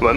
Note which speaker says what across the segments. Speaker 1: 文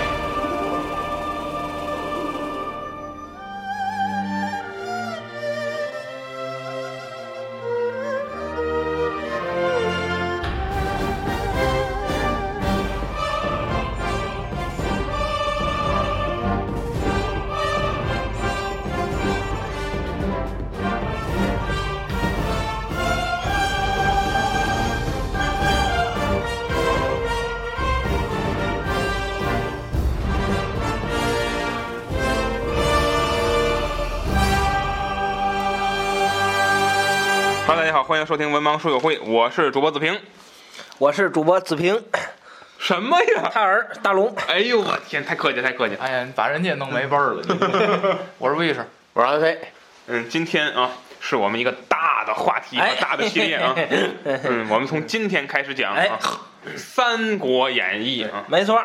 Speaker 1: 哈，大家好，欢迎收听《文盲书友会》，我是主播子平。
Speaker 2: 我是主播子平，
Speaker 1: 什么呀？
Speaker 2: 泰尔大龙，
Speaker 1: 哎呦，我天，太客气，太客气。
Speaker 3: 哎呀，你把人家弄没味儿了。 你我是卫士，
Speaker 4: 我是阿飞，
Speaker 1: 嗯，今天啊，是我们一个大的话题和
Speaker 2: 哎
Speaker 1: 大的系列 啊。嗯，我们从今天开始讲
Speaker 2: 哎
Speaker 1: 啊，三国演义》啊，
Speaker 2: 没错，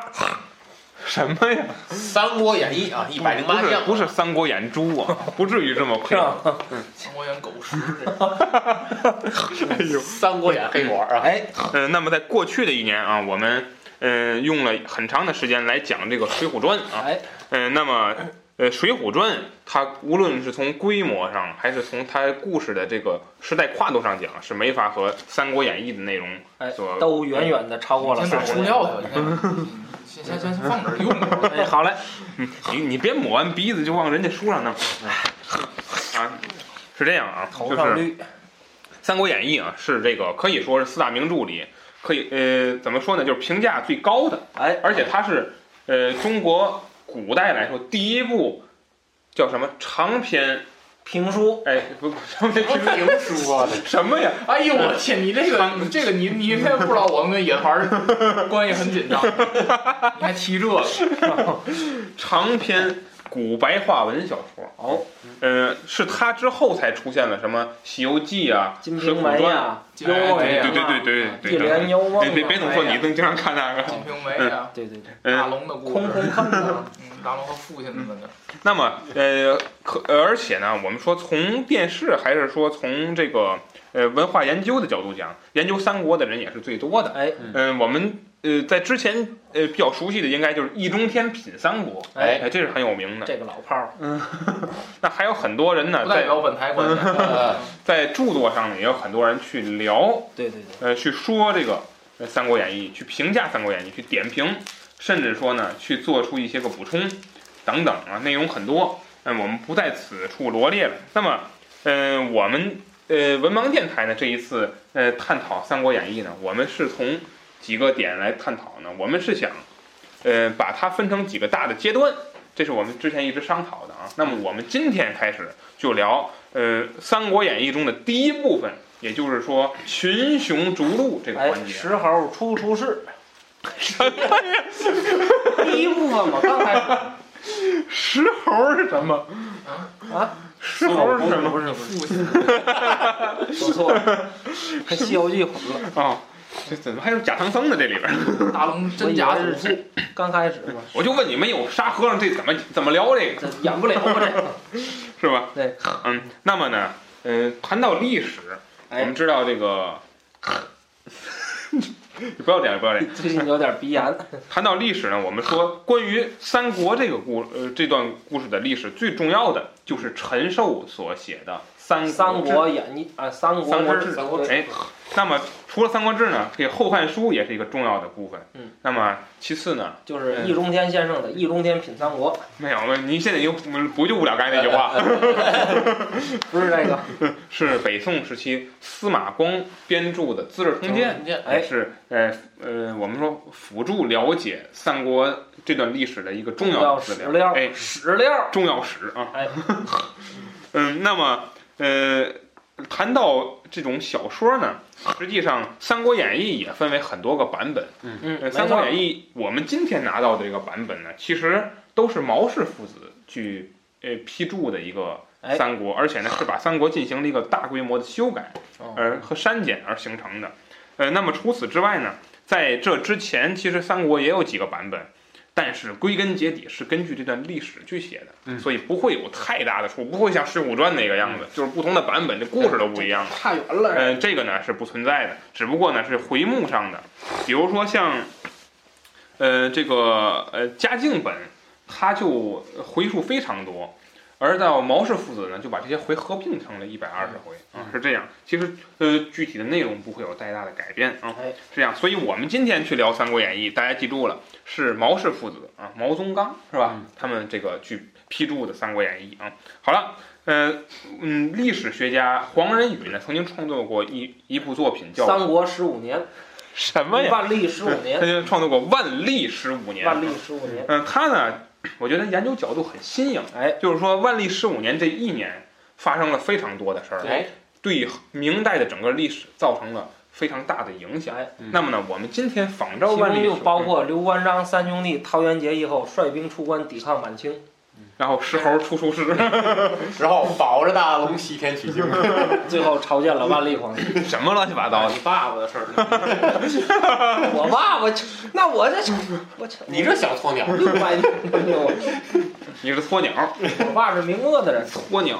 Speaker 1: 什么呀？
Speaker 4: 《三国演义》
Speaker 2: 嗯
Speaker 4: 啊，一百零
Speaker 1: 不
Speaker 4: 八
Speaker 1: 是
Speaker 4: 将，
Speaker 1: 不是《三国演猪》啊，不至于这么
Speaker 2: 是
Speaker 1: 亏。
Speaker 2: 吧？
Speaker 3: 秦国元狗食。
Speaker 1: 哎
Speaker 4: 《
Speaker 1: 呦
Speaker 4: 三国演黑果》啊，
Speaker 2: 哎，
Speaker 1: 嗯，那么在过去的一年啊，我们嗯用了很长的时间来讲这个《水浒传》啊。
Speaker 2: 哎，
Speaker 1: 嗯，那么呃，《水浒传》它无论是从规模上，还是从它故事的这个时代跨度上讲，是没法和《三国演义》的内容
Speaker 2: 哎
Speaker 1: 所，
Speaker 2: 都远远的超过
Speaker 4: 哎
Speaker 2: 了
Speaker 3: 先
Speaker 2: 三国
Speaker 3: 把出
Speaker 2: 演义。
Speaker 3: 料去，先先先放这儿用着。
Speaker 2: 哎，好嘞，
Speaker 1: 嗯你你别抹完鼻子就往人家书上弄。啊，是这样啊，
Speaker 2: 哎头
Speaker 1: 就
Speaker 2: 上
Speaker 1: 是
Speaker 2: 绿，
Speaker 1: 《三国演义》啊，是这个可以说是四大名著里可以呃怎么说呢，就是评价最高的，
Speaker 2: 哎，
Speaker 1: 而且它是呃中国古代来说第一部叫什么长篇
Speaker 2: 评书，
Speaker 1: 哎不长篇评
Speaker 4: 评书啊，
Speaker 1: 什么呀？
Speaker 3: 哎呦我天，你这个这个你你也不知道我们跟野团儿关系很紧张，你还提这个？
Speaker 1: 长篇古白话文小说
Speaker 2: 哦，
Speaker 1: 呃是它之后才出现了什么《西游记》啊，《
Speaker 2: 金
Speaker 1: 水
Speaker 2: 瓶
Speaker 1: 浒
Speaker 2: 梅
Speaker 1: 传》
Speaker 2: 呀，
Speaker 3: 金
Speaker 2: 幽梦
Speaker 3: 哎
Speaker 1: 对对
Speaker 3: 呀
Speaker 2: 园
Speaker 1: 对对
Speaker 2: 啊，
Speaker 1: 对
Speaker 2: 一
Speaker 1: 对对，
Speaker 2: 帘幽梦啊，
Speaker 1: 别别别总说你，
Speaker 2: 哎呀
Speaker 1: 你经常看那个
Speaker 3: 《金瓶梅》啊，
Speaker 2: 对对对，
Speaker 1: 嗯
Speaker 3: 大龙的故
Speaker 2: 空空
Speaker 3: 事，
Speaker 2: 荡荡，
Speaker 3: 嗯，大龙和父亲们的，
Speaker 1: 那么，呃，可呃而且呢，我们说从电视还是说从这个呃文化研究的角度讲，研究三国的人也是最多的。
Speaker 2: 哎，
Speaker 1: 嗯、我们呃在之前呃比较熟悉的应该就是易中天品三国，
Speaker 2: 哎
Speaker 1: 这是很有名的。
Speaker 2: 这个老炮儿，
Speaker 1: 那还有很多
Speaker 4: 哎
Speaker 1: 人呢，
Speaker 3: 不代
Speaker 1: 在
Speaker 3: 表本台啊观点。
Speaker 4: 呃
Speaker 1: 在著作上呢，也有很多人去聊，
Speaker 2: 对对对，
Speaker 1: 呃，去说这个呃《三国演义》，去评价《三国演义》，去点评，甚至说呢，去做出一些个补充等等啊，内容很多，嗯，我们不在此处罗列了。那么，呃，我们呃文盲电台呢，这一次呃探讨《三国演义》呢，我们是从几个点来探讨呢，我们是想呃把它分成几个大的阶段。这是我们之前一直商讨的啊。那么我们今天开始就聊呃《三国演义》中的第一部分，也就是说群雄逐鹿这个
Speaker 2: 哎
Speaker 1: 环，节。啊
Speaker 2: 石猴出出世，什么呀？第一部分嘛，刚开 始
Speaker 1: 石猴是什么？
Speaker 2: 啊，
Speaker 1: 石猴是什么？
Speaker 2: 不是不是，
Speaker 3: 父亲，
Speaker 2: 说 错了，跟《西游记》混了，
Speaker 1: 啊、这怎么还有假唐僧呢？这里边，
Speaker 3: 大龙
Speaker 2: 我
Speaker 3: 真
Speaker 2: 以
Speaker 3: 假
Speaker 2: 为
Speaker 3: 祖
Speaker 2: 是
Speaker 3: 父，
Speaker 2: 这刚开始嘛，
Speaker 1: 我就问你，没有沙和尚这怎么怎么聊这个
Speaker 2: 这演不了这，
Speaker 1: 是吧？
Speaker 2: 对，
Speaker 1: 嗯，那么呢，呃，谈到历史，我
Speaker 2: 哎
Speaker 1: 们，知道这个， 你不要这样，不要这样。
Speaker 2: 最近有点鼻炎，
Speaker 1: 谈到历史呢，我们说关于三国这个故呃这段故事的历史，最重要的就是陈寿所写的《三
Speaker 2: 《
Speaker 1: 国
Speaker 2: 三
Speaker 1: 志》
Speaker 2: 国演义》啊，《三国
Speaker 1: 三国
Speaker 2: 志
Speaker 1: 志
Speaker 4: 三国志
Speaker 1: 哎，那么除了《三国志》呢，这个《后汉书》也是一个重要的部分。
Speaker 2: 嗯，
Speaker 1: 那么其次呢，
Speaker 2: 就是易中天先生的《易中天品三国
Speaker 1: 没有，您现在已经补补救不了刚才那句 话。》，
Speaker 2: 不是这个，
Speaker 1: 是北宋时期司马光编著的《资治通鉴》，
Speaker 2: 哎
Speaker 1: 也是呃呃，我们说辅助了解三国这段历史的一个重要
Speaker 2: 要
Speaker 1: 的资
Speaker 2: 史
Speaker 1: 料，
Speaker 2: 料
Speaker 1: 哎，
Speaker 2: 史料，
Speaker 1: 重要史啊。
Speaker 2: 哎
Speaker 1: 嗯，那么呃，谈到这种小说呢，实际上《三国演义》也分为很多个版本。
Speaker 2: 嗯，
Speaker 1: 呃，《
Speaker 2: 没
Speaker 1: 三国
Speaker 2: 错
Speaker 1: 演义》我们今天拿到的这个版本呢，其实都是毛氏父子去呃批注的一个
Speaker 2: 哎
Speaker 1: 三国，而且呢是把三国进行了一个大规模的修改
Speaker 3: 哦，
Speaker 1: 而和删减而形成的。呃，那么除此之外呢，在这之前，其实三国也有几个版本。但是归根结底是根据这段历史去写的，
Speaker 4: 嗯
Speaker 1: 所以不会有太大的出入，不会像《水浒传》那个样子，
Speaker 2: 嗯
Speaker 1: 就是不同的版本，这故事都不一样。
Speaker 3: 差远了。
Speaker 1: 嗯，这个呢是不存在的，只不过呢是回目上的，比如说像，呃，这个呃嘉靖本，它就回数非常多，而到毛氏父子呢就把这些回合并成了一百二十回啊，是这样。其实呃具体的内容不会有太大的改变啊
Speaker 2: 哎，
Speaker 1: 这样。所以我们今天去聊《三国演义》，大家记住了，是毛氏父子啊，毛宗岗是吧？他们这个去批注的《三国演义》啊。好了，呃，嗯，历史学家黄仁宇呢，曾经创作过一一部作品叫
Speaker 2: 三国十五年，
Speaker 1: 什么呀？
Speaker 2: 万历十五
Speaker 1: 他
Speaker 2: 年，
Speaker 1: 就创作过《万历十五年》。
Speaker 2: 万历十五年，
Speaker 1: 嗯，他呢， 我觉得研究角度很新颖。
Speaker 2: 哎，
Speaker 1: 就是说万历十五年这一年发生了非常多的事儿，
Speaker 2: 哎，
Speaker 1: 对明代的整个历史造成了非常大的影响。
Speaker 2: 哎
Speaker 1: 那么呢，我们今天仿照
Speaker 2: 其
Speaker 1: 万
Speaker 2: 中
Speaker 1: 历
Speaker 2: 就
Speaker 1: 15
Speaker 2: 包括刘关张三兄弟桃园结义后率兵出关抵抗满清，
Speaker 1: 然后石猴出出师，
Speaker 4: 然后保着大龙西天取经，啊
Speaker 2: 最后朝见了万历皇帝。
Speaker 1: 什么乱七八糟的。
Speaker 4: 你爸爸的事儿。
Speaker 2: 我爸我那我这我这
Speaker 4: 你这小鸵鸟，
Speaker 2: 六百年没有，
Speaker 1: 你是鸵鸟，
Speaker 2: 我爸是明末的人，
Speaker 1: 鸵鸟，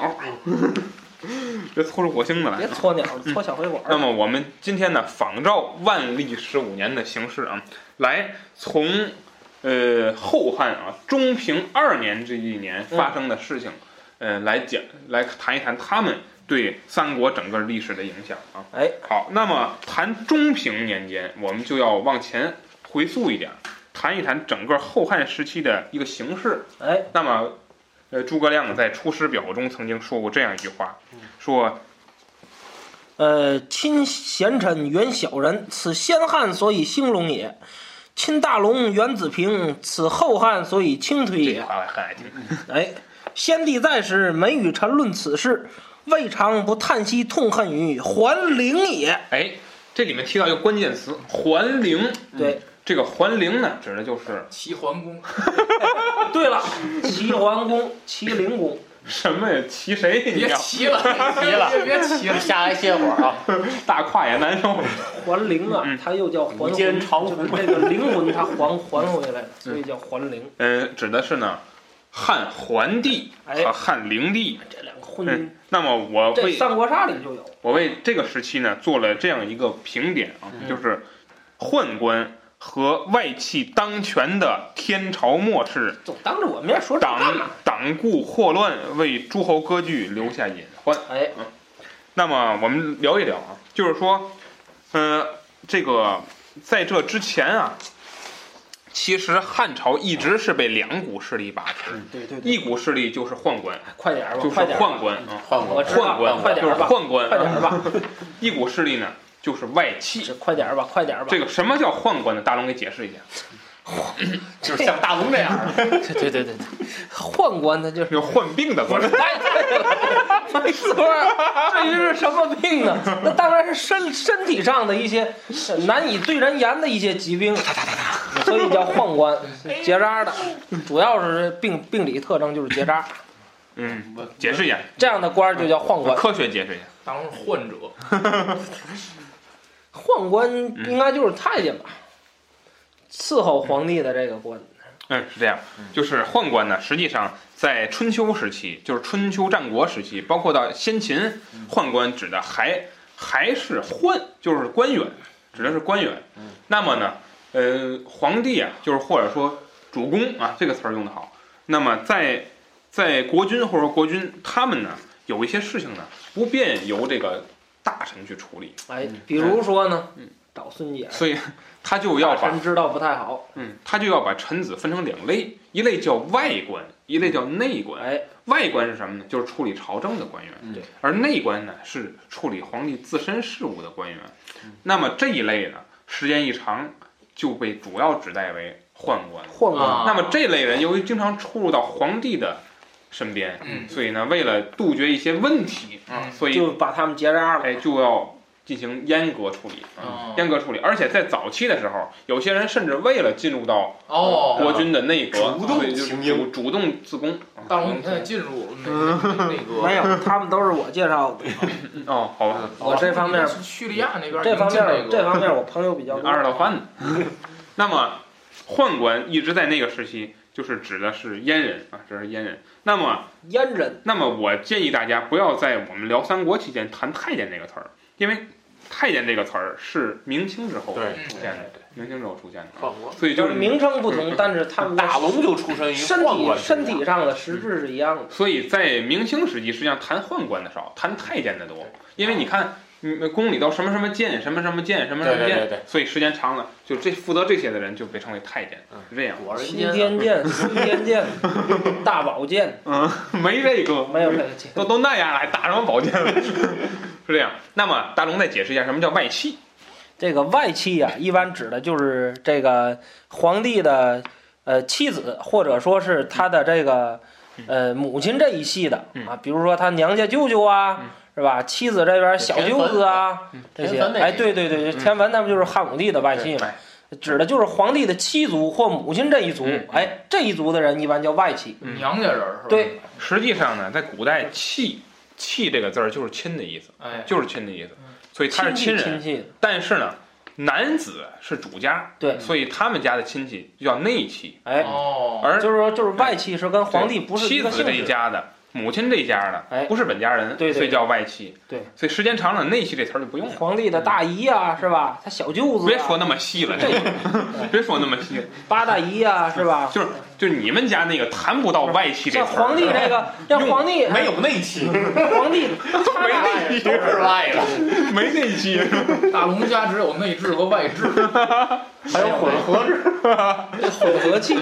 Speaker 1: 这搓出火星子来
Speaker 2: 别
Speaker 1: 了。
Speaker 2: 搓鸟搓小黑管
Speaker 1: 那
Speaker 2: 儿。
Speaker 1: 么我们今天呢，仿照万历十五年的形式啊，来从呃后汉啊中平二年这一年发生的事情，呃，来讲来谈一谈他们对三国整个历史的影响啊。
Speaker 2: 哎，
Speaker 1: 好，那么谈中平年间，我们就要往前回溯一点，谈一谈整个后汉时期的一个形势。
Speaker 2: 哎，
Speaker 1: 那么，呃，诸葛亮在《出师表》中曾经说过这样一句话，说
Speaker 2: 呃，亲贤臣远小人，此先汉所以兴隆也；亲大龙远子平，此后汉所以倾推
Speaker 1: 这句
Speaker 2: 也。
Speaker 1: 话我很爱听。
Speaker 2: 哎，先帝在时，每与臣论此事，未尝不叹息痛恨于还陵也。
Speaker 1: 哎，这里面提到一个关键词“还陵”。
Speaker 2: 对，
Speaker 1: 这个“还陵”呢，指的就是
Speaker 3: 齐桓公，
Speaker 2: 嗯对了，齐桓公、齐灵公，
Speaker 1: 什么呀？骑谁？你
Speaker 3: 别
Speaker 1: 要
Speaker 3: 齐了，
Speaker 4: 哎别了
Speaker 3: 别别齐了。
Speaker 4: 下来歇会儿啊。
Speaker 1: 大胯也难受。
Speaker 2: 还陵啊
Speaker 1: 嗯，
Speaker 2: 它又叫还
Speaker 4: 无间
Speaker 2: 魂，
Speaker 4: 长
Speaker 2: 就
Speaker 4: 虹
Speaker 2: 是那个灵魂它还还回来了，所以叫还陵。
Speaker 1: 嗯，指的是呢，汉桓帝
Speaker 2: 哎
Speaker 1: 和汉灵帝。
Speaker 2: 这两个婚姻
Speaker 1: 嗯，，那么我
Speaker 2: 这
Speaker 1: 为
Speaker 2: 《三国杀》里就有。
Speaker 1: 我为这个时期呢做了这样一个评点啊，
Speaker 4: 嗯
Speaker 1: 就是宦官和外戚当权的天朝末世
Speaker 2: 总当着我面说这干嘛
Speaker 1: 党？党锢祸乱，为诸侯割据留下隐患。
Speaker 2: 哎，
Speaker 1: 那么我们聊一聊啊，就是说，呃，这个在这之前啊，其实汉朝一直是被两股势力把持，
Speaker 2: 嗯对对对，
Speaker 1: 一股势力就是宦官，
Speaker 2: 快点儿吧，
Speaker 1: 就是
Speaker 2: 快点儿吧，
Speaker 1: 宦官啊，
Speaker 4: 换
Speaker 2: 我
Speaker 4: 我，
Speaker 2: 知道
Speaker 1: 宦官
Speaker 2: 快点
Speaker 1: 就是
Speaker 2: 儿吧，
Speaker 1: 宦官
Speaker 2: 快点
Speaker 1: 啊，
Speaker 2: 儿吧，
Speaker 1: 一股势力呢就是外戚。
Speaker 2: 这快点儿吧，快点儿吧。
Speaker 1: 这个什么叫宦官呢？大龙给解释一下。
Speaker 4: 就是像大龙这样的。
Speaker 2: 对对对对，宦官 他就是。哎
Speaker 1: 有患病的官，
Speaker 2: 没错儿，至于是什么 病呢？那当然是身身体上的一些呃难以对人言的一些 疾病，所以叫宦官，
Speaker 1: 哎
Speaker 2: 结扎的，主要是病病理特征就是结扎，
Speaker 1: 嗯，解释一下，
Speaker 2: 这样的官儿就叫宦官。
Speaker 1: 科学解释一下。
Speaker 3: 当时患者，
Speaker 2: 宦官应该就是太监吧，伺候皇帝的这个官。
Speaker 1: 嗯，是这样，就是宦官呢，实际上在春秋时期，就是春秋战国时期，包括到先秦，宦官指的还还是宦，就是官员，指的是官员。那么呢，呃，皇帝啊，就是或者说主公啊，这个词儿用的好。那么在在国君或者说国君，他们呢有一些事情呢，不便由这个大臣去处理，
Speaker 2: 哎，比如说呢
Speaker 1: 嗯，
Speaker 2: 找孙姐，
Speaker 1: 所以他就要把
Speaker 2: 大臣知道不太好。
Speaker 1: 嗯，他就要把臣子分成两类，一类叫外官，一类叫内官。
Speaker 2: 哎，
Speaker 1: 外官是什么呢？就是处理朝政的官员，
Speaker 4: 嗯
Speaker 2: 对
Speaker 1: 而内官呢是处理皇帝自身事务的官员。那么这一类呢，时间一长就被主要指代为宦官。
Speaker 2: 宦官
Speaker 3: 啊
Speaker 1: 那么这类人由于经常出入到皇帝的身边，
Speaker 3: 嗯
Speaker 1: 所以呢，为了杜绝一些问题啊，
Speaker 3: 嗯
Speaker 1: 所以
Speaker 2: 就把他们结扎了。
Speaker 1: 哎就要进行阉割处理啊，
Speaker 3: 哦
Speaker 1: 阉割处理。而且在早期的时候，有些人甚至为了进入到
Speaker 3: 哦，
Speaker 1: 国君的内阁，
Speaker 4: 啊主动
Speaker 1: 对就是
Speaker 4: 请
Speaker 1: 主主动自宫。
Speaker 3: 大龙，你看进入那那 个
Speaker 2: 没有，他们都是我介绍的。
Speaker 1: 哦，好吧，
Speaker 2: 我这方面，
Speaker 3: 叙利亚那边
Speaker 2: 这方
Speaker 3: 能进那
Speaker 2: 面，
Speaker 3: 个
Speaker 2: 这方面我朋友比较多
Speaker 1: 二。十道贩子。那么宦官一直在那个时期就是指的是阉人啊，这是阉人。那么
Speaker 2: 阉人
Speaker 1: 那么我建议大家不要在我们聊三国期间谈太监这个词儿，因为太监这个词儿是明清之后
Speaker 4: 对
Speaker 1: 出现的，明清之后出现的啊，
Speaker 4: 宦官，
Speaker 1: 所以就是
Speaker 2: 名称不同，但是他们的
Speaker 4: 大龙就出身于
Speaker 2: 身
Speaker 4: 宦
Speaker 2: 体
Speaker 4: 官
Speaker 2: 身
Speaker 4: 之
Speaker 2: 体
Speaker 4: 家，
Speaker 2: 上的实质是一样的。
Speaker 1: 所以在明清时期，实际上谈宦官的少，谈太监的多，因为你看。嗯，宫里头什么什么监，什么什么监，什么什么
Speaker 4: 对对
Speaker 1: 监
Speaker 4: 对对，
Speaker 1: 所以时间长了，就这负责这些的人就被称为太监，
Speaker 4: 嗯
Speaker 1: 是这样。
Speaker 4: 我
Speaker 2: 西
Speaker 4: 人间
Speaker 2: 天剑、西天剑、大宝剑，
Speaker 1: 没这个，
Speaker 2: 没有这个剑。
Speaker 1: 都都那样了，还打什么宝剑了？是这样。那么大龙再解释一下什么叫外戚。
Speaker 2: 这个外戚啊，一般指的就是这个皇帝的呃妻子，或者说是他的这个呃母亲这一系的
Speaker 1: 嗯
Speaker 2: 啊，比如说他娘家舅舅啊
Speaker 1: 嗯，
Speaker 2: 是吧？妻子这边小舅子啊
Speaker 1: 嗯，
Speaker 2: 这些，
Speaker 4: 田汾那
Speaker 2: 哎，
Speaker 4: 一
Speaker 2: 对对对，
Speaker 1: 嗯
Speaker 2: 田汾他们就是汉武帝的外戚嘛，指的就是皇帝的妻族或母亲这一族
Speaker 1: 嗯，嗯
Speaker 2: 哎，这一族的人一般叫外戚。
Speaker 1: 嗯
Speaker 3: 娘家人儿是吧？
Speaker 2: 对，
Speaker 1: 实际上呢，在古代“戚”“戚”这个字儿就是亲的意思，
Speaker 3: 哎，
Speaker 1: 就是亲的意思
Speaker 3: 嗯。
Speaker 1: 所以他是亲
Speaker 2: 亲戚
Speaker 1: 人，哦
Speaker 2: 亲戚，
Speaker 1: 但是呢，男子是主家，
Speaker 2: 对
Speaker 1: 所以他们家的亲戚就叫内戚，
Speaker 2: 哎，
Speaker 3: 哦，
Speaker 1: 而
Speaker 2: 就是说就是外戚是跟皇帝不是一
Speaker 1: 哎妻
Speaker 2: 个
Speaker 1: 子
Speaker 2: 性
Speaker 1: 这一
Speaker 2: 质。
Speaker 1: 家的、母亲这一家
Speaker 2: 哎
Speaker 1: 的，不是本家人，
Speaker 2: 对对
Speaker 1: 所以叫外戚。
Speaker 2: 对，
Speaker 1: 所以时间长了，内戚这词儿就不用了。
Speaker 2: 皇帝的大姨啊，是吧？他小舅子、啊，
Speaker 1: 别嗯说那么细了，
Speaker 2: 这
Speaker 1: 别说那么细了，
Speaker 2: 八大姨啊，是吧？
Speaker 1: 就是就是你们家那个谈不到外戚这
Speaker 2: 像
Speaker 1: 词儿。
Speaker 2: 皇帝这个，像皇帝，哎
Speaker 4: 没有内 戚，
Speaker 2: 皇帝，他俩
Speaker 4: 都是外的，
Speaker 1: 没那期，
Speaker 3: 大龙家只有内治和外治，
Speaker 4: 还有混合制，
Speaker 2: 混合气，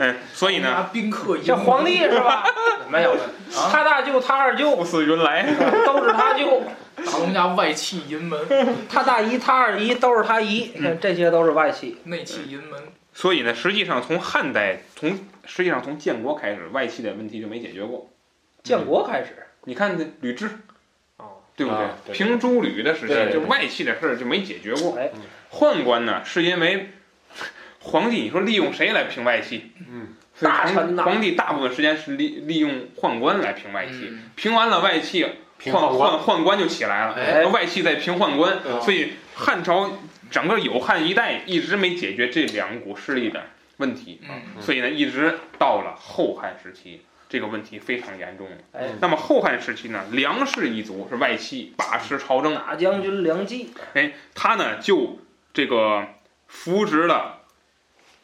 Speaker 1: 哎，所以呢，
Speaker 3: 家宾客一
Speaker 2: 像皇帝是吧？
Speaker 3: 没有啊，
Speaker 2: 他大舅、他二舅
Speaker 1: 不似云来，
Speaker 2: 都是他舅，
Speaker 3: 大龙家外戚银门，
Speaker 2: 他大姨、他二姨都是他姨，
Speaker 1: 嗯
Speaker 2: 这些都是外戚。
Speaker 3: 内戚银门，
Speaker 1: 所以呢，实际上从汉代，从实际上从建国开始，外戚的问题就没解决过。
Speaker 2: 建国开始，
Speaker 1: 你看这吕雉，
Speaker 2: 哦，
Speaker 1: 对不对？
Speaker 4: 啊对
Speaker 1: 平诸吕的时
Speaker 4: 对
Speaker 1: 期，
Speaker 4: 对
Speaker 1: 就
Speaker 4: 对
Speaker 1: 外戚的事儿就没解决过
Speaker 2: 哎。
Speaker 1: 宦官呢，是因为皇帝，你说利用谁来评外戚？
Speaker 4: 嗯，
Speaker 2: 大臣呐
Speaker 1: 皇帝大部分时间是利利用宦官来评外戚，
Speaker 3: 嗯
Speaker 1: 评完了外戚，
Speaker 4: 平
Speaker 1: 宦
Speaker 4: 宦官
Speaker 1: 宦宦官就起来了，
Speaker 3: 哎
Speaker 1: 外戚在平宦官，
Speaker 4: 嗯
Speaker 1: 所以汉朝整个有汉一代一直没解决这两股势力的问题，
Speaker 3: 嗯，
Speaker 1: 所以呢，一直到了后汉时期，这个问题非常严重了。
Speaker 2: 哎
Speaker 1: 那么后汉时期呢，梁氏一族是外戚把持朝政，
Speaker 2: 大将军梁冀，
Speaker 1: 他呢就这个扶植了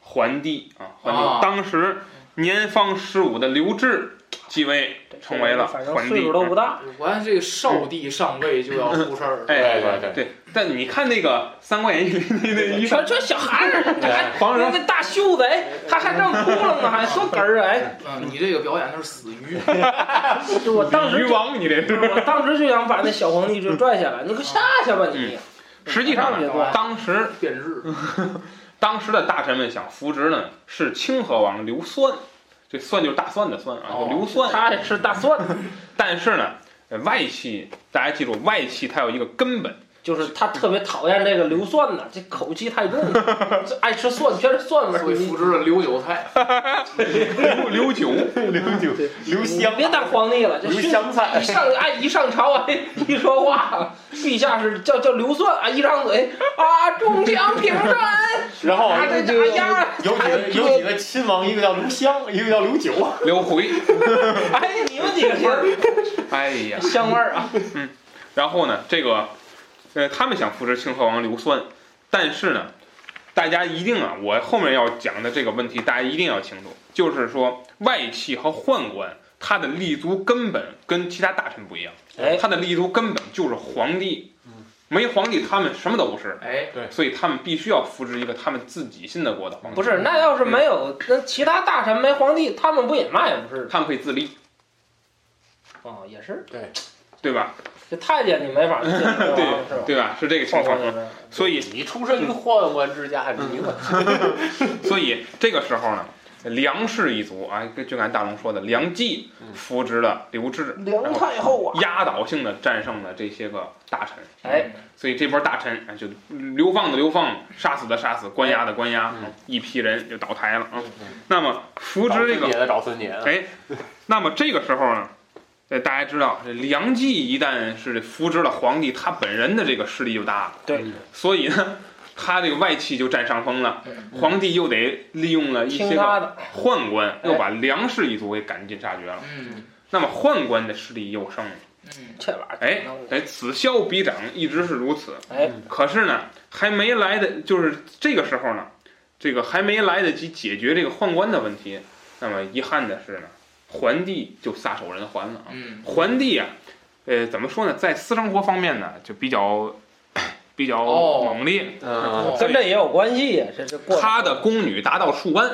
Speaker 1: 桓帝啊，桓帝、
Speaker 3: 啊
Speaker 1: 当时年方十五的刘志继位，
Speaker 2: 这
Speaker 1: 成为了
Speaker 2: 反正
Speaker 1: 皇帝啊
Speaker 2: 岁数都不大，
Speaker 3: 完了这个少帝上位就要出事儿，
Speaker 1: 哎
Speaker 4: 对对
Speaker 1: 对，但你看那个《三国演义》里那那一
Speaker 2: 全全小孩儿，还
Speaker 1: 皇
Speaker 2: 那
Speaker 1: 上
Speaker 2: 那大袖子，哎，还还这么窟窿呢，还多哏儿啊，哎，
Speaker 3: 嗯，你这个表演的是死鱼，
Speaker 1: 嗯
Speaker 2: 就我当时
Speaker 1: 鱼
Speaker 2: 就
Speaker 1: 王，你这是。
Speaker 2: 我当时就想把那小皇帝就拽下来，你给我下去吧你！
Speaker 1: 嗯实际上
Speaker 2: 别
Speaker 1: 呢，
Speaker 2: 拽，
Speaker 1: 当时
Speaker 3: 变质，
Speaker 1: 当时的大臣们想扶植呢，是清河王刘酸，这酸就是大蒜的蒜啊，
Speaker 3: 哦
Speaker 1: 就刘酸。
Speaker 2: 他爱吃大蒜，
Speaker 1: 但是呢，呃外戚大家记住，外戚它有一个根本，
Speaker 2: 就是他特别讨厌这个硫蒜呐，这口气太重了，这爱吃蒜全是蒜味儿。
Speaker 3: 所以
Speaker 2: 你
Speaker 3: 扶植了溜韭菜，
Speaker 1: 刘刘九，
Speaker 4: 刘九刘
Speaker 2: 你
Speaker 4: 香
Speaker 2: 别当皇帝了，这
Speaker 4: 刘
Speaker 2: 是
Speaker 4: 香
Speaker 2: 一
Speaker 4: 菜，
Speaker 2: 上哎一上朝哎一说话，陛下是叫叫硫蒜啊，一张嘴啊中枪平身，
Speaker 4: 然后
Speaker 2: 啊这这呀，
Speaker 4: 有几个有几个亲王，一个叫刘香，一个叫刘九，
Speaker 1: 刘回，
Speaker 2: 哎你们几个人
Speaker 1: 哎呀，
Speaker 2: 香味儿啊，
Speaker 1: 然后呢，这个呃，他们想扶持清河王刘酸，但是呢，大家一定啊，我后面要讲的这个问题，大家一定要清楚，就是说外戚和宦官。他的立足根本跟其他大臣不一样，
Speaker 2: 哎
Speaker 1: 他的立足根本就是皇帝
Speaker 4: 嗯，
Speaker 1: 没皇帝他们什么都不是，
Speaker 3: 哎，
Speaker 1: 所以他们必须要扶植一个他们自己信得过的皇帝。
Speaker 2: 不是那要是没有那其他大臣没皇帝，他们不也嘛也不是
Speaker 1: 他们可以自立，
Speaker 2: 啊也是
Speaker 1: 对吧？
Speaker 2: 这太监你没法儿
Speaker 1: 对
Speaker 2: 是吧？哦
Speaker 1: 对吧？是这个情况。所以，
Speaker 4: 你出身于宦官之家，你问
Speaker 1: 嗯所以这个时候呢，梁氏一族啊，跟就按大龙说的，梁冀
Speaker 4: 嗯
Speaker 1: 扶植了刘志，
Speaker 2: 梁太后啊，
Speaker 1: 压倒性的战胜了这些个大臣。
Speaker 2: 哎，
Speaker 1: 所以这波大臣啊，就流放的流放，杀死的杀死，关押的关押，
Speaker 4: 嗯
Speaker 1: 一批人就倒台了啊
Speaker 4: 嗯嗯。
Speaker 1: 那么扶
Speaker 4: 找
Speaker 1: 植这
Speaker 4: 孙
Speaker 1: 个
Speaker 4: 姐的找孙姐啊，
Speaker 1: 哎，那么这个时候呢，呃，大家知道，这梁冀一旦是扶植了皇帝，他本人的这个势力就大了。
Speaker 2: 对，
Speaker 1: 所以呢， 他这个外戚就占上风了
Speaker 3: 嗯。
Speaker 1: 皇帝又得利用了一些个
Speaker 2: 听他的，
Speaker 1: 宦官，
Speaker 2: 哎
Speaker 1: 又把梁氏一族给赶尽杀绝了。
Speaker 3: 嗯
Speaker 1: 那么宦官的势力又盛了。
Speaker 3: 嗯
Speaker 2: 这玩意儿
Speaker 1: 哎哎，此消彼长，一直是如此。
Speaker 2: 哎
Speaker 1: 可是呢，还没来的，就是这个时候呢，这个还没来得及解决这个宦官的问题。那么遗憾的是呢，桓帝就撒手人寰了啊。
Speaker 3: 嗯
Speaker 1: 桓帝啊，呃，怎么说呢，在私生活方面呢，就比较比较
Speaker 3: 哦
Speaker 1: 猛烈。
Speaker 4: 嗯，
Speaker 3: 哦
Speaker 2: 跟这也有关系呀，这这过
Speaker 1: 他的宫女达到数万，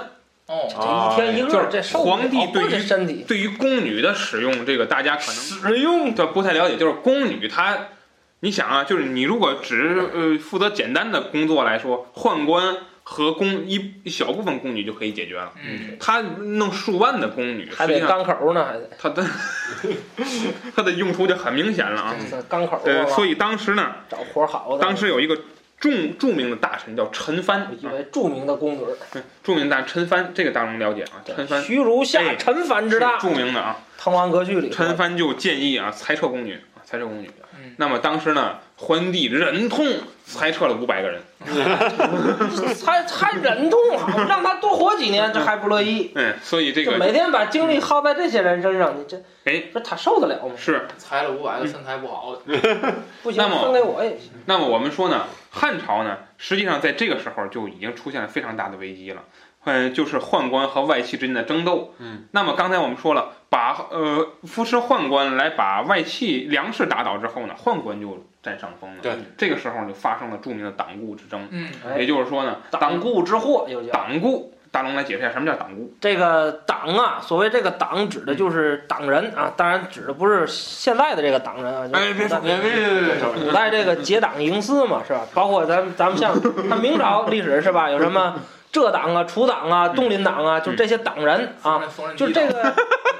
Speaker 3: 哦
Speaker 2: 这一天一
Speaker 1: 就
Speaker 2: 个，
Speaker 1: 是
Speaker 2: 这受不
Speaker 1: 皇帝
Speaker 2: 了
Speaker 1: 对于
Speaker 2: 这身体
Speaker 1: 对于宫女的使用，这个大家可能
Speaker 4: 使用
Speaker 1: 这不太了解。就是宫女她，你想啊，就是你如果只呃负责简单的工作来说，宦官和宫一一小部分宫女就可以解决了。
Speaker 3: 嗯
Speaker 1: 他弄数万的宫女，
Speaker 2: 还
Speaker 1: 实际
Speaker 2: 得
Speaker 1: 上
Speaker 2: 钢口呢，还得
Speaker 1: 他的 他的用处就很明显了啊。
Speaker 2: 这钢口
Speaker 1: 呃，
Speaker 2: 啊，
Speaker 1: 所以当时呢，
Speaker 2: 找活好的。
Speaker 1: 当时有一个著著名的大臣叫陈蕃，
Speaker 2: 一
Speaker 1: 啊
Speaker 2: 位著名的公子，
Speaker 1: 著名大臣陈蕃，这个大龙了解啊，陈蕃。
Speaker 2: 徐如
Speaker 1: 哎
Speaker 2: 下陈凡之
Speaker 1: 是
Speaker 2: 大，
Speaker 1: 著名的啊，
Speaker 2: 滕王阁序里
Speaker 1: 陈蕃就建议啊，裁撤宫女，啊裁撤宫女。
Speaker 3: 嗯
Speaker 1: 那么当时呢，桓帝忍痛裁撤了五百个人。
Speaker 2: 还还忍痛好， 让他多活几年，这还不乐意，
Speaker 1: 嗯，所以这
Speaker 2: 就
Speaker 1: 个
Speaker 2: 每天把精力耗在这些人身上，你这
Speaker 1: 哎，
Speaker 2: 这他受得了吗？
Speaker 1: 是。
Speaker 3: 裁了五百个身材不好的，
Speaker 2: 不行
Speaker 1: 那，么
Speaker 2: 分给我也行。
Speaker 1: 那么我们说呢，汉朝呢，实际上在这个时候就已经出现了非常大的危机了。嗯，就是宦官和外戚之间的争斗。
Speaker 4: 嗯，
Speaker 1: 那么刚才我们说了，把呃扶持宦官来把外戚梁氏打倒之后呢，宦官就占上风了。
Speaker 4: 对，
Speaker 1: 这个时候就发生了著名的党锢之争。
Speaker 3: 嗯
Speaker 2: 哎
Speaker 1: 也就是说呢，
Speaker 2: 党哎
Speaker 1: 党
Speaker 2: 锢之祸又叫
Speaker 1: 党锢，大龙来解释一下什么叫党锢。
Speaker 2: 这个党啊，所谓这个党指的就是党人啊，当然指的不是现在的这个党人啊，就是
Speaker 1: 哎别说
Speaker 2: 古代
Speaker 3: 别别别别别，
Speaker 2: 古代这个结党营私嘛，是吧？包括咱们咱们像看明朝历史是吧？有什么浙党啊、楚党啊、东林党啊，就这些党人啊，
Speaker 3: 啊
Speaker 2: 就这个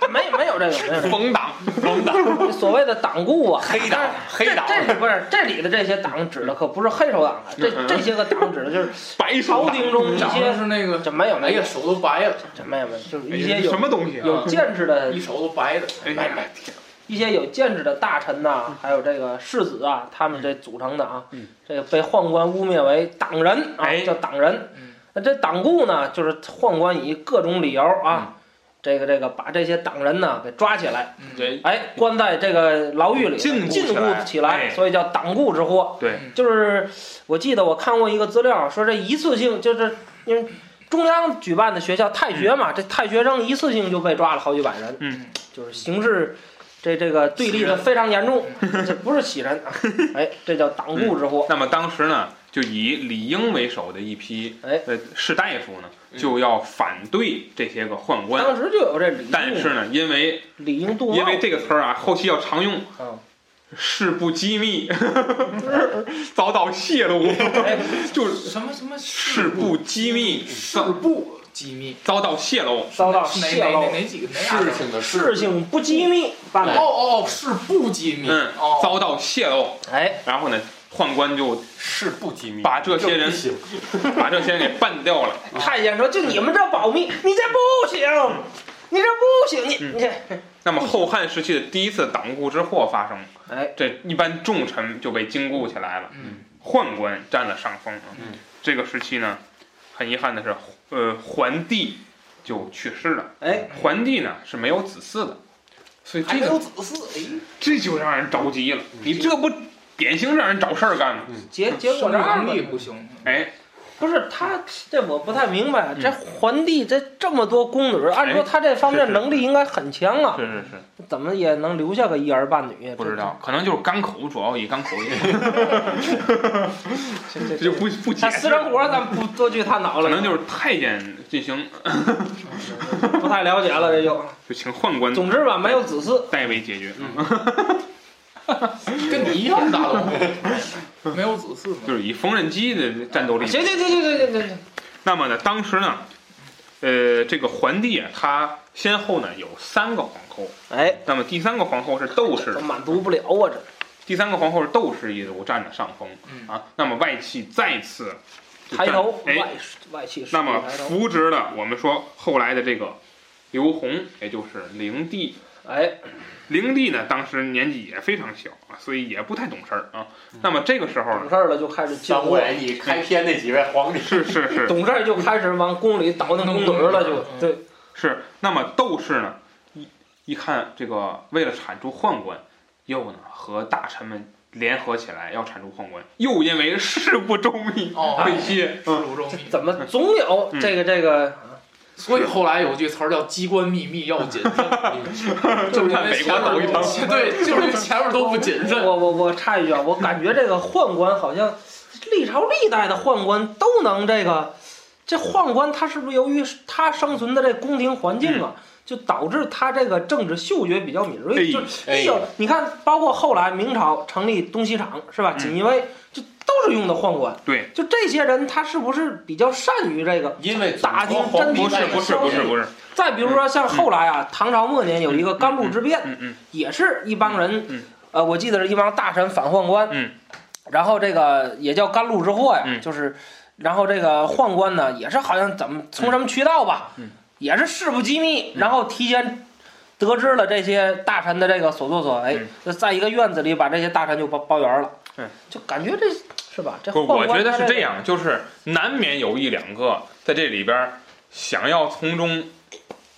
Speaker 2: 没有没有这个没有这
Speaker 1: 冯党，冯党，
Speaker 2: 个所谓的党锢啊，
Speaker 4: 黑党， 黑党，
Speaker 2: 这这里不是这里的这些党指的可不是黑手党啊，这
Speaker 1: 嗯
Speaker 2: 这些个党指的就是
Speaker 1: 白手
Speaker 2: 朝
Speaker 1: 党，
Speaker 2: 廷中一
Speaker 3: 嗯长
Speaker 2: 些
Speaker 3: 的是那个，
Speaker 2: 这没有
Speaker 3: 哎
Speaker 2: 没
Speaker 3: 呀
Speaker 2: 有
Speaker 3: 手都白了，
Speaker 2: 这没有没有，就是
Speaker 1: 哎
Speaker 2: 一些有
Speaker 1: 什么东西啊？
Speaker 2: 有见识的
Speaker 3: 一手都白的，
Speaker 1: 哎呀，天
Speaker 2: 一些有见识的大臣呐、还有这个世子啊，他们这组成的啊，
Speaker 1: 嗯
Speaker 2: 这个被宦官污蔑为党人啊，
Speaker 1: 哎
Speaker 2: 叫党人。
Speaker 3: 嗯
Speaker 2: 那这党锢呢，就是宦官以各种理由
Speaker 1: 嗯
Speaker 2: 啊，这个这个把这些党人呢给抓起来，
Speaker 3: 嗯，
Speaker 1: 这
Speaker 2: 哎，关在这个牢狱里
Speaker 1: 禁锢
Speaker 2: 禁
Speaker 1: 起来
Speaker 2: 锢起来，
Speaker 1: 哎
Speaker 2: 所以叫党锢之祸。
Speaker 1: 对
Speaker 3: 嗯
Speaker 2: 就是我记得我看过一个资料，说这一次性就是因为中央举办的学校太学嘛，这太学生一次性就被抓了好几百人。
Speaker 1: 嗯，
Speaker 2: 就是形势这这个对立的非常严重，这不是喜 人啊，哎，这叫党锢之祸。
Speaker 1: 那么当时呢，就以李英为首的一批
Speaker 2: 哎
Speaker 1: 呃士大夫呢，
Speaker 4: 嗯
Speaker 1: 就要反对这些个宦官。
Speaker 2: 当时就嗯有这李
Speaker 1: 但是
Speaker 2: 应
Speaker 1: 呢，因为
Speaker 2: 李应杜
Speaker 1: 因
Speaker 2: 茂
Speaker 1: 为这个词儿啊，后期要常用
Speaker 2: 嗯。
Speaker 1: 事不机密， 遭到泄露，
Speaker 2: 哎
Speaker 1: 就是
Speaker 3: 什么什么
Speaker 1: 事不机密，
Speaker 3: 事不机密，
Speaker 1: 遭到泄露。
Speaker 2: 遭到
Speaker 3: 哪
Speaker 2: 泄
Speaker 3: 哪哪
Speaker 2: 露，
Speaker 3: 哪几个哪
Speaker 4: 事
Speaker 3: 俩字？
Speaker 4: 情的
Speaker 2: 事
Speaker 4: 事，
Speaker 2: 情不机密办
Speaker 3: 哦
Speaker 2: 的。
Speaker 3: 哦哦，事不机密，
Speaker 1: 嗯
Speaker 3: 哦，
Speaker 1: 遭到泄露，
Speaker 2: 哎，
Speaker 1: 然后呢，宦官就
Speaker 4: 事不机密，
Speaker 1: 把这些人
Speaker 4: 不行
Speaker 1: 把这些人给办掉了。
Speaker 2: 太监说：“就你们这保密，你这不行，你这不行，你你这
Speaker 1: 那么后汉时期的第一次党锢之祸发生，
Speaker 2: 哎，
Speaker 1: 这一般重臣就被禁锢起来了，
Speaker 3: 嗯
Speaker 1: 宦官占了上风啊。
Speaker 4: 嗯
Speaker 1: 这个时期呢，很遗憾的是，呃，桓帝就去世了。
Speaker 2: 哎，
Speaker 1: 桓帝呢是没有子嗣的，所以
Speaker 3: 还
Speaker 1: 这
Speaker 3: 有
Speaker 1: 个
Speaker 3: 子嗣，哎
Speaker 1: 这就让人着急了。你这不典型让人找事儿干吗？
Speaker 2: 结
Speaker 3: 哎，
Speaker 2: 结
Speaker 3: 生
Speaker 2: 果这样
Speaker 3: 育
Speaker 2: 吧
Speaker 3: 能力不行，
Speaker 1: 哎，
Speaker 2: 不是他这我不太明白，这桓帝这这么多宫女，按说他这方面能力应该很强啊。
Speaker 1: 是是是，
Speaker 2: 怎么也能留下个一儿半女？
Speaker 1: 不知道， 可能就是刚口，主要以刚口音，
Speaker 2: 这，这
Speaker 1: 这
Speaker 2: 这
Speaker 1: 就不不解
Speaker 2: 他私
Speaker 1: 释。
Speaker 2: 生活咱不多去探讨了，
Speaker 1: 可能就是太监进行，
Speaker 2: 不太了解了，这就。
Speaker 1: 就请宦官
Speaker 2: 总之吧，没有子嗣，
Speaker 1: 代为解决，嗯
Speaker 3: 跟你一样大龙，没有子嗣
Speaker 1: 就
Speaker 3: 嘛，
Speaker 1: 是以缝纫机的战斗力。
Speaker 2: 行行行行行行行行，
Speaker 1: 那么呢，当时呢，呃，这个桓帝啊，他先后呢有三个皇后，
Speaker 2: 哎，
Speaker 1: 那么第三个皇后是窦氏
Speaker 2: 这，满足不了啊，这
Speaker 1: 第三个皇后是窦氏一族占了上风
Speaker 3: 嗯
Speaker 1: 啊。那么外戚再次就占
Speaker 2: 抬头
Speaker 1: 哎，
Speaker 2: 外外戚势
Speaker 1: 那
Speaker 2: 力
Speaker 1: 么
Speaker 2: 抬头，
Speaker 1: 扶植了我们说后来的这个刘弘，也就是灵帝
Speaker 2: 哎，
Speaker 1: 灵帝呢，当时年纪也非常小啊，所以也不太懂事儿啊。那么这个时候
Speaker 2: 懂
Speaker 1: 呢，
Speaker 2: 事儿了就开始进
Speaker 4: 三
Speaker 2: 宫
Speaker 4: 国，演义开篇那几位皇帝，
Speaker 1: 是是是
Speaker 2: 懂事儿就开始往宫里倒腾宫墩儿了，就
Speaker 3: 嗯
Speaker 2: 对，
Speaker 1: 是，那么窦氏呢，一一看这个为了铲除宦官，又呢和大臣们联合起来要铲除宦官，又因为事不周 密
Speaker 3: 哦，
Speaker 2: 哎
Speaker 1: 被灭。
Speaker 3: 是鲁中
Speaker 2: 这
Speaker 3: 密。
Speaker 2: 怎么总有这个这个
Speaker 3: 所以后来有句词儿叫“机关秘密要谨慎”，就是因为
Speaker 1: 美
Speaker 3: 前面
Speaker 1: 国抖音堂
Speaker 3: 对，就是因为前面都不谨 慎。
Speaker 2: 我我我插一句啊，我感觉这个宦官好像历朝历代的宦官都能这个，这宦官他是不是由于他生存的这宫廷环境啊，就导致他这个政治嗅觉比较敏锐？
Speaker 1: 哎
Speaker 2: 就
Speaker 4: 哎
Speaker 2: 哎呦，你看，包括后来明朝成立东西厂是吧？
Speaker 1: 嗯
Speaker 2: 锦衣卫就都是用的宦官。
Speaker 1: 对，
Speaker 2: 就这些人他是不是比较善于这个？
Speaker 4: 因为
Speaker 2: 打听真
Speaker 1: 不是不是不是不是，
Speaker 2: 再比如说像后来啊，唐朝末年有一个甘露之变，
Speaker 1: 嗯嗯
Speaker 2: 也是一帮人，
Speaker 1: 嗯
Speaker 2: 呃，我记得是一帮大臣反宦官，
Speaker 1: 嗯
Speaker 2: 然后这个也叫甘露之祸呀，
Speaker 1: 嗯
Speaker 2: 就是，然后这个宦官呢，也是好像怎么从什么渠道吧，
Speaker 1: 嗯
Speaker 2: 也是事不机
Speaker 1: 嗯
Speaker 2: 密，然后提前得知了这些大臣的这个所作所为，
Speaker 1: 嗯
Speaker 2: 就在一个院子里把这些大臣就包包圆了，
Speaker 1: 对，
Speaker 2: 就感觉这是吧？这
Speaker 1: 不
Speaker 2: 宦
Speaker 1: 是，我
Speaker 2: 官
Speaker 1: 觉得
Speaker 2: 他
Speaker 1: 是
Speaker 2: 这
Speaker 1: 这样，就是难免有一两个在这里边儿想要从中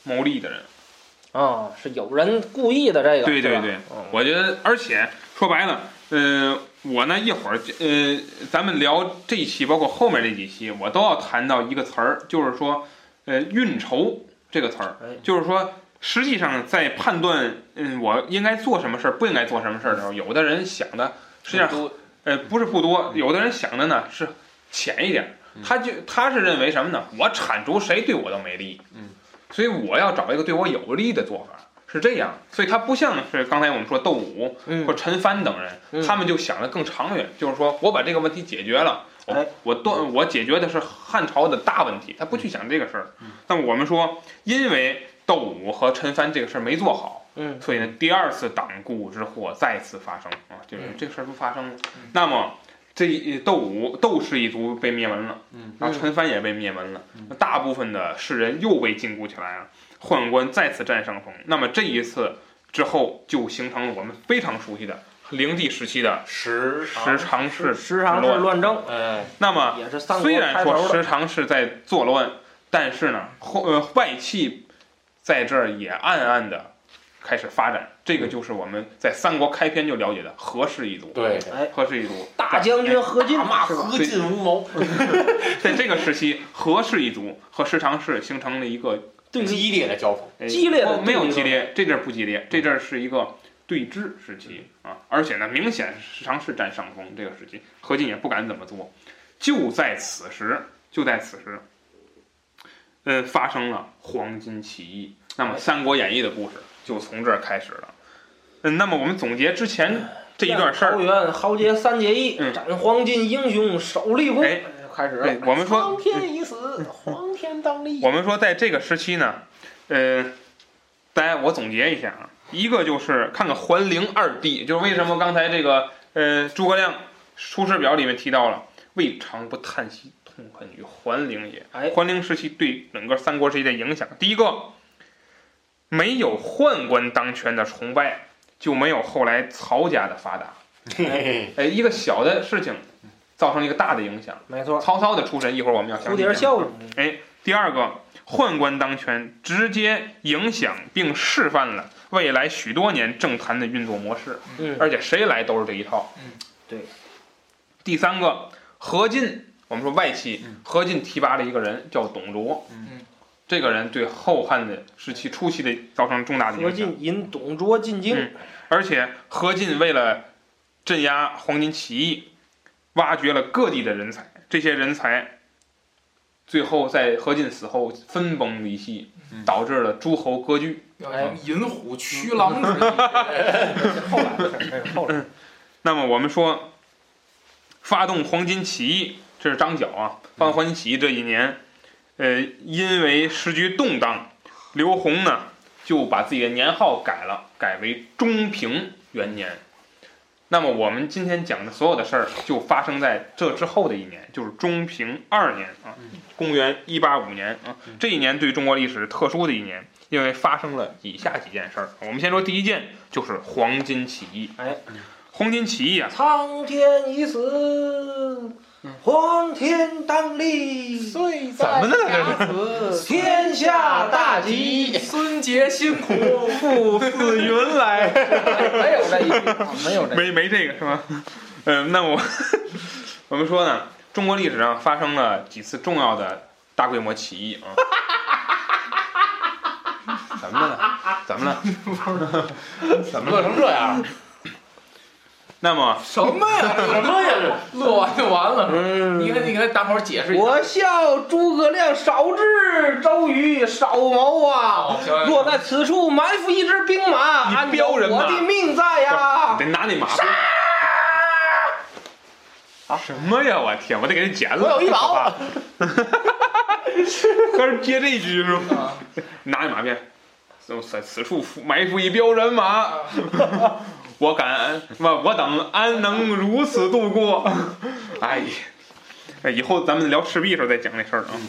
Speaker 1: 谋利的人。
Speaker 2: 个啊、是有人故意的这个，
Speaker 1: 对
Speaker 2: 是
Speaker 1: 对
Speaker 2: 吧
Speaker 1: 对，
Speaker 2: 嗯
Speaker 1: 我觉得，而且说白了，呃，我呢一会儿就呃，咱们聊这一期，包括后面这几期，我都要谈到一个词儿，就是说，呃，运筹这个词儿
Speaker 2: 哎，
Speaker 1: 就是说，实际上在判断，嗯，我应该做什么事儿，不应该做什么事儿的时候，有的人想的实际上
Speaker 4: 都
Speaker 1: 呃，不是不多，有的人想的呢是浅一点儿，
Speaker 4: 嗯
Speaker 1: 他就他是认为什么呢？我铲除谁对我都没利，
Speaker 4: 嗯，
Speaker 1: 所以我要找一个对我有利的做法，是这样。所以他不像是刚才我们说窦武
Speaker 2: 嗯
Speaker 1: 或陈蕃等人，
Speaker 2: 嗯
Speaker 1: 他们就想的更长远，就是说我把这个问题解决了，我、
Speaker 2: 哎
Speaker 1: 我断我解决的是汉朝的大问题，他
Speaker 2: 嗯
Speaker 1: 不去想这个事儿。那么我们说，因为窦武和陈蕃这个事儿没做好，
Speaker 2: 嗯
Speaker 1: 所以呢，第二次党锢之祸再次发生啊，就是
Speaker 3: 嗯
Speaker 1: 这个事儿就发生了。
Speaker 3: 嗯
Speaker 1: 那么这一呃窦武窦氏一族被灭门了，
Speaker 4: 嗯，
Speaker 1: 然后陈蕃也被灭门了，
Speaker 4: 嗯
Speaker 1: 那大部分的士人又被禁锢起来了，宦官再次占上风。那么这一次之后，就形成了我们非常熟悉的灵帝时期的
Speaker 4: 十
Speaker 1: 十常侍。
Speaker 2: 时常啊是乱政，
Speaker 4: 哎，
Speaker 1: 那么
Speaker 2: 也是三
Speaker 1: 啊
Speaker 2: 国
Speaker 1: 虽然
Speaker 2: 开头
Speaker 1: 说
Speaker 2: 的，
Speaker 1: 时常是在作乱，但是呢，后呃外戚在这儿也暗暗的开始发展，这个就是我们在三国开篇就了解的何氏一族。
Speaker 4: 对，
Speaker 1: 何氏一族
Speaker 2: 大将
Speaker 1: 哎
Speaker 2: 军何进
Speaker 4: 大骂
Speaker 2: 是吧？
Speaker 4: 何进无谋，
Speaker 1: 在这个时期，何氏一族和时常氏形成了一个
Speaker 2: 对立
Speaker 4: 激烈的 交锋，
Speaker 1: 哎
Speaker 2: 激烈的
Speaker 1: 哦没有
Speaker 2: 对嗯立
Speaker 1: 激烈，这阵儿不激烈，这阵儿是一个对峙时期啊，而且呢，明显时常是占上风。这个时期，何进也不敢怎么做。就在此时，就在此时，嗯，发生了黄巾起义。那
Speaker 2: 哎
Speaker 1: 么，《三国演义》的故事就从这儿开始了。嗯，那么我们总结之前这一段事
Speaker 2: 桃
Speaker 1: 儿，
Speaker 2: 园豪杰三结义，
Speaker 1: 嗯
Speaker 2: 斩黄金英雄首立功，
Speaker 1: 哎
Speaker 2: 开始
Speaker 1: 对
Speaker 2: 了。，
Speaker 1: 我们说嗯
Speaker 4: 苍天已死，黄天当立。
Speaker 1: 我们说在这个时期呢，呃，大家我总结一下啊，一个就是看看桓灵二帝，就是为什么刚才这个呃诸葛亮《出师表》里面提到了，未尝不叹息痛恨于桓灵也。
Speaker 2: 哎
Speaker 1: 桓灵时期对整个三国时期的影响，第一个，没有宦官当权的崇拜，就没有后来曹家的发达。
Speaker 4: 嘿嘿
Speaker 1: 哎，一个小的事情造成一个大的影响。
Speaker 2: 没错，
Speaker 1: 曹操的出身，一会儿我们要详
Speaker 2: 蝴
Speaker 1: 细
Speaker 2: 蝶
Speaker 1: 讲。
Speaker 2: 效应，
Speaker 1: 第二个，宦官当权直接影响并示范了未来许多年政坛的运作模式，
Speaker 2: 嗯，
Speaker 1: 而且谁来都是这一套。
Speaker 3: 嗯，
Speaker 2: 对。
Speaker 1: 第三个，何进，我们说外戚
Speaker 4: 嗯，
Speaker 1: 何进提拔了一个人叫董卓，
Speaker 4: 嗯，
Speaker 1: 这个人对后汉的时期初期的造成重大的
Speaker 2: 何
Speaker 1: 影响，
Speaker 2: 进引董卓进京
Speaker 1: 嗯，而且何进为了镇压黄巾起义，挖掘了各地的人才，这些人才最后在何进死后分崩离析。
Speaker 4: 嗯
Speaker 1: 导致了诸侯割据。
Speaker 3: 要什么寅虎驱狼之计，
Speaker 2: 后来的事儿，这是哎后
Speaker 1: 嗯
Speaker 2: 来的事
Speaker 1: 那么我们说，发动黄巾起义，这是张角啊。发动黄巾起义这一年，呃，因为时局动荡，刘宏呢就把自己的年号改了，改为中平元年。那么我们今天讲的所有的事儿，就发生在这之后的一年，就是中平二年啊，公元一八五年啊，这一年对中国历史特殊的一年，因为发生了以下几件事儿。我们先说第一件，就是黄巾起义。
Speaker 2: 哎，
Speaker 1: 黄巾起义啊，
Speaker 2: 苍天已死，
Speaker 1: 嗯
Speaker 2: 黄天当立，
Speaker 3: 岁
Speaker 1: 怎么呢
Speaker 3: 甲子，
Speaker 2: 天 下大吉。
Speaker 3: 孙杰辛苦，
Speaker 1: 父似云来。
Speaker 3: 哎
Speaker 2: 没有这一句，没 有这一句。
Speaker 1: 没没这个是吧？ 嗯，那我我们说呢，中国历史上发生了几次重要的大规模起义啊。 怎么了？怎么了？怎么
Speaker 3: 乐
Speaker 1: 了？
Speaker 3: 成这样，
Speaker 1: 那么
Speaker 3: 什么呀？这
Speaker 4: 什
Speaker 3: 是
Speaker 4: 么呀？
Speaker 3: 乐完就完了。
Speaker 2: 嗯
Speaker 3: 你给你给大伙儿解释一下。
Speaker 2: 我笑诸葛亮少智，周瑜少谋
Speaker 1: 哦
Speaker 2: 啊！
Speaker 3: 行行
Speaker 2: 若在此处埋伏一支兵马，按
Speaker 1: 你标人
Speaker 2: 照
Speaker 1: 吗
Speaker 2: 我的命在呀！
Speaker 1: 得拿那马鞭。 什么呀！我天，我得给人剪了。
Speaker 4: 我有一宝。
Speaker 1: 刚是接这一句是吗？
Speaker 3: 啊
Speaker 1: 拿一马鞭，我在此处伏埋伏一彪人马，我敢，我我等安能如此度过？ 哎呀，哎以后咱们聊赤壁的时候再讲这事儿啊。
Speaker 4: 嗯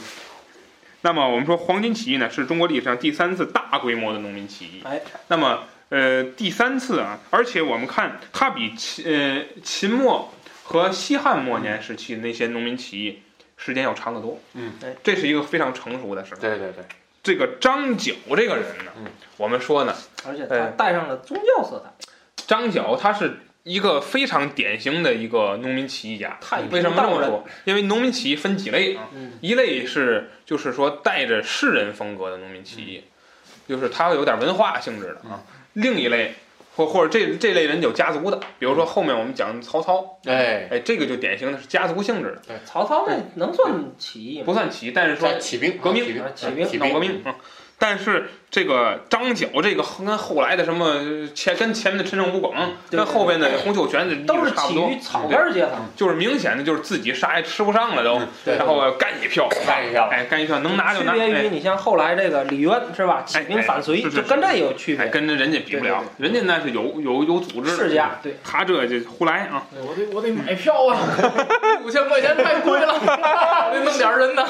Speaker 1: 那么我们说黄巾起义呢，是中国历史上第三次大规模的农民起义。
Speaker 2: 哎，
Speaker 1: 那么呃第三次啊，而且我们看它比秦呃秦末和西汉末年时期那些农民起义时间要长得多。
Speaker 4: 嗯
Speaker 2: 哎，
Speaker 1: 这是一个非常成熟的时候。
Speaker 4: 对对对，
Speaker 1: 这个张角这个人呢，
Speaker 4: 嗯
Speaker 1: 我们说呢，
Speaker 2: 而且
Speaker 1: 哎
Speaker 2: 他带上了宗教色彩，
Speaker 1: 张角他是一个非常典型的一个农民起义家。
Speaker 2: 太平
Speaker 1: 为什么这
Speaker 2: 道
Speaker 1: 么
Speaker 2: 人？
Speaker 1: 说？因为农民起义分几类啊，
Speaker 2: 嗯
Speaker 1: 一类是就是说带着士人风格的农民起义，
Speaker 2: 嗯
Speaker 1: 就是他有点文化性质的啊；另一类或或者这这类人有家族的，比如说后面我们讲曹操，
Speaker 4: 哎，
Speaker 1: 哎，这个就典型的是家族性质的，
Speaker 2: 曹操
Speaker 1: 哎
Speaker 2: 那能算起义吗？
Speaker 1: 不算起义，但是说
Speaker 4: 他起兵
Speaker 1: 革命
Speaker 4: 啊
Speaker 2: 起兵
Speaker 4: 起
Speaker 1: 闹
Speaker 4: 兵
Speaker 1: 革命。啊。但是这个张角这个跟后来的什么呃前跟前面的陈胜吴广，
Speaker 2: 对
Speaker 1: 跟后边的洪秀全的
Speaker 2: 都
Speaker 1: 历
Speaker 2: 是
Speaker 1: 哎史差不
Speaker 2: 起
Speaker 1: 多
Speaker 2: 于，草根阶层。
Speaker 1: 就是明显的就是自己啥也吃不上了都，
Speaker 4: 对
Speaker 1: 然后干一票，
Speaker 4: 看一下吧，
Speaker 1: 哎，干一票能拿就
Speaker 2: 区
Speaker 1: 拿，
Speaker 2: 别于
Speaker 1: 哎，
Speaker 2: 你像后来这个李渊是吧，起兵反
Speaker 1: 哎
Speaker 2: 隋，
Speaker 1: 是是
Speaker 2: 就是跟这有区
Speaker 1: 哎
Speaker 2: 别。
Speaker 1: 跟着人家比不了，人家那是有有有组织的
Speaker 2: 世家对，
Speaker 1: 他这就胡来啊！
Speaker 3: 我得我得买 票啊，五千块钱太贵了，我得弄点人呢。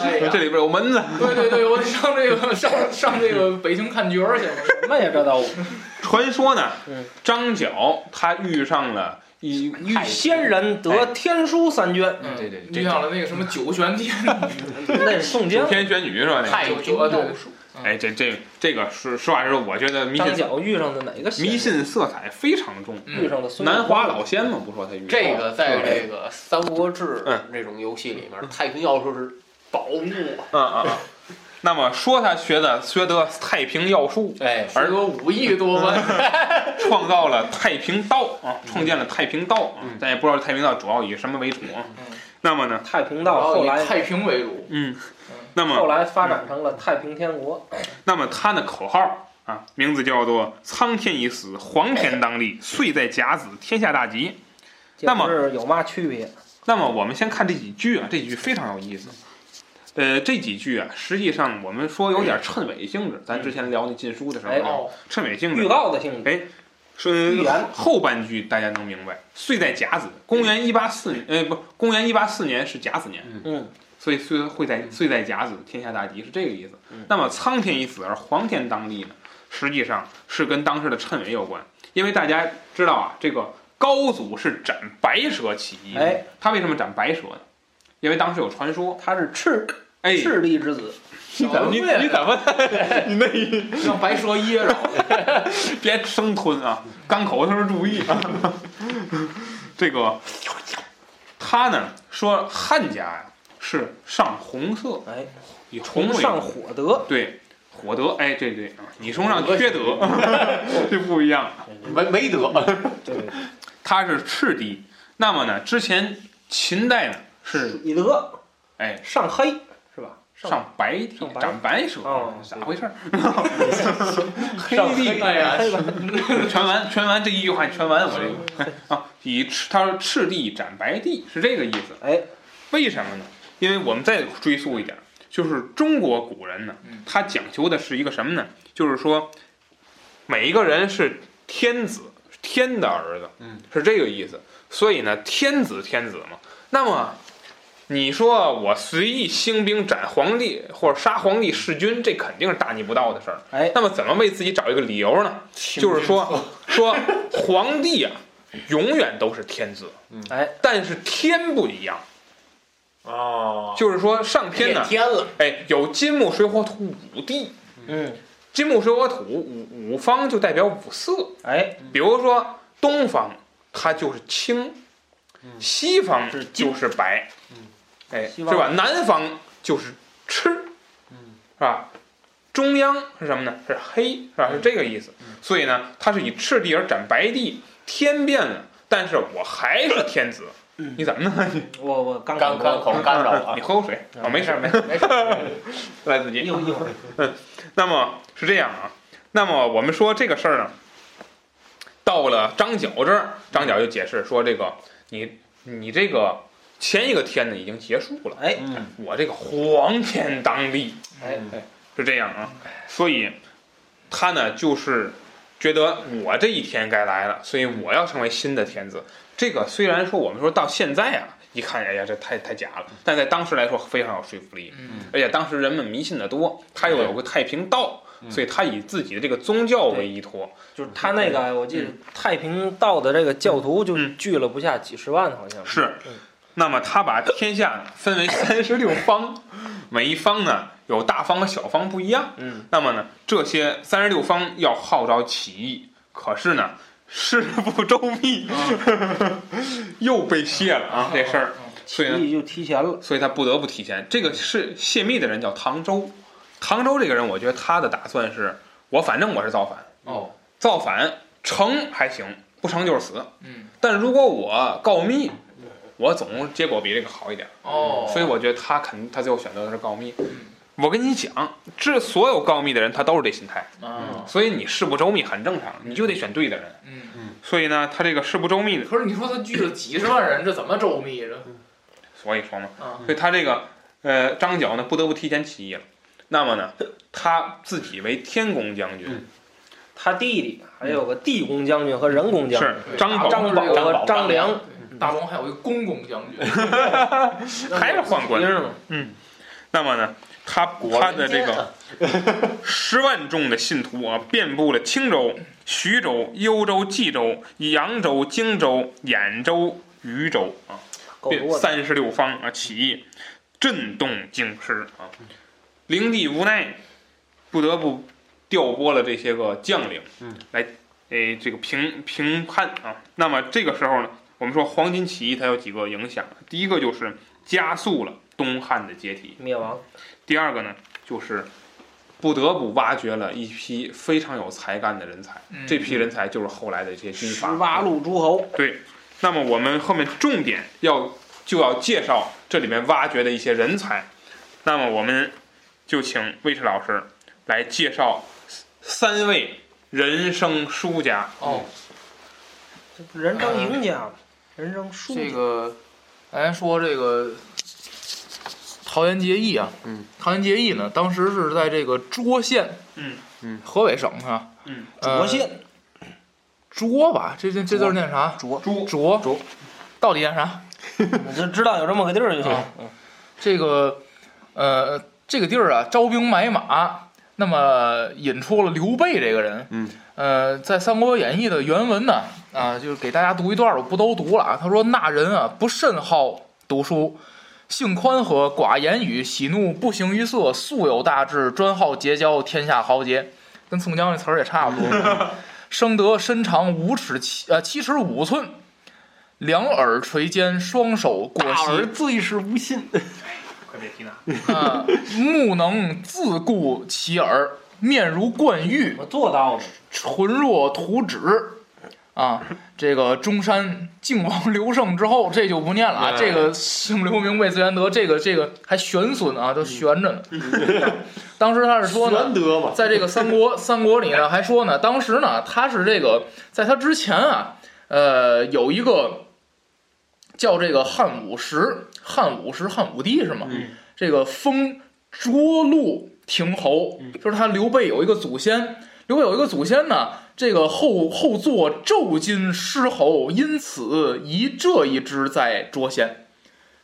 Speaker 3: 哎呀
Speaker 1: 这，里边有门子，
Speaker 3: 对对对，我得上这个上上这个北京看角儿去。
Speaker 2: 什么呀？这都
Speaker 1: 传说呢
Speaker 2: 嗯，
Speaker 1: 张角他遇上了一
Speaker 2: 与仙人
Speaker 1: 哎
Speaker 2: 得天书三卷，
Speaker 3: 嗯
Speaker 4: 对对对
Speaker 3: 遇上了那个什么九玄天
Speaker 2: 那是宋江
Speaker 1: 九。天玄女是吧？那个
Speaker 4: 太
Speaker 3: 九九啊，对，对
Speaker 1: 哎，这这这个实实话实说，我觉得迷
Speaker 2: 张
Speaker 1: 信
Speaker 2: 角遇上的哪个仙人
Speaker 1: 迷？信色彩非常重。
Speaker 3: 嗯
Speaker 2: 遇上的孙悟空
Speaker 1: 南华老仙嘛，不说他遇
Speaker 4: 这个在
Speaker 1: 对
Speaker 4: 这个《三国志
Speaker 1: 嗯》
Speaker 4: 这种游戏里面，太平要术是宝物啊，
Speaker 1: 嗯嗯嗯。那么说他学的学得太平要术，
Speaker 4: 哎，
Speaker 1: 而
Speaker 3: 而我武艺多
Speaker 1: 嗯
Speaker 3: 么
Speaker 1: 创造了太平道啊，创建了太平道啊
Speaker 4: 嗯，
Speaker 1: 咱也不知道太平道主要以什么为主啊
Speaker 3: 嗯。
Speaker 1: 那么呢，
Speaker 2: 太平道后
Speaker 3: 以
Speaker 2: 来
Speaker 3: 太平为主，
Speaker 1: 嗯，那
Speaker 2: 后
Speaker 1: 么
Speaker 2: 来发展成了太平天
Speaker 1: 嗯
Speaker 2: 国。
Speaker 1: 那么他的口号啊，名字叫做“苍天已死，黄天当
Speaker 2: 哎
Speaker 1: 立，岁在甲子，天下大吉”。那么
Speaker 2: 这是有嘛区别？
Speaker 1: 那么我们先看这几句啊，这几句非常有意思。呃，这几句啊，实际上我们说有点谶伪性质。咱之前聊那禁书的时候
Speaker 2: 哎
Speaker 1: 啊，谶伪性
Speaker 2: 预
Speaker 1: 质
Speaker 2: 告的性质。
Speaker 1: 是
Speaker 2: 预言
Speaker 1: 后半句大家能明白。岁在甲
Speaker 2: 嗯
Speaker 1: 子，公元一八四呃不，公元一八四年是甲子年，
Speaker 2: 嗯，
Speaker 1: 所以岁会在岁在甲子，天下大吉是这个意思
Speaker 2: 嗯。
Speaker 1: 那么苍天已死而黄天当立呢，实际上是跟当时的谶纬有关，因为大家知道啊，这个高祖是斩白蛇起义的，
Speaker 2: 哎，
Speaker 1: 他为什么斩白蛇呢？因为当时有传说，
Speaker 2: 他是赤
Speaker 1: 哎，
Speaker 2: 赤帝之子，
Speaker 1: 你怎么你你怎么你那一
Speaker 3: 让白蛇噎 着。
Speaker 1: 别生吞啊，干口的时候注意 啊。这个他呢说汉家呀是上红色，
Speaker 2: 哎，
Speaker 1: 以红
Speaker 2: 崇
Speaker 1: 为
Speaker 2: 尚火德。
Speaker 1: 对，火德，哎，对对啊，你崇尚缺德， 这不一样。
Speaker 4: 没没得，
Speaker 2: 对，
Speaker 1: 他是赤帝，那么呢，之前秦代呢是
Speaker 2: 以德
Speaker 1: 哎
Speaker 2: 上黑是吧？
Speaker 1: 上白帝
Speaker 2: 上白
Speaker 1: 斩白蛇
Speaker 2: 哦，
Speaker 1: 咋回事儿？ 黑
Speaker 2: 上
Speaker 1: 帝
Speaker 3: 哎呀，
Speaker 1: 全完全完这一句话全完，我这个啊，以赤他说赤帝斩白帝是这个意思。
Speaker 2: 哎，
Speaker 1: 为什么呢？因为我们再追溯一点，就是中国古人呢
Speaker 3: 嗯，
Speaker 1: 他讲究的是一个什么呢？就是说每一个人是天子，天的儿子，
Speaker 4: 嗯，
Speaker 1: 是这个意思。所以呢，天子天子嘛。那么你说我随意兴兵斩皇帝或者杀皇帝弑君，这肯定是大逆不道的事儿。
Speaker 2: 哎，
Speaker 1: 那么怎么为自己找一个理由呢？就是说， 说皇帝啊，永远都是天子，
Speaker 4: 嗯
Speaker 2: 哎，
Speaker 1: 但是天不一样，
Speaker 4: 哦，
Speaker 1: 就是说上天呢，
Speaker 4: 天了，
Speaker 1: 哎，有金木水火土五帝，
Speaker 2: 嗯，
Speaker 1: 金木水火土五五方就代表五色，
Speaker 2: 哎，
Speaker 1: 比如说东方它就是青，
Speaker 4: 嗯
Speaker 1: 西方
Speaker 2: 是金
Speaker 1: 就是白，
Speaker 4: 嗯
Speaker 1: 哎，
Speaker 2: 西
Speaker 1: 是
Speaker 2: 方
Speaker 1: 吧？南方就是赤，
Speaker 4: 嗯
Speaker 1: 是吧？中央是什么呢？是黑，是吧？是这个意思。
Speaker 4: 嗯
Speaker 1: 所以呢，它是以赤地而斩白地，天变了，但是我还是天子。
Speaker 2: 嗯
Speaker 1: 你怎么 呢？你
Speaker 2: 我我刚
Speaker 4: 干干口干扰啊
Speaker 3: 嗯
Speaker 1: 你，喝口水
Speaker 2: 啊
Speaker 1: 啊，没事儿
Speaker 2: 没
Speaker 1: 没
Speaker 2: 事
Speaker 1: 事
Speaker 2: 儿
Speaker 1: 儿，
Speaker 3: 没事儿，
Speaker 1: 来自己
Speaker 2: 一会儿一会儿，
Speaker 1: 那么是这样啊，那么我们说这个事儿呢，到了张角这儿，张角就解释说，这个你你这个前一个天呢已经结束了，
Speaker 2: 哎，
Speaker 4: 嗯
Speaker 1: 我这个皇天当立
Speaker 2: 哎
Speaker 1: 是这样啊，所以他呢就是觉得我这一天该来了，所以我要成为新的天子。这个虽然说我们说到现在啊，一看哎呀这太太假了，但在当时来说非常有说服力。
Speaker 3: 嗯，
Speaker 1: 而且当时人们迷信的多，他又有个太平道，
Speaker 4: 嗯
Speaker 1: 所以他以自己的这个宗教为依托。
Speaker 2: 就是他那个，我记得太平道的这个教徒就
Speaker 1: 嗯
Speaker 2: 聚了不下几十万，好像，
Speaker 1: 是
Speaker 2: 嗯，
Speaker 1: 那么他把天下分为三十六方，每一方呢有大方和小方不一样。
Speaker 2: 嗯，
Speaker 1: 那么呢，这些三十六方要号召起义，可是呢，事不周密，
Speaker 3: 嗯
Speaker 1: 又被泄了啊这事儿，所以呢，
Speaker 2: 起义就提前了，
Speaker 1: 所以他不得不提前。这个是泄密的人叫唐周，唐周这个人，我觉得他的打算是，我反正我是造反。
Speaker 3: 哦，
Speaker 1: 造反成还行，不成就是死。
Speaker 3: 嗯，
Speaker 1: 但如果我告密，我总结果比这个好一点，
Speaker 3: 哦，
Speaker 1: 所以我觉得他肯他最后选择的是告密。我跟你讲，这所有告密的人他都是这心态，
Speaker 3: 啊，
Speaker 1: 所以你事不周密很正常，你就得选对的人。
Speaker 3: 嗯，
Speaker 1: 所以呢，他这个事不周密的，
Speaker 3: 可是你说他聚了几十万人，这怎么周密这？
Speaker 1: 所以说嘛，
Speaker 3: 啊，
Speaker 1: 所以他这个呃张角呢不得不提前起义了。那么呢，他自己为天公将军，
Speaker 2: 他弟弟还有个地公将军和人公将军，
Speaker 1: 是张宝，
Speaker 2: 张宝
Speaker 4: 张
Speaker 2: 和
Speaker 4: 宝
Speaker 2: 张良，
Speaker 3: 大龙还有一个公公将军，
Speaker 1: 还是宦官
Speaker 2: 你。知道吗？
Speaker 1: 那么呢，他他的这个 十万众的信徒啊，遍布了青州、徐州、幽州、冀州、扬州、荆州、兖州、禹州啊，
Speaker 2: 够多的，
Speaker 1: 三十六方啊起义，震动京师啊。灵帝无奈，不得不调拨了这些个将领，
Speaker 4: 嗯，
Speaker 1: 来，诶，这个评评判啊。那么这个时候呢，我们说黄巾起义它有几个影响，啊第一个就是加速了东汉的解体，
Speaker 2: 灭亡，
Speaker 1: 第二个呢，就是不得不挖掘了一批非常有才干的人才，
Speaker 3: 嗯
Speaker 1: 这批人才就是后来的这些军
Speaker 2: 十
Speaker 1: 阀。
Speaker 2: 八路诸侯，
Speaker 1: 对，那么我们后面重点要就要介绍这里面挖掘的一些人才。那么我们就请魏迟老师来介绍三位人生输家。
Speaker 3: 哦，
Speaker 2: 这不人称赢
Speaker 1: 嗯
Speaker 2: 家吗，人称输
Speaker 3: 这
Speaker 2: 家，
Speaker 3: 个，咱说这个桃园结义啊，
Speaker 4: 嗯，
Speaker 3: 桃园结义呢，当时是在这个涿县，
Speaker 1: 嗯
Speaker 4: 嗯，
Speaker 3: 河北省啊，
Speaker 1: 嗯，
Speaker 3: 呃
Speaker 2: 涿 县
Speaker 3: 涿吧，这这这字儿念啥？
Speaker 2: 涿，
Speaker 1: 朱
Speaker 3: 涿涿，到底念啥？
Speaker 2: 你就知道有这么个地儿就行嗯
Speaker 3: 啊。这个，呃，这个地儿啊，招兵买马，那么引出了刘备这个人。
Speaker 4: 嗯，
Speaker 3: 呃，在《三国演义》的原文呢，啊，就是给大家读一段儿，我不都读了啊。他说：“那人啊，不甚好读书，性宽和，寡言语，喜怒不形于色，素有大志，专好结交，天下豪杰。”跟宋江这词儿也差不多。生得身长五尺七呃七尺五寸，两耳垂肩，双手过膝，
Speaker 4: 最是无信，
Speaker 1: 快别提他。
Speaker 3: 啊，目能自顾其耳，面如冠玉
Speaker 2: 怎，么做到的？
Speaker 3: 唇若涂脂。啊，这个中山靖王刘胜之后，这就不念了啊。
Speaker 4: 哎
Speaker 3: 这个姓刘名魏自玄德，这个这个还玄孙啊，都悬着呢。当时他是说呢
Speaker 4: 玄，德嘛，
Speaker 3: 在这个三国三国里呢，还说呢，当时呢，他是这个在他之前啊，呃，有一个叫这个汉武时，汉武时汉武帝是吗？
Speaker 1: 嗯
Speaker 3: 这个封涿鹿亭侯，就是他刘备有一个祖先，刘备有一个祖先呢，这个后后座骤襟狮吼，因此疑这一支在捉先。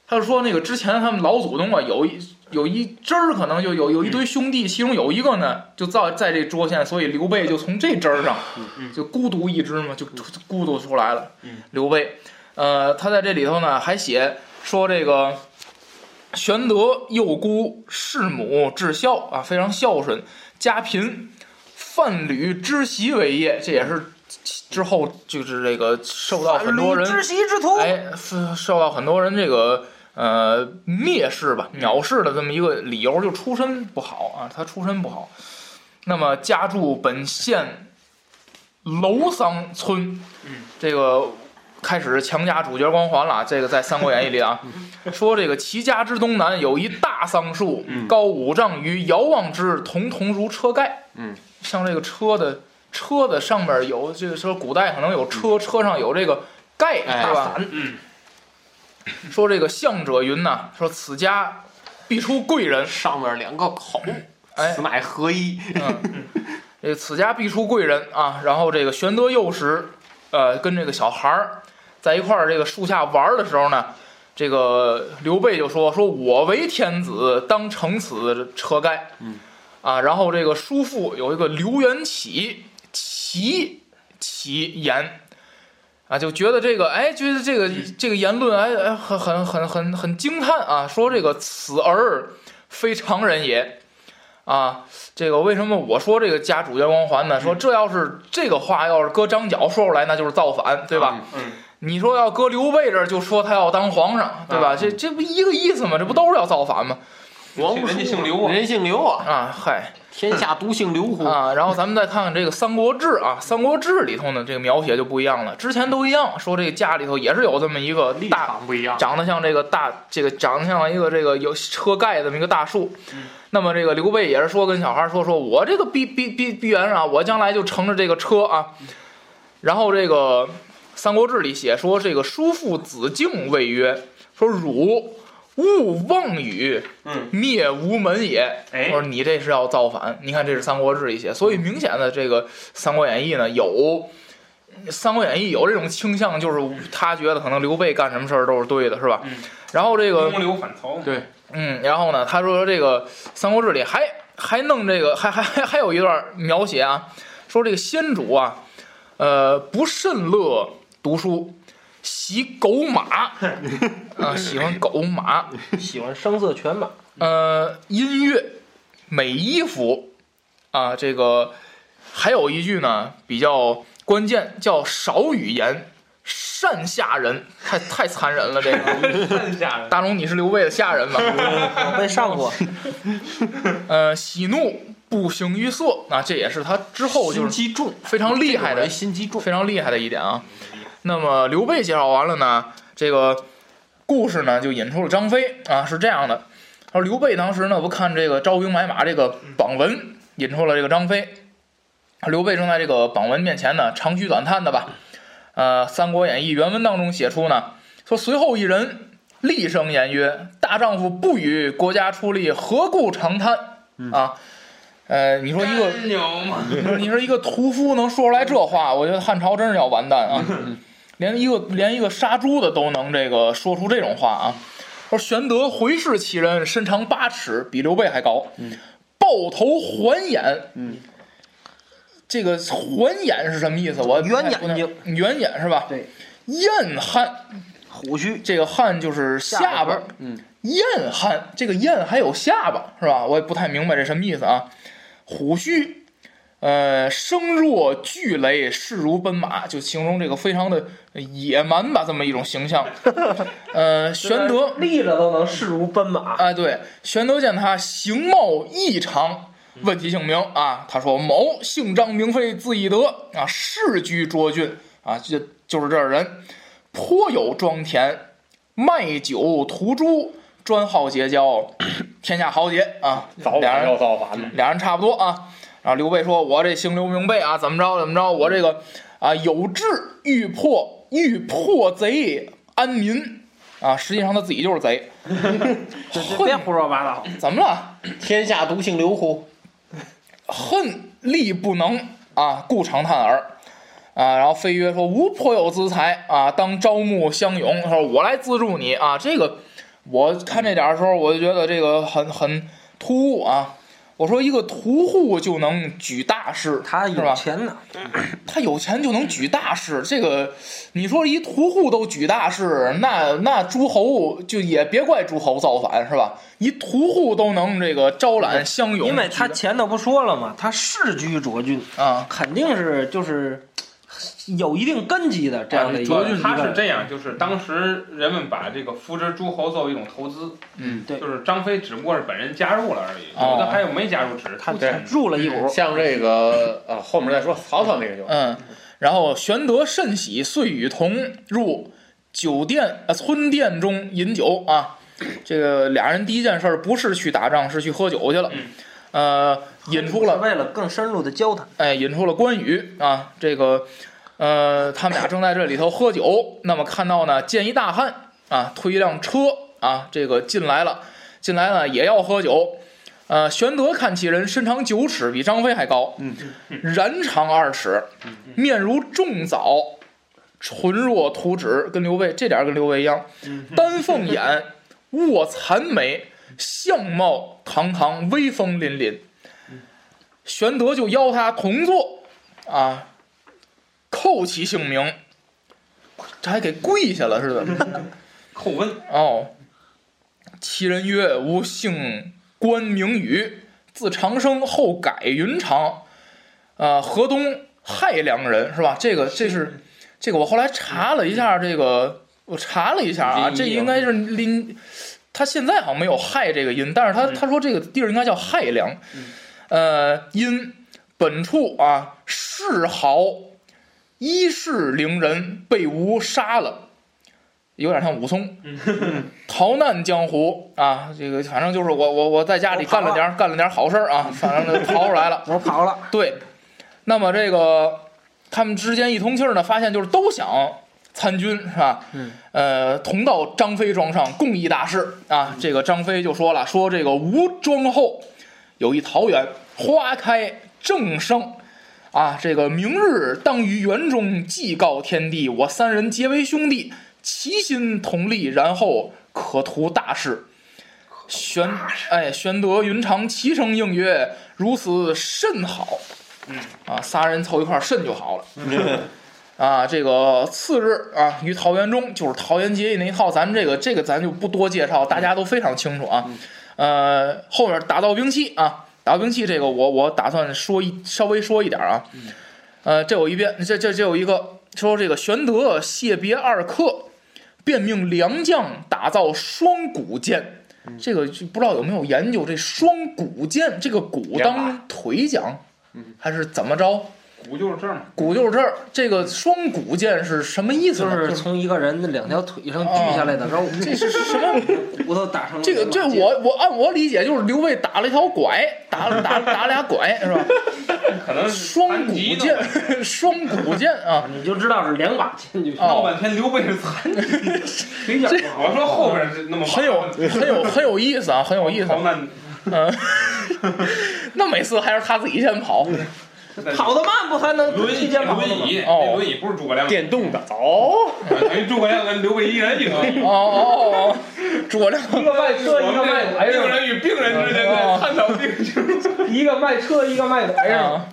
Speaker 3: 他就说那个之前他们老祖宗啊，有一有一支儿可能就有有一
Speaker 1: 嗯
Speaker 3: 堆兄弟，其中有一个呢就在在这捉县，所以刘备就从这支儿上
Speaker 1: 嗯嗯
Speaker 3: 就孤独一支嘛，就就孤独出来了
Speaker 1: 嗯。
Speaker 3: 刘备，呃，他在这里头呢还写说这个玄德幼孤，弑母至孝啊，非常孝顺。家贫，范吕之席为业，这也是之后就是这个受到啊很多人
Speaker 2: 知席之徒，
Speaker 3: 哎，受受到很多人这个呃蔑视吧、藐视的这么一个理由，就出身不好啊，他出身不好。那么家住本县楼桑村，
Speaker 1: 嗯，
Speaker 3: 这个开始强加主角光环了啊。这个在《三国演义》里啊，说这个齐家之东南有一大桑树，
Speaker 1: 嗯
Speaker 3: 高五丈余，遥望之，彤彤如车盖。
Speaker 1: 嗯，
Speaker 3: 像这个车的车的上面有，就是说古代可能有车，车上有这个盖，
Speaker 4: 哎
Speaker 3: 是吧？
Speaker 1: 嗯，
Speaker 3: 说这个向者云呐，说此家必出贵人，
Speaker 4: 上面两个口，
Speaker 3: 哎
Speaker 4: 此乃合一。
Speaker 3: 嗯，这个此家必出贵人啊。然后这个玄德幼时，呃，跟这个小孩儿在一块儿这个树下玩儿的时候呢，这个刘备就说：“说我为天子，当承此车盖。”
Speaker 1: 嗯，
Speaker 3: 啊，然后这个叔父有一个刘元起，其其言。啊，就觉得这个，哎，觉得这个这个言论，哎，哎很很很很很惊叹啊！说这个此儿非常人也，啊，这个为什么我说这个加主角光环呢？说这要是这个话要是搁张角说出来，那就是造反，对吧？
Speaker 1: 嗯
Speaker 3: 你说要搁刘备这儿，就说他要当皇上，对吧？
Speaker 1: 啊
Speaker 3: 这这不一个意思吗？这不都是要造反吗？嗯
Speaker 4: 王
Speaker 1: 人
Speaker 4: 叔
Speaker 1: 家姓刘啊
Speaker 4: 人家姓刘啊，
Speaker 3: 啊，嗨
Speaker 4: 天下独姓刘乎？
Speaker 3: 啊！然后咱们再看看这个《三国志》啊，《三国志》里头呢，这个描写就不一样了。之前都一样，说这个家里头也是有这么一个
Speaker 4: 立
Speaker 3: 大
Speaker 4: 场不一样。
Speaker 3: 长得像这个大，这个长得像一个这个有车盖这么一个大树。
Speaker 1: 嗯
Speaker 3: 那么这个刘备也是说跟小孩说，说我这个逼逼逼逼原啊，我将来就乘着这个车啊。然后这个《三国志》里写说，这个叔父子敬谓曰：“说汝勿妄语，
Speaker 1: 嗯，
Speaker 3: 灭吾门也。”
Speaker 1: 哎嗯
Speaker 3: 说你这是要造反。你看这是《三国志》里写，所以明显的这个《三国演义》呢有。《三国演义》有这种倾向，就是他觉得可能刘备干什么事儿都是对的，是吧？
Speaker 1: 嗯
Speaker 3: 然后这个
Speaker 1: 公，刘反曹嘛，
Speaker 4: 对，
Speaker 3: 嗯，然后呢，他说这个《三国志》里还还弄这个，还还还还有一段描写啊，说这个先主啊，呃，不甚乐读书，喜狗马， 啊、喜欢狗马，
Speaker 2: 喜欢声色犬 马，
Speaker 3: 呃，音乐、美衣服啊，这个还有一句呢比较关键，叫少语言，善下人，太太残忍了。这个
Speaker 1: 很吓人。
Speaker 3: 大龙，你是刘备的下人吧？
Speaker 2: 被上过。
Speaker 3: 呃，喜怒不形于色，那、这也是他之后就
Speaker 4: 心
Speaker 3: 是
Speaker 4: 机重，
Speaker 3: 非常厉害
Speaker 4: 这
Speaker 3: 的
Speaker 4: 个人心机重。
Speaker 3: 非常厉害的一点啊。那么刘备介绍完了呢，这个故事呢就引出了张飞啊，是这样的。他说刘备当时呢不看这个招兵买马这个榜文，引出了这个张飞。刘备正在这个榜文面前呢长吁短叹的吧。呃，《三国演义》原文当中写出呢，说随后一人厉声言曰：“大丈夫不与国家出力，何故长叹？”
Speaker 2: 嗯
Speaker 3: 啊，呃，你说一个
Speaker 1: 牛嘛，
Speaker 3: 你 说你说一个屠夫能说出来这话，我觉得汉朝真是要完蛋啊！
Speaker 2: 嗯
Speaker 3: 连一个连一个杀猪的都能这个说出这种话啊！说玄德回视其人，身长八尺，比刘备还高，
Speaker 2: 嗯
Speaker 3: 抱头环眼。
Speaker 4: 嗯，
Speaker 3: 这个环眼是什么意思？我
Speaker 2: 圆眼
Speaker 3: 不太，圆眼是吧？
Speaker 2: 对，
Speaker 3: 燕汉，
Speaker 2: 虎须，
Speaker 3: 这个汉就是下
Speaker 2: 下
Speaker 3: 巴
Speaker 2: 巴，
Speaker 4: 嗯，
Speaker 3: 燕汉，这个燕还有下巴是吧？我也不太明白这什么意思啊。虎须，呃，声若巨雷，势如奔马，就形容这个非常的野蛮吧，这么一种形象。呃， 玄德，
Speaker 2: 立着都能势如奔 马，
Speaker 3: 啊，对，玄德见他形貌异常，问其姓名啊，他说某姓张，名飞，字翼德啊，世居涿郡啊，就就是这儿人，颇有庄田，卖酒屠猪，专好结交，天下豪杰啊，俩人
Speaker 4: 造反的。
Speaker 3: 俩人差不多啊。然后刘备说：“我这姓刘名备啊，怎么着怎么着，我这个啊有志欲破欲破贼安民啊，实际上他自己就是贼。
Speaker 2: 就别胡说八道。
Speaker 3: 怎么了？
Speaker 4: 天下独姓刘乎？
Speaker 3: 恨力不能啊，故长叹耳。啊，然后飞曰说：“吾颇有资财啊，当招募乡勇。”他说：“我来资助你啊。”这个我看这点儿的时候，我就觉得这个很很突兀啊。我说一个屠户就能举大事，
Speaker 2: 他
Speaker 3: 是吧
Speaker 2: 有钱呢，
Speaker 3: 他有钱就能举大事，这个你说一屠户都举大事，那那诸侯就也别怪诸侯造反是吧？一屠户都能这个招揽乡勇举的，
Speaker 2: 因为他前头不说了嘛，他世居卓郡，
Speaker 3: 啊，
Speaker 2: 肯定是就是有一定根基的这样的一
Speaker 1: 啊
Speaker 2: 个
Speaker 1: 对
Speaker 2: 一
Speaker 1: 他是
Speaker 2: 个。
Speaker 1: 这样，就是当时人们把这个扶植诸侯作为一种投资，
Speaker 3: 嗯，
Speaker 2: 对
Speaker 1: 就是张飞只不过是本人加入了而已，
Speaker 3: 哦
Speaker 1: 有的还有没加入，只是
Speaker 2: 他
Speaker 1: 出钱
Speaker 2: 入了一股，
Speaker 4: 像这个啊，后面再说曹操那个就
Speaker 3: 嗯，然后玄德甚喜，遂与同入酒店呃村店中饮酒啊。这个俩人第一件事儿不是去打仗，是去喝酒去了。
Speaker 1: 嗯
Speaker 3: 呃，引出了
Speaker 2: 是为了更深入的交谈。
Speaker 3: 哎，引出了关羽啊，这个呃，他们俩正在这里头喝酒，那么看到呢，见一大汉啊，推一辆车啊，这个进来了，进来呢也要喝酒。呃，玄德看其人，身长九尺，比张飞还高，
Speaker 4: 嗯，
Speaker 3: 髯长二尺，面如重枣，唇若涂脂，跟刘备这点儿跟刘备一样，
Speaker 4: 嗯
Speaker 3: 丹凤眼，卧蚕眉，相貌堂堂，威风凛凛。玄德就邀他同坐，啊，叩其姓名，这还给跪下了是怎么着？
Speaker 1: 叩问。
Speaker 3: 哦，其人曰：“吾姓关名羽，字长生，后改云长，呃，河东亥阳人，是吧？”这个这是这个，我后来查了一下，这个我查了一下嗯啊，
Speaker 1: 临沂
Speaker 3: 这应该是临，他现在好像没有亥这个音，但是他
Speaker 1: 嗯
Speaker 3: 他说这个地儿应该叫亥阳，呃，因本处啊世豪一世陵人被吴杀了。有点像武松，逃难江湖啊，这个反正就是我我我在家里干了点干了点好事儿啊，反正就逃出来了。
Speaker 2: 我跑了，
Speaker 3: 对，那么这个他们之间一通气儿呢，发现就是都想参军是吧？
Speaker 2: 嗯，
Speaker 3: 呃，同到张飞庄上共议大事啊。这个张飞就说了，说这个吴庄后有一桃园，花开正盛。啊，这个明日当于园中祭告天地，我三人结为兄弟，齐心同力，然后可图大事。玄哎，玄德、云长齐声应曰：“如此甚好。”嗯啊，仨人凑一块儿甚就好了。 啊，这个次日啊，于桃园中，就是桃园结义那一套，咱们这个这个咱就不多介绍，大家都非常清楚啊。呃，后面打造兵器啊，打造兵器这个我我打算说一稍微说一点啊。呃，这有一遍，这这这有一个说这个玄德谢别二客，便命良将打造双股剑。这个就不知道有没有研究这双股剑，这个股当腿讲还是怎么着？
Speaker 1: 鼓就是这儿嘛，
Speaker 3: 鼓就是这儿，这个双股剑是什么意思
Speaker 2: 就
Speaker 3: 呢？
Speaker 2: 是
Speaker 3: 就是
Speaker 2: 从一个人的两条腿上锯下来的肉，
Speaker 3: 哦这是什么？
Speaker 2: 骨头打成了
Speaker 3: 这个
Speaker 2: 一
Speaker 3: 这
Speaker 2: 马剑
Speaker 3: 我我按我理解就是刘备打了一条拐，打了打打俩拐是吧？
Speaker 1: 可能是
Speaker 3: 双
Speaker 1: 残
Speaker 3: 股
Speaker 1: 疾呢
Speaker 3: 剑，双股剑啊！
Speaker 2: 你就知道是两把剑就行，
Speaker 1: 闹
Speaker 3: 哦，
Speaker 1: 半天刘备是残疾，
Speaker 2: 腿脚不好。
Speaker 1: 我说后边是那么
Speaker 3: 很有很有很有意思啊，很有意思
Speaker 1: 逃。难，
Speaker 3: 嗯，那每次还是他自己先跑。
Speaker 2: 跑得慢不还能
Speaker 1: 轮
Speaker 2: 提
Speaker 1: 椅
Speaker 2: 前跑得
Speaker 1: 轮
Speaker 2: 慢吗？
Speaker 1: 椅，
Speaker 3: 哦
Speaker 1: 那轮椅不是诸葛亮，
Speaker 4: 电动的哦，
Speaker 1: 等于诸葛亮跟刘备一人一轮椅。
Speaker 3: 哦哦哦，诸葛亮
Speaker 2: 一个卖车，一个卖拐
Speaker 1: 病
Speaker 2: 是吧？
Speaker 1: 人与哎病人之间的探讨病情，
Speaker 2: 一个卖车，一个卖拐是吧？
Speaker 3: 啊，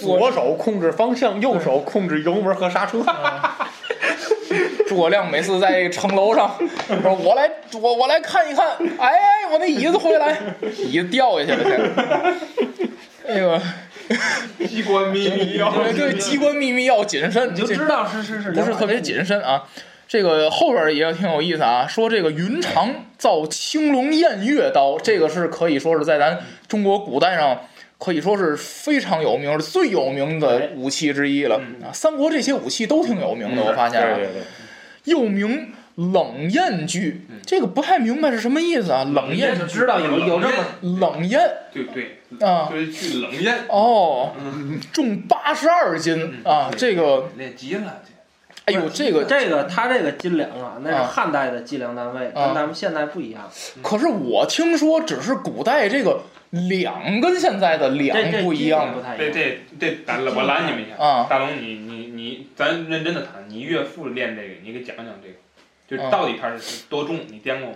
Speaker 4: 左手控制方向，右手控制油门和刹车。
Speaker 3: 嗯 诸葛亮每次在城楼上说：“我来，我我来看一看。”哎，我那椅子回来，椅子掉下去了，这。哎呦，
Speaker 1: 机关秘密要
Speaker 3: 对对，机关秘密要谨慎，
Speaker 2: 你就
Speaker 3: 这
Speaker 2: 知道是是是，
Speaker 3: 不是特别谨慎啊。这个后边儿也挺有意思啊，说这个云长造青龙偃月刀，这个是可以说是在咱中国古代上可以说是非常有名、最有名的武器之一了
Speaker 2: 嗯
Speaker 3: 啊。三国这些武器都挺有名的，我发现啊，
Speaker 4: 对，
Speaker 3: 又名冷艳锯，
Speaker 2: 嗯
Speaker 3: 这个不太明白是什么意思啊？冷艳
Speaker 2: 也就知道有有这么
Speaker 3: 冷艳
Speaker 1: 对对，
Speaker 2: 嗯
Speaker 3: 啊
Speaker 1: 就是去冷艳，
Speaker 2: 嗯
Speaker 3: 哦，重八十二斤啊，这个
Speaker 1: 练急了，这
Speaker 3: 哎呦，这个，
Speaker 2: 这个他这个斤两啊，那是
Speaker 3: 啊
Speaker 2: 汉代的斤两单位，
Speaker 3: 啊
Speaker 2: 跟咱们现代不一样。
Speaker 3: 可是我听说只是古代这个两跟现在的
Speaker 2: 这
Speaker 3: 两
Speaker 2: 这
Speaker 3: 不一样
Speaker 2: 这不太
Speaker 1: 这
Speaker 2: 一样。
Speaker 1: 这这，咱我拦你们一下。
Speaker 3: 啊，
Speaker 1: 大龙，你你你，咱认真的谈，你岳父练这个，你给讲讲这个，就是
Speaker 3: 嗯
Speaker 1: 到底它是多重？你掂过吗？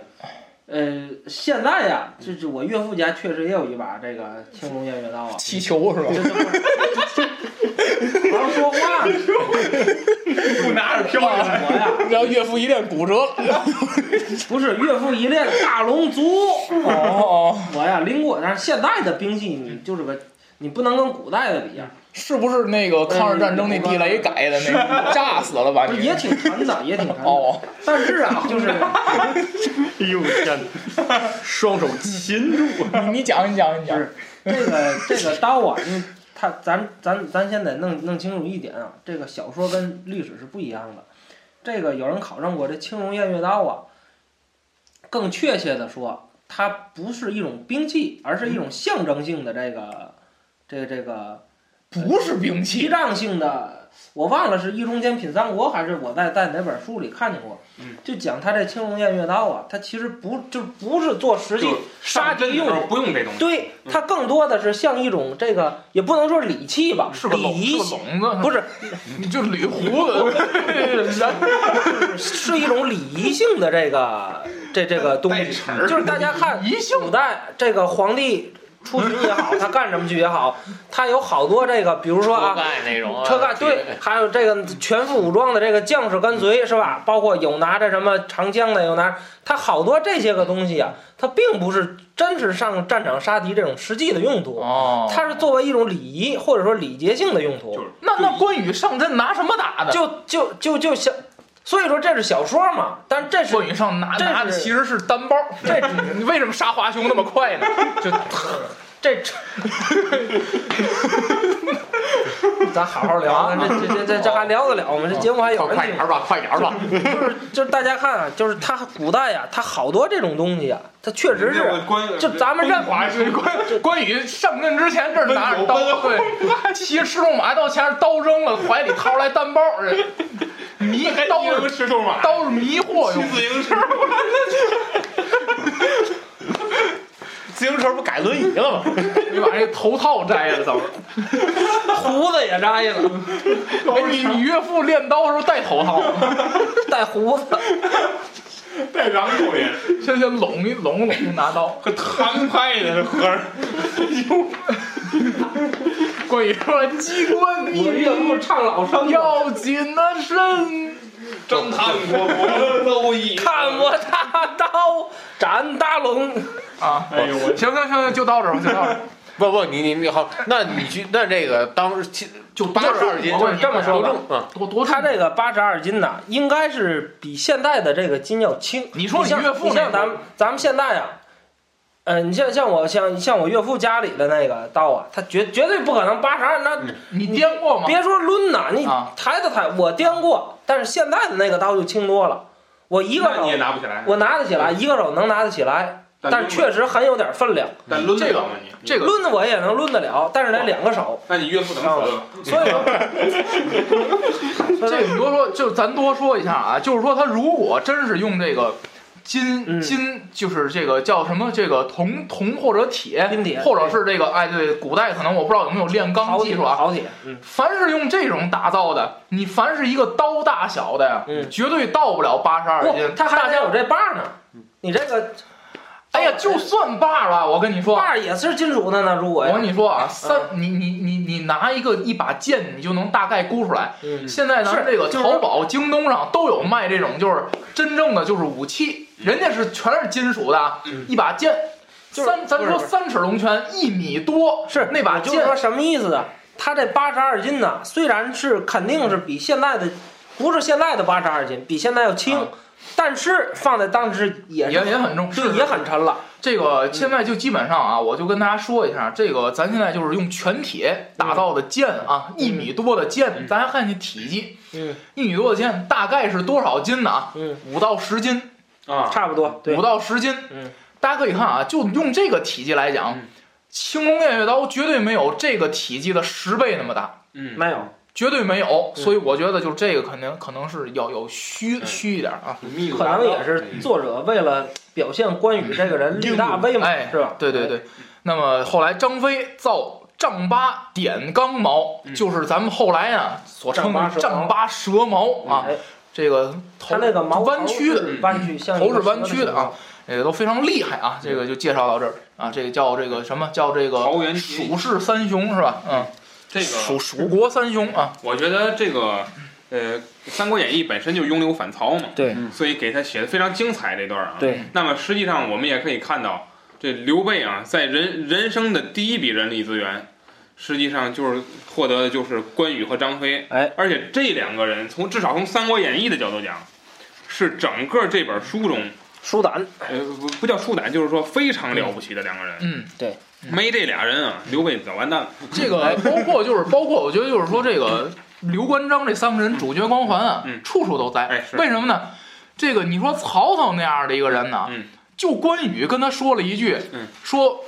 Speaker 2: 呃，现在呀，这这我岳父家确实也有一把这个青龙偃月刀啊。
Speaker 3: 气球是吧？
Speaker 2: 这这不是我要说话呢，
Speaker 1: 不拿着飘
Speaker 2: 我
Speaker 1: 起来。
Speaker 2: 呀，
Speaker 3: 然后岳父一练骨折了，
Speaker 2: 嗯不是岳父一练大龙族，
Speaker 3: 哦，
Speaker 2: 我呀拎过，但是现代的兵器你就是个，你不能跟古代的比啊，
Speaker 3: 是不是那个抗日战争那地雷改的那个？ 炸死了吧
Speaker 2: 嗯不是
Speaker 3: 你
Speaker 2: 也？挺沉的，也挺沉的。
Speaker 3: 嗯 哦，
Speaker 2: 但是啊，就是
Speaker 4: 哎呦天哪，双手擒住，
Speaker 3: 你你讲，你讲，你
Speaker 2: 就
Speaker 3: 讲
Speaker 2: 是 这个这个刀啊，因为它咱咱咱先得弄弄清楚一点啊，这个小说跟历史是不一样的。这个有人考证过，这青龙偃月刀啊，更确切的说，它不是一种兵器，而是一种象征性的这个这个这个
Speaker 3: 不是兵
Speaker 2: 提
Speaker 3: 器，
Speaker 2: 倡性的。我忘了是《易中间品三国》还是我在在哪本书里看见过
Speaker 1: 嗯，
Speaker 2: 就讲他这青龙偃月刀啊，它其实不就不是做实际
Speaker 1: 就杀
Speaker 2: 杀
Speaker 1: 真
Speaker 2: 敌
Speaker 1: 的
Speaker 2: 用
Speaker 1: 时
Speaker 2: 的
Speaker 1: 候不用这东西，
Speaker 2: 对，它更多的是像一种这个，也不能说礼器吧，
Speaker 3: 是个
Speaker 2: 礼
Speaker 3: 笼，是
Speaker 2: 仪
Speaker 3: 个，笼子，
Speaker 2: 不是，
Speaker 3: 你就捋胡子，然
Speaker 2: 是一种礼仪性的这 个这这个东西，
Speaker 1: 齿儿
Speaker 2: 就是大家看
Speaker 3: 仪性
Speaker 2: 古代这个皇帝出巡也好，他干什么去也好，他有好多这个，比如说 啊，
Speaker 4: 盖那种
Speaker 2: 车盖对，还有这个全副武装的这个将士跟随是吧？包括有拿着什么长枪的，有拿他好多这些个东西啊，它并不是真是上战场杀敌这种实际的用途，
Speaker 3: 哦，
Speaker 2: 它是作为一种礼仪或者说礼节性的用
Speaker 1: 就
Speaker 2: 途
Speaker 1: 是，
Speaker 3: 那那关羽上阵拿什么打的？
Speaker 2: 就就就就小，所以说这是小说嘛，但这是
Speaker 3: 关羽上拿
Speaker 2: 这是
Speaker 3: 拿的其实是单包，这 你为什么杀华雄那么快呢？ 就
Speaker 2: 这， 咱好好聊，咱这这这这这还聊得了吗？这节目还有人
Speaker 4: 快
Speaker 2: 听
Speaker 4: 点。儿吧，快点儿 吧，
Speaker 2: 就是 就是大家看啊，就是它古代呀、它好多这种东西啊，它确实
Speaker 1: 没有
Speaker 2: 是，
Speaker 1: 关
Speaker 2: 就咱们认
Speaker 3: 华雄关关羽上阵之前这儿拿着刀，对，骑赤龙马到前面刀扔了，怀里掏出来单包， 这迷
Speaker 1: 还
Speaker 3: 刀
Speaker 1: 能
Speaker 3: 是
Speaker 1: 吃兔马，
Speaker 3: 刀是迷惑
Speaker 1: 骑
Speaker 3: 用的，
Speaker 1: 自行车，
Speaker 4: 自行车不改轮椅了吗？
Speaker 3: 你把这头套摘 了，走。
Speaker 2: 胡子也摘了，
Speaker 3: 哎，你你岳父练刀的时候戴头套吗？
Speaker 2: 带胡子，
Speaker 1: 带瓤口音，
Speaker 3: 先先拢一拢拢拿刀。
Speaker 1: 和谭派的和尚，
Speaker 3: 关羽说：“机关
Speaker 2: 我
Speaker 3: 密
Speaker 2: 岳父
Speaker 3: 语
Speaker 2: 唱老生的，
Speaker 3: 要谨慎。”
Speaker 1: 张探国佛都一
Speaker 2: 看我大刀斩大龙，
Speaker 3: 啊，
Speaker 1: 哎呦我
Speaker 3: 行行行行，就到这儿吧，就到这儿。
Speaker 4: 不不，你你你好，那你去那这个当时就八十二斤，
Speaker 2: 我跟你这么说吧，
Speaker 4: 啊，
Speaker 3: 多多
Speaker 2: 他这个八十二斤呐，应该是比现在的这个斤要轻。
Speaker 3: 你说你
Speaker 2: 像
Speaker 3: 岳父
Speaker 2: 你
Speaker 3: 那
Speaker 2: 像咱们咱们现在呀、呃，你像像我像像我岳父家里的那个刀啊，他绝绝对不可能八十二，那
Speaker 3: 你掂过吗？
Speaker 2: 别说抡呐，你
Speaker 3: 嗯啊
Speaker 2: 抬都抬，我掂过，但是现在的那个刀就轻多了，我一个
Speaker 1: 那你也
Speaker 2: 手
Speaker 1: 拿不起来，
Speaker 2: 我拿得起来，一个手能拿得起来，但是
Speaker 1: 抡
Speaker 2: 确实很有点分量，
Speaker 1: 但抡
Speaker 3: 这个
Speaker 1: 了吗你
Speaker 3: 这个
Speaker 2: 抡的我也能抡得了，但是得两个手，
Speaker 1: 那你岳父怎么死的？
Speaker 2: 所以说，所以说
Speaker 3: 这个你多说，就咱多说一下啊，就是说他如果真是用这个金
Speaker 2: 嗯
Speaker 3: 金，就是这个叫什么这个铜铜或者铁，
Speaker 2: 金铁
Speaker 3: 或者是这个哎对，古代可能我不知道有没有炼钢
Speaker 2: 好
Speaker 3: 技
Speaker 2: 铁
Speaker 3: 术啊。
Speaker 2: 好铁，嗯，
Speaker 3: 凡是用这种打造的，你凡是一个刀大小的呀，
Speaker 2: 嗯
Speaker 3: 绝对到不了八十二嗯斤
Speaker 2: 不，。它
Speaker 3: 大
Speaker 2: 还得
Speaker 3: 家
Speaker 2: 有这把呢，你这个
Speaker 3: 哎呀，就算把吧，我跟你说，
Speaker 2: 把也是金属的呢，如果
Speaker 3: 我
Speaker 2: 呀
Speaker 3: 跟，你说啊，三你你你你拿一个一把剑，你就能大概估出来。
Speaker 2: 嗯
Speaker 3: 现在咱们
Speaker 2: 是
Speaker 3: 这个
Speaker 2: 就是
Speaker 3: 淘宝、京东上都有卖这种，就是真正的就是武器，人家是全是金属的啊，一把剑。
Speaker 2: 嗯就是
Speaker 3: 三，咱
Speaker 2: 不是
Speaker 3: 说
Speaker 2: 不是
Speaker 3: 三尺龙泉一米多，
Speaker 2: 是
Speaker 3: 那把
Speaker 2: 我就是
Speaker 3: 剑
Speaker 2: 说什么意思啊？它这八十二斤呢，虽然是肯定是比现在的，不是现在的八十二斤，比现在要轻，
Speaker 3: 啊
Speaker 2: 但是放在当时也
Speaker 3: 也
Speaker 2: 是
Speaker 3: 也很重，
Speaker 2: 对也很沉了。
Speaker 3: 这个现在就基本上啊，我就跟大家说一下，这个咱现在就是用全铁
Speaker 2: 嗯
Speaker 3: 打造的剑啊，一米多的剑，大家看看体积，
Speaker 2: 嗯
Speaker 3: 一米多的剑大概是多少斤呢？啊，
Speaker 2: 嗯，
Speaker 3: 五到十斤。
Speaker 1: 啊，
Speaker 2: 差不多。对
Speaker 3: 五，到十斤。
Speaker 2: 嗯，
Speaker 3: 大家可以看啊，就用这个体积来讲，
Speaker 1: 嗯
Speaker 3: 青龙偃月刀绝对没有这个体积的十倍那么大，
Speaker 1: 嗯，
Speaker 2: 没有，
Speaker 3: 绝对没
Speaker 2: 嗯
Speaker 3: 有。所以我觉得就是这个肯定可能是要有虚虚一点啊。
Speaker 4: 密
Speaker 1: 嗯
Speaker 2: 可能也是作者为了表现关羽这个人力大威嘛，
Speaker 3: 哎
Speaker 2: 是吧？
Speaker 3: 对对对。那么后来张飞造丈八点钢矛，
Speaker 1: 嗯
Speaker 3: 就是咱们后来啊所称
Speaker 2: 丈八
Speaker 3: 的
Speaker 2: 蛇矛
Speaker 3: 丈八蛇矛啊，
Speaker 2: 哎，
Speaker 3: 这个头
Speaker 2: 他那个毛
Speaker 3: 弯曲的
Speaker 2: 头是弯曲，像
Speaker 3: 头
Speaker 2: 一个
Speaker 3: 是弯
Speaker 2: 蛇
Speaker 3: 曲的啊
Speaker 2: 形状，
Speaker 3: 这个都非常厉害啊。
Speaker 2: 嗯
Speaker 3: 这个就介绍到这儿啊，这个叫这个什么叫这个
Speaker 1: 桃园结义
Speaker 3: 蜀氏三雄是吧？嗯，
Speaker 1: 这
Speaker 3: 蜀
Speaker 1: 个，
Speaker 3: 蜀国三雄啊，
Speaker 1: 我觉得这个，呃，《三国演义》本身就拥刘反曹嘛，
Speaker 2: 对
Speaker 1: 所以给他写的非常精彩这段啊。
Speaker 2: 对，
Speaker 1: 那么实际上我们也可以看到，这刘备啊，在人人生的第一笔人力资源，实际上就是获得的就是关羽和张飞。
Speaker 2: 哎，
Speaker 1: 而且这两个人从至少从《三国演义》的角度讲，是整个这本书中，
Speaker 2: 舒胆
Speaker 1: 呃，不不叫舒胆，就是说非常了不起的两个人。
Speaker 3: 嗯，
Speaker 1: 没这俩人啊，刘备早完蛋了。
Speaker 3: 这个包括就是包括，我觉得就是说这个刘关张这三个人主角光环啊
Speaker 1: 嗯，
Speaker 3: 处处都
Speaker 1: 哎
Speaker 3: 在。
Speaker 1: 是
Speaker 3: 为什么呢？这个你说曹操那样的一个人呢
Speaker 1: 嗯，
Speaker 3: 就关羽跟他说了一句
Speaker 1: 嗯，
Speaker 3: 说。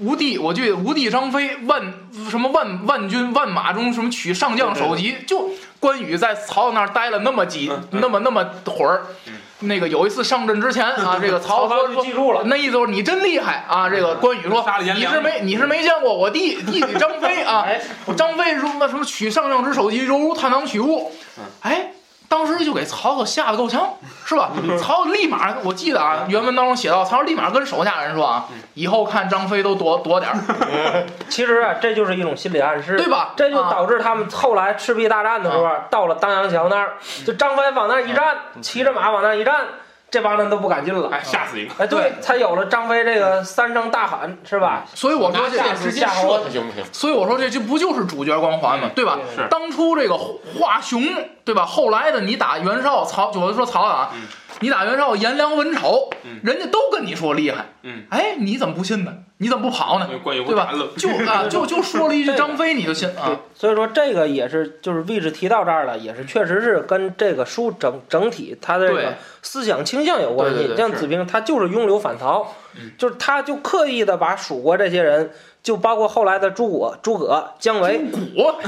Speaker 3: 吴地，我记得吴地张飞万什么万万军万马中什么取上将首级，就关羽在曹操那儿待了那么几、
Speaker 1: 嗯嗯
Speaker 3: 那么那么会儿，
Speaker 1: 嗯
Speaker 3: 那个有一次上阵之 前啊，这个曹
Speaker 2: 曹
Speaker 3: 操
Speaker 2: 操
Speaker 3: 说
Speaker 2: 就记住了，
Speaker 3: 哦那意思就是你真厉害啊！这个关羽说
Speaker 1: 杀了颜
Speaker 3: 你
Speaker 1: 良
Speaker 3: 是没你是没见过我弟弟弟张飞啊
Speaker 2: 哎，
Speaker 3: 张飞如那什么取上将之首级，犹如探囊取物
Speaker 1: 嗯。
Speaker 3: 哎，当时就给曹操吓得够呛，是吧？
Speaker 1: 嗯
Speaker 3: 曹操立马，我记得啊，原文当中写到，曹操立马跟手下人说啊，
Speaker 1: 嗯
Speaker 3: 以后看张飞都躲 躲点儿，
Speaker 2: 其实啊，这就是一种心理暗示，
Speaker 3: 对吧？
Speaker 2: 这就
Speaker 3: 啊
Speaker 2: 导致他们后来赤壁大战的时候，啊到了当阳桥那儿，
Speaker 3: 嗯
Speaker 2: 就张飞往那儿一站，骑着马往那儿一站，这帮人都不敢进了。
Speaker 1: 哎，吓死一个！
Speaker 2: 哎，对，才有了张飞这
Speaker 3: 嗯
Speaker 2: 个三声大喊，是吧？
Speaker 3: 所以我说这
Speaker 4: 下
Speaker 2: 次
Speaker 4: 直接
Speaker 2: 下回
Speaker 4: 说他行不行？
Speaker 3: 所以我说这这不就是主角光环吗？对吧？
Speaker 1: 是
Speaker 3: 当初这个华雄，对吧？后来的你打袁绍、曹，我就说曹啊，
Speaker 1: 嗯
Speaker 3: 你打袁绍、颜良、文丑，
Speaker 1: 嗯
Speaker 3: 人家都跟你说厉害，
Speaker 1: 嗯，
Speaker 3: 哎，你怎么不信呢？你怎么不跑呢？
Speaker 1: 关羽不
Speaker 3: 对吧
Speaker 1: 谈了，
Speaker 3: 就啊，就就说了一
Speaker 2: 这
Speaker 3: 句
Speaker 2: 个
Speaker 3: 张飞，你就信啊？
Speaker 2: 所以说这个也是，就是位置提到这儿了，也是确实是跟这个书整整体他的这
Speaker 3: 对
Speaker 2: 个思想倾向有关
Speaker 3: 对对
Speaker 2: 系。
Speaker 3: 嗯对
Speaker 2: 像
Speaker 1: 是
Speaker 2: 子平，他就是拥刘反曹，就是他就刻意的把蜀国这些人，就包括后来的诸葛、诸葛、姜 维，
Speaker 3: 果，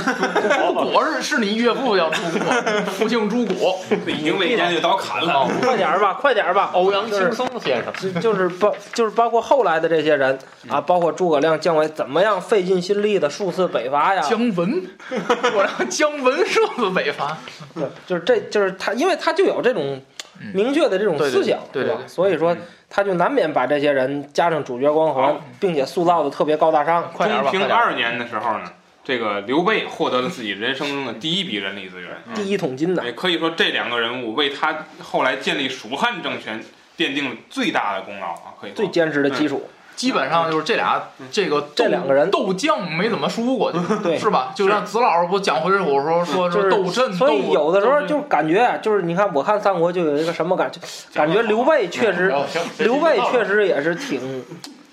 Speaker 3: 果是是你岳父叫朱果，父姓朱果，
Speaker 1: 已经被烟就刀砍了。
Speaker 2: 快点儿吧，快点儿吧，
Speaker 4: 欧阳
Speaker 2: 就是
Speaker 4: 青松先生，
Speaker 2: 就就是包就是包括后来的这些人
Speaker 3: 嗯
Speaker 2: 啊，包括诸葛亮、姜维，怎么样费尽心力的数次北伐呀？
Speaker 3: 姜文，我让姜文射死北伐，
Speaker 2: 对就是这就是他，因为他就有这种
Speaker 3: 嗯
Speaker 2: 明确的这种
Speaker 3: 对对
Speaker 2: 思想，
Speaker 3: 对对
Speaker 2: 吧
Speaker 3: 对？
Speaker 2: 所以说
Speaker 1: 嗯
Speaker 2: 他就难免把这些人加上主角光环
Speaker 3: 嗯
Speaker 1: 好，
Speaker 2: 并且塑造的特别高大上。
Speaker 3: 快点儿吧，
Speaker 1: 中平
Speaker 3: 快点儿吧。
Speaker 1: 二年的时候呢，这个刘备获得了自己人生中的第一笔人力资源，
Speaker 3: 嗯
Speaker 2: 第一桶金呢？
Speaker 1: 也可以说这两个人物为他后来建立蜀汉政权奠定了最大的功劳啊，可以
Speaker 2: 最
Speaker 1: 说。
Speaker 2: 坚实的基础，
Speaker 3: 基本上就是这俩这个斗
Speaker 2: 这两个人
Speaker 3: 斗将没怎么输过，
Speaker 2: 对
Speaker 3: 嗯 是吧？就像子老师不讲回我说说
Speaker 2: 就是
Speaker 3: 说斗阵，
Speaker 2: 所以
Speaker 3: 斗
Speaker 2: 有的时候
Speaker 3: 斗
Speaker 2: 就感觉啊，就是你看我看三国就有一个什么感觉，感觉刘
Speaker 3: 嗯
Speaker 2: 备确实
Speaker 4: 哦行
Speaker 2: 刘备确实也是挺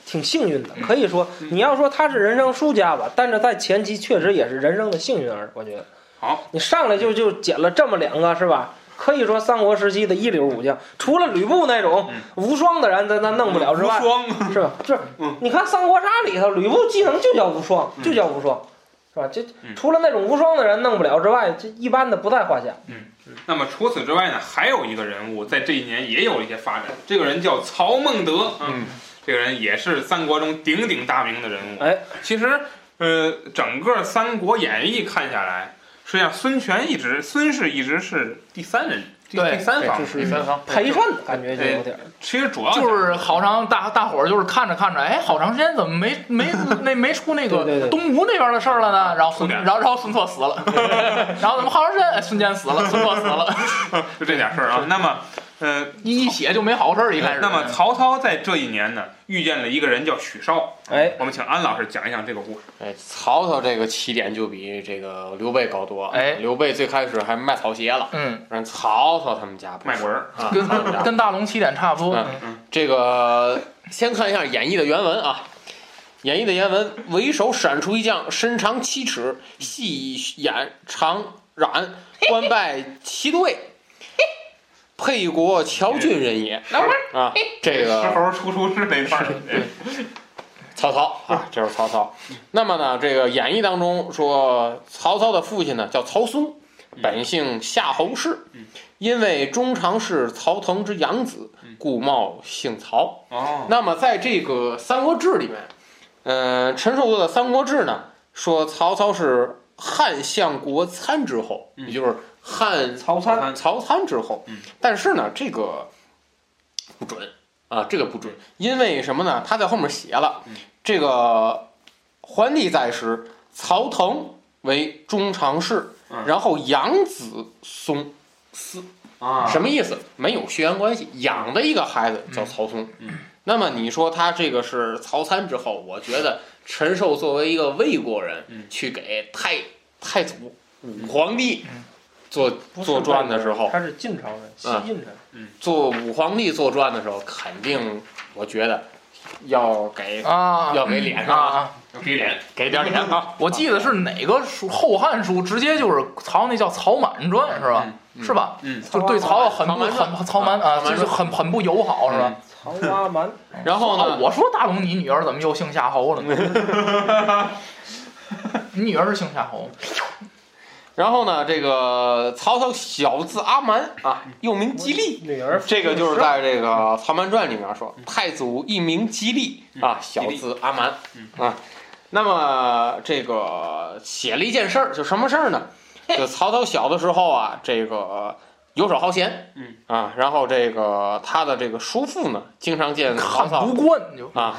Speaker 2: 挺幸运的，
Speaker 1: 嗯
Speaker 2: 可以说你要说他是人生输家吧，但是在前期确实也是人生的幸运儿，我觉得。
Speaker 1: 好，
Speaker 2: 你上来就就捡了这么两个是吧？可以说三国时期的一流武将，除了吕布那种
Speaker 1: 嗯
Speaker 2: 无双的人，咱咱弄不了之外
Speaker 1: 无，双，
Speaker 2: 是吧？就是
Speaker 1: 嗯
Speaker 2: 你看《三国杀》里头，吕布技能就叫无双，就叫无双，是吧？这
Speaker 1: 嗯
Speaker 2: 除了那种无双的人弄不了之外，这一般的不在话下。
Speaker 1: 那么除此之外呢，还有一个人物在这一年也有一些发展，这个人叫曹孟德，啊
Speaker 4: 嗯，
Speaker 1: 这个人也是三国中鼎鼎大名的人物。
Speaker 2: 哎，
Speaker 1: 其实，呃，整个《三国演义》看下来，实际上孙权一直孙氏一直是第三人，第
Speaker 3: 对
Speaker 1: 第三方
Speaker 4: 这。是第三方
Speaker 2: 陪衬的感觉就有点儿，
Speaker 1: 其实主要
Speaker 3: 就是好长大大伙儿就是看着看着，哎，好长时间怎么没 没那没出那个
Speaker 2: 对对对
Speaker 3: 东吴那边的事儿了呢？然后孙
Speaker 1: 出点儿
Speaker 3: 然后然后孙策死了，然后怎么好长时间哎孙坚死了，孙策死了，
Speaker 1: 就这点事儿啊。那么，呃，
Speaker 3: 一一写就没好事儿一开始。嗯
Speaker 1: 那么曹操在这一年呢，遇见了一个人叫许绍。
Speaker 2: 哎，
Speaker 1: 我们请安老师讲一讲这个故事。
Speaker 4: 哎，曹操这个起点就比这个刘备高多。啊
Speaker 3: 哎
Speaker 4: 刘备最开始还卖草鞋了，
Speaker 3: 嗯，
Speaker 4: 人曹操他们家不
Speaker 1: 卖
Speaker 4: 是
Speaker 1: 文儿，
Speaker 4: 啊，
Speaker 3: 跟
Speaker 4: 他们家
Speaker 3: 跟跟大龙起点差不多。
Speaker 4: 嗯这个先看一下《演义》的原文啊，《演义》的原文：为首闪出一将，身长七尺，细眼长 髯，官拜骑都尉，沛国 谯郡人也。啊，这
Speaker 1: 石
Speaker 4: 个
Speaker 1: 哎猴出出世那段儿。
Speaker 3: 对
Speaker 4: 曹操
Speaker 1: 嗯
Speaker 4: 啊，这是曹操。那么呢，这个演义当中说，曹操的父亲呢叫曹嵩，本姓夏侯氏
Speaker 1: 嗯，
Speaker 4: 因为中常侍曹腾之养子
Speaker 1: 嗯，
Speaker 4: 故冒姓曹。
Speaker 1: 哦，
Speaker 4: 那么在这个《三国志》里面，嗯、陈寿祚的《三国志》呢，说曹操是汉相国参之后，
Speaker 1: 嗯
Speaker 4: 也就是汉
Speaker 2: 曹参，
Speaker 4: 曹参之后。
Speaker 1: 嗯
Speaker 4: 但是呢，这个不准啊，这个不准，因为什么呢？他在后面写了，
Speaker 1: 嗯
Speaker 4: 这个桓帝在时，曹腾为中常侍，
Speaker 1: 嗯
Speaker 4: 然后养子松。
Speaker 1: 啊，
Speaker 4: 什么意思？没有血缘关系，养的一个孩子叫曹嵩。
Speaker 1: 嗯
Speaker 4: 那么你说他这个是曹参之后，我觉得陈寿作为一个魏国人，
Speaker 1: 嗯
Speaker 4: 去给太太祖武皇帝
Speaker 3: 嗯
Speaker 4: 做
Speaker 2: 不是
Speaker 4: 做传的时候，嗯
Speaker 2: 他是晋朝人，西晋人，
Speaker 4: 做武皇帝做传的时候，肯定我觉得要给
Speaker 3: 啊，
Speaker 4: 要给脸
Speaker 3: 啊
Speaker 4: 上啊，
Speaker 3: 啊！
Speaker 1: 给脸
Speaker 4: 给点脸啊。
Speaker 3: 我记得是哪个书《后汉书》，直接就是曹那叫《曹满传》是吧？
Speaker 4: 嗯
Speaker 3: 是吧？
Speaker 1: 嗯
Speaker 3: 就对
Speaker 2: 曹
Speaker 3: 曹很
Speaker 4: 曹
Speaker 3: 不
Speaker 4: 瞒传
Speaker 3: 很曹瞒
Speaker 4: 啊
Speaker 3: 啊，
Speaker 4: 曹瞒
Speaker 3: 就是
Speaker 4: 传嗯
Speaker 3: 很很不友好是吧？
Speaker 2: 曹阿瞒，
Speaker 4: 然后
Speaker 3: 啊
Speaker 4: 呢，，
Speaker 3: 我说大龙，你女儿怎么又姓夏侯了呢？你女儿是姓夏侯，
Speaker 4: 然后呢，这个曹操小字阿瞒啊，又名吉利。
Speaker 2: 女儿
Speaker 4: 这个就是在这个《曹瞒传》里面说，太祖一名吉利啊，小字阿瞒啊。那么这个写了一件事儿，就什么事儿呢？就曹操小的时候啊，这个游手好闲，
Speaker 1: 嗯
Speaker 4: 啊，然后这个他的这个叔父呢，经常见曹
Speaker 3: 看
Speaker 4: 操
Speaker 3: 不惯就
Speaker 4: 啊，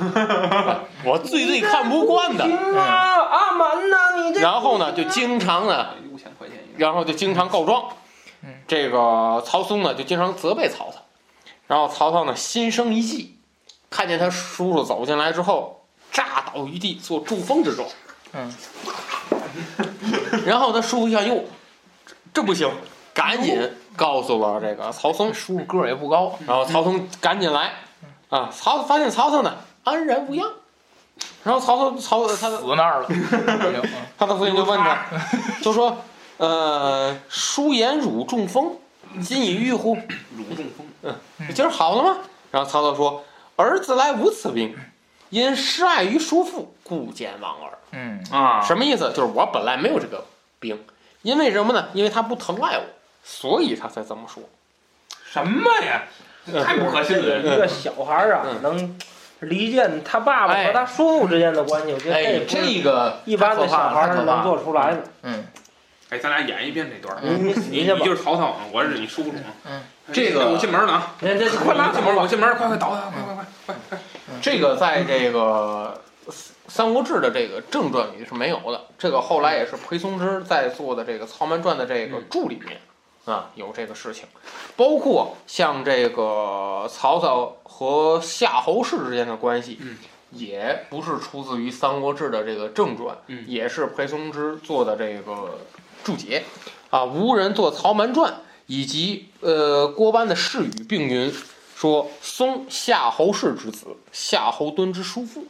Speaker 4: 我最最看不惯的。嗯
Speaker 2: 行啊，阿瞒呐，你这
Speaker 4: 然后呢，就经常呢
Speaker 1: 五千块钱一个，
Speaker 4: 然后就经常告状。
Speaker 3: 嗯
Speaker 4: 这个曹嵩呢，就经常责备曹操。然后曹操呢，心生一计，看见他叔叔走进来之后，炸倒于地，做中风之状。
Speaker 3: 嗯。
Speaker 4: 然后他叔父一看，哟，这这不行，赶紧告诉了这个曹嵩。
Speaker 3: 叔叔个儿也不高，
Speaker 4: 然后曹嵩赶紧来，啊，曹发现曹操呢安然无恙。然后曹操曹他的
Speaker 3: 死那儿了。嗯
Speaker 4: 他的父亲就问他， 就说：“呃，舒颜汝中风，今已愈乎？嗯
Speaker 1: 乳中风，
Speaker 2: 嗯
Speaker 4: 今儿好了吗？”然后曹操说：“儿子来无此病，因失爱于叔父，故见望耳。
Speaker 3: 嗯，
Speaker 1: 啊”
Speaker 4: 什么意思？就是我本来没有这个病，因为什么呢？因为他不疼爱我，所以他才这么说。
Speaker 1: 什么呀？太不可信
Speaker 2: 这
Speaker 1: 了。
Speaker 2: 个一个小孩儿啊
Speaker 4: 嗯，
Speaker 2: 能离间他爸爸和他叔父之间的关系，我觉得
Speaker 4: 哎，
Speaker 2: 这不是
Speaker 4: 这个
Speaker 2: 一般的小孩
Speaker 4: 太
Speaker 2: 儿
Speaker 4: 可怕
Speaker 2: 能
Speaker 4: 了
Speaker 2: 做出来的。
Speaker 3: 嗯
Speaker 1: 哎，咱俩演一遍这段儿。
Speaker 2: 你你
Speaker 1: 你
Speaker 2: 你去吧
Speaker 1: 你，就是曹操，我是你叔叔。
Speaker 3: 嗯，
Speaker 4: 这个
Speaker 1: 哎我进门了啊！
Speaker 4: 嗯
Speaker 1: 嗯
Speaker 2: 这这
Speaker 1: 快拉进门，我进门，快快倒他，快快快！嗯
Speaker 4: 这个在这个《三国志》的这个正传里是没有的，这个后来也是裴松之在做的这个《曹瞒传》的这
Speaker 1: 嗯
Speaker 4: 个注里面啊有这个事情，包括像这个曹操和夏侯氏之间的关系
Speaker 1: 嗯，
Speaker 4: 也不是出自于《三国志》的这个正传
Speaker 1: 嗯，
Speaker 4: 也是裴松之做的这个注解啊，无人做《曹瞒传》。以及呃郭班的誓语，并云说：“松夏侯氏之子，夏侯惇之叔父。”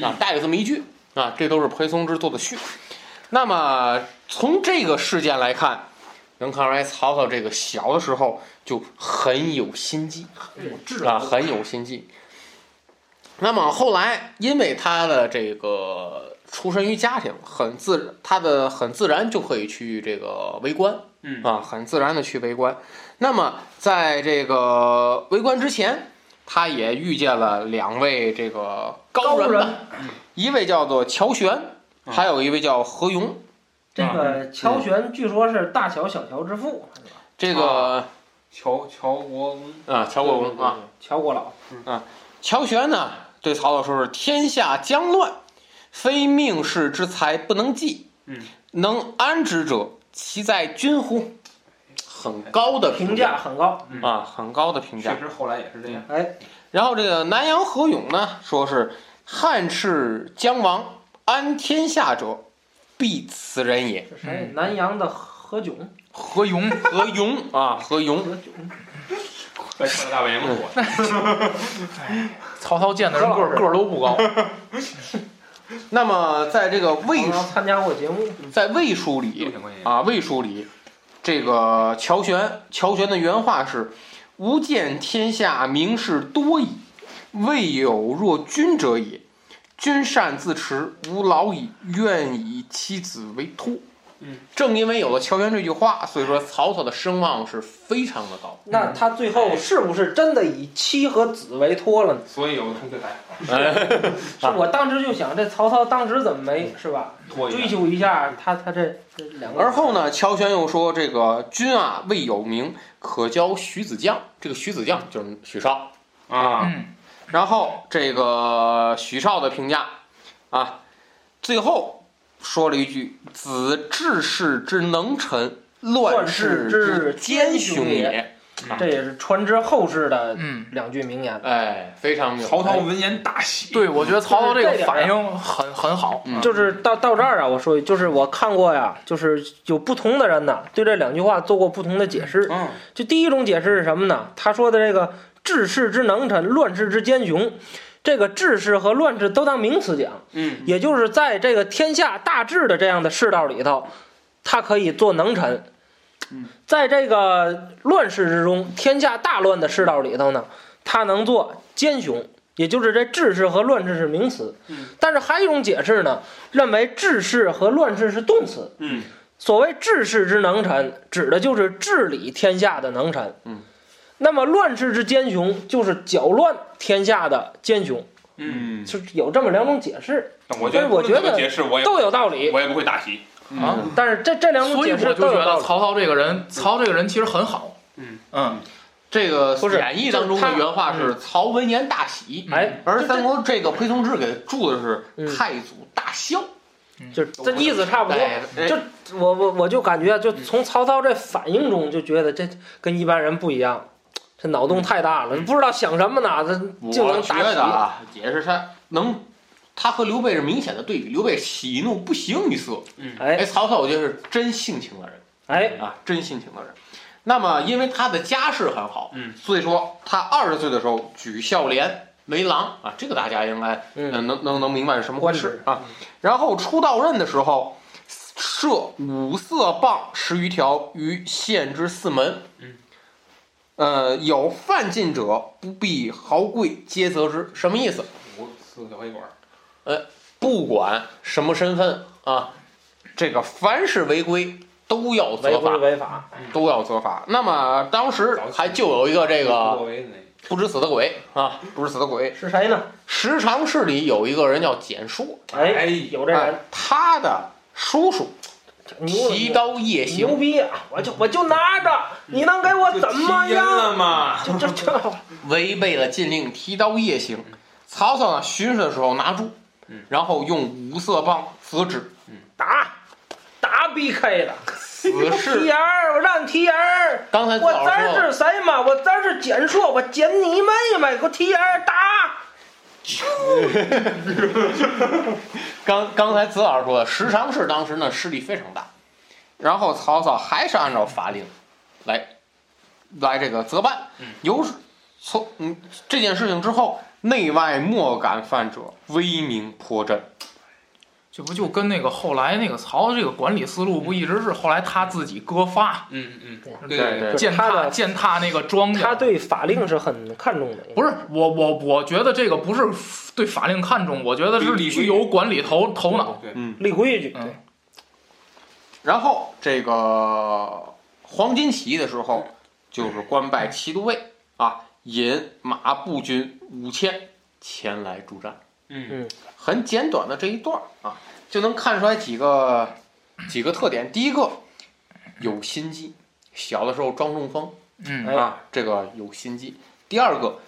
Speaker 4: 啊
Speaker 1: 嗯，
Speaker 4: 带有这么一句啊，这都是裴松之做的序。那么从这个事件来看，能看出来曹操这个小的时候就很有心计，
Speaker 3: 嗯
Speaker 4: 啊，很有心计。那么后来，因为他的这个出身于家庭，很自他的很自然就可以去这个为官，
Speaker 1: 嗯
Speaker 4: 啊，很自然的去为官。那么在这个为官之前，他也遇见了两位这个高人
Speaker 2: 高
Speaker 4: 吧，
Speaker 2: 人
Speaker 4: 一位叫做乔玄，
Speaker 1: 嗯
Speaker 4: 还有一位叫何勇。
Speaker 2: 这
Speaker 4: 嗯
Speaker 2: 个乔玄据说是大乔小乔之父，啊是吧
Speaker 4: 这个
Speaker 1: 乔乔国公，
Speaker 4: 啊，乔国公啊，，
Speaker 2: 乔国老
Speaker 4: 乔玄呢，对曹操说是天下将乱，非命世之才不能济。
Speaker 1: 嗯，
Speaker 4: 能安之者，其在君乎？很高的
Speaker 2: 评价很高。
Speaker 1: 嗯
Speaker 4: 啊，很高的评价
Speaker 1: 确。实后来也是这样。
Speaker 2: 哎，
Speaker 4: 然后这个南阳何勇呢，说是汉室将亡，安天下者，必此人也。
Speaker 2: 这谁？南阳的何炅，
Speaker 3: 何勇
Speaker 4: 何勇啊，何勇，
Speaker 2: 何炅，
Speaker 1: 在扯大本营火，
Speaker 3: 曹操见的人个儿个儿都不高，
Speaker 4: 那么在这个魏
Speaker 2: 刚刚参加过节目，
Speaker 4: 在魏书里
Speaker 1: 六千块钱。
Speaker 4: 啊，魏书里这个乔玄，乔玄的原话是：“吾见天下名士多矣，未有若君者也。君善自持，吾老矣，愿以妻子为托。
Speaker 1: 嗯，
Speaker 4: 正因为有了乔迁这句话，所以说曹操的声望是非常的高。
Speaker 2: 那他最后是不是真的以妻和子为托了呢？
Speaker 1: 所以有他就来
Speaker 2: 是我当时就想，这曹操当时怎么没是吧？
Speaker 1: 拖
Speaker 2: 追
Speaker 1: 一下。
Speaker 2: 究一下他他这这两个。
Speaker 4: 而后？呢，乔宣又说：“这个君啊，未有名，可教许子将。”这个许子将就是许绍。
Speaker 1: 啊，
Speaker 3: 嗯，
Speaker 4: 然后这个许绍的评价啊，最后说了一句：“子治世之能臣，乱世之奸雄也。
Speaker 2: 这也是传之后世的
Speaker 3: 嗯，
Speaker 2: 两句名言”。
Speaker 4: 哎，非常牛。
Speaker 1: 曹操闻言大喜。
Speaker 3: 对，我觉得曹操这
Speaker 2: 这
Speaker 3: 个
Speaker 2: 点儿
Speaker 3: 反应很很好。
Speaker 4: 嗯
Speaker 2: 就是到到这儿啊，我说一句就是我看过呀，就是有不同的人呢，对这两句话做过不同的解释。
Speaker 1: 嗯，
Speaker 2: 就第一种解释是什么呢？他说的这个“治世之能臣，乱世之奸雄”，这个“治世”和“乱世”都当名词讲，
Speaker 1: 嗯，
Speaker 2: 也就是在这个天下大治的这样的世道里头，他可以做能臣；
Speaker 1: 嗯
Speaker 2: 在这个乱世之中，天下大乱的世道里头呢，他能做奸雄。也就是这治世和乱世是名词
Speaker 1: 嗯，
Speaker 2: 但是还有一种解释呢，认为治世和乱世是动词。
Speaker 1: 嗯，
Speaker 2: 所谓治世之能臣，指的就是治理天下的能臣。
Speaker 4: 嗯，
Speaker 2: 那么乱世之奸雄，就是搅乱天下的奸雄，
Speaker 1: 嗯，
Speaker 2: 就是有这么两种解释，
Speaker 1: 但我觉得
Speaker 2: 但是我觉得
Speaker 1: 不论怎么解释我也
Speaker 2: 都有道理。
Speaker 1: 我也不会大喜。
Speaker 3: 啊
Speaker 4: 嗯
Speaker 2: 但是这这两种
Speaker 3: 所以
Speaker 2: 解
Speaker 3: 我
Speaker 2: 释
Speaker 3: 就
Speaker 2: 都
Speaker 3: 觉
Speaker 2: 有道
Speaker 3: 得
Speaker 2: 理。
Speaker 3: 曹操这个人，曹操这个人其实很好。
Speaker 1: 嗯
Speaker 3: 嗯，
Speaker 4: 这个
Speaker 2: 不是嗯
Speaker 4: 演义当中的原话是“曹闻言大喜”，
Speaker 2: 哎，
Speaker 4: 而三国这个裴同志给注的
Speaker 2: 嗯
Speaker 4: 是“太祖大笑
Speaker 2: 就是这意思差”。不多。
Speaker 4: 哎，哎
Speaker 2: 就我我我就感觉，就从曹操这反应中就觉得这跟一般人不一样，这脑洞太大了，不知道想什么呢，这竟
Speaker 4: 我
Speaker 2: 能
Speaker 4: 觉
Speaker 2: 打
Speaker 4: 得
Speaker 2: 起。
Speaker 4: 啊，也是他能，他和刘备是明显的对比。刘备喜怒不形于色，哎，
Speaker 2: 哎
Speaker 4: 曹操我觉得是真性情的人
Speaker 2: 哎，
Speaker 4: 啊，真性情的人。那么因为他的家世很好，
Speaker 1: 嗯，
Speaker 4: 所以说他二十岁的时候举孝廉为郎啊，这个大家应该
Speaker 2: 嗯，
Speaker 4: 能能能能明白是什么回
Speaker 2: 官
Speaker 4: 事
Speaker 2: 职
Speaker 4: 啊。然后出道任的时候，设五色棒十余条于县之四门。
Speaker 1: 嗯，
Speaker 4: 呃，有犯禁者，不必豪贵，皆责之。什么意思？
Speaker 1: 五四个小黑管。
Speaker 4: 不管什么身份啊，这个凡是违规都要
Speaker 2: 违
Speaker 4: 责
Speaker 2: 规
Speaker 4: 罚，
Speaker 2: 违法，
Speaker 4: 都要责罚。那么当时还就有一个这个
Speaker 1: 作为那
Speaker 4: 不知死的鬼啊，不知死的鬼。
Speaker 2: 是谁呢？
Speaker 4: 时常市里有一个人叫简硕，
Speaker 2: 哎，
Speaker 1: 哎，
Speaker 2: 有这人，
Speaker 4: 哎他的叔叔
Speaker 2: 牛
Speaker 4: 提刀夜
Speaker 2: 牛
Speaker 4: 行，
Speaker 2: 逼啊！我就我就拿着，你能给我 怎么
Speaker 1: 就踢人了
Speaker 2: 样？
Speaker 1: 嘛？
Speaker 2: 就就就
Speaker 4: 违背了禁令，提刀夜行。曹操呢巡视的时候拿住
Speaker 1: 嗯，
Speaker 4: 然后用五色棒责之。
Speaker 2: 打打 BK 的，
Speaker 4: 此
Speaker 2: 提
Speaker 4: 事
Speaker 2: 眼儿，我让你提眼儿。
Speaker 4: 刚才
Speaker 2: 我
Speaker 4: 老师
Speaker 2: 咱
Speaker 4: 说
Speaker 2: 是谁嘛？我咱是简硕，我简你妹妹，给我提眼儿打！
Speaker 4: 刚刚才子老师说，十常侍当时呢势力非常大，然后曹操还是按照法令来来这个责办
Speaker 1: 嗯。
Speaker 4: 由从嗯这件事情之后，内外莫敢犯者，威名颇振。
Speaker 3: 这不就跟那个后来那个曹操这个管理思路不一直是后来他自己割发，
Speaker 1: 嗯嗯，
Speaker 3: 对
Speaker 1: 对对
Speaker 4: 对
Speaker 3: 践
Speaker 2: 他
Speaker 3: 踏
Speaker 2: 的
Speaker 3: 践踏那个庄稼。
Speaker 2: 他对法令是很看重的，
Speaker 3: 嗯不是我我我觉得这个不是对法令看重，我觉得是
Speaker 1: 理
Speaker 3: 具有管理头头脑。
Speaker 1: 对，
Speaker 2: 立规矩。
Speaker 3: 嗯
Speaker 4: 然后这个黄巾起义的时候，就是官拜骑都尉啊，引马步军五千前来助战。
Speaker 1: 嗯
Speaker 4: 很简短的这一段儿啊，就能看出来几个几个特点。第一个，有心机，小的时候装中风
Speaker 3: 嗯
Speaker 2: 哎
Speaker 4: 啊，这个有心机。第二个，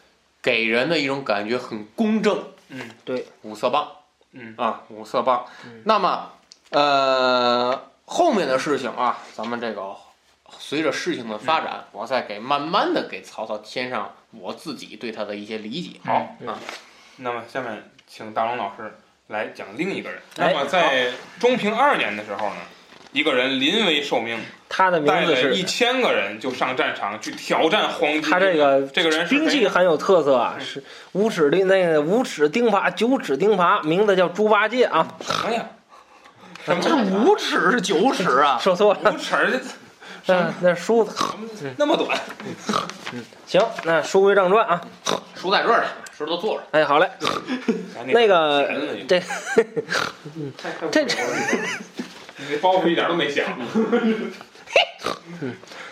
Speaker 4: 给人的一种感觉很公正，
Speaker 1: 嗯，
Speaker 2: 对，
Speaker 4: 五色棒，
Speaker 1: 嗯
Speaker 4: 啊，五色棒
Speaker 2: 嗯。
Speaker 4: 那么，呃，后面的事情啊，咱们这个随着事情的发展，我再给慢慢的给曹操添上我自己对他的一些理解。
Speaker 3: 好
Speaker 2: 嗯
Speaker 4: 啊。
Speaker 1: 那么下面请大龙老师来讲另一个人。那
Speaker 2: 哎
Speaker 1: 么在中平二年的时候呢，一个人临危受命，
Speaker 2: 他的名
Speaker 1: 带
Speaker 2: 字
Speaker 1: 了一
Speaker 2: 是，
Speaker 1: 千个人就上战场去挑战黄巾。
Speaker 2: 他这个
Speaker 1: 这个人是谁
Speaker 2: 兵器很有特色啊，是五尺的那个五尺钉耙，九尺钉耙，名字叫猪八戒啊，
Speaker 1: 哎什么呀？什
Speaker 3: 这
Speaker 1: 么
Speaker 3: 五尺是九尺啊？
Speaker 1: 嗯
Speaker 2: 说错了。
Speaker 1: 五尺儿？
Speaker 2: 嗯，那书嗯
Speaker 1: 那么短，
Speaker 2: 行，那书归正传啊。
Speaker 4: 书在这儿呢，书都坐着。
Speaker 2: 哎，好嘞，那
Speaker 1: 闲
Speaker 2: 个
Speaker 1: 了
Speaker 2: 这这
Speaker 1: 你这包袱一点都没响。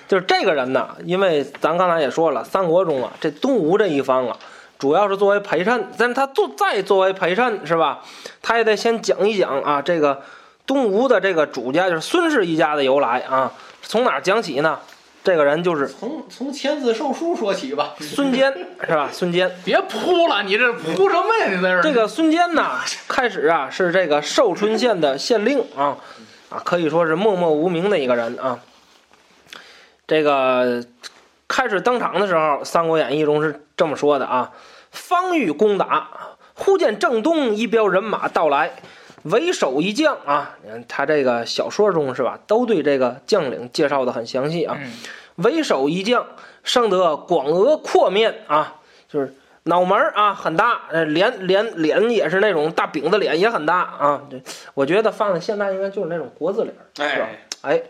Speaker 2: 就是这个人呢，因为咱刚才也说了，三国中啊，这东吴这一方啊，主要是作为陪衬，但是他做再作为陪衬是吧？他也得先讲一讲啊，这个东吴的这个主家就是孙氏一家的由来啊，从哪儿讲起呢？这个人就是
Speaker 4: 从从签字售书说起吧。
Speaker 2: 孙坚是吧？孙坚。
Speaker 3: 别扑了，你这扑什么呀？你在这儿
Speaker 2: 这个孙坚呐，开始啊是这个寿春县的县令啊，啊可以说是默默无名的一个人啊。这个开始登场的时候，《三国演义》中是这么说的啊：方欲攻打，忽见正东一彪人马到来，为首一将啊。你看他这个小说中是吧，都对这个将领介绍的很详细啊。
Speaker 3: 嗯
Speaker 2: 为首一将，生得广额阔面啊，就是脑门儿啊很大，呃脸脸脸也是那种大饼子脸也很大啊。这我觉得放在现在应该就是那种国字脸儿，是吧
Speaker 1: 哎，
Speaker 2: 哎，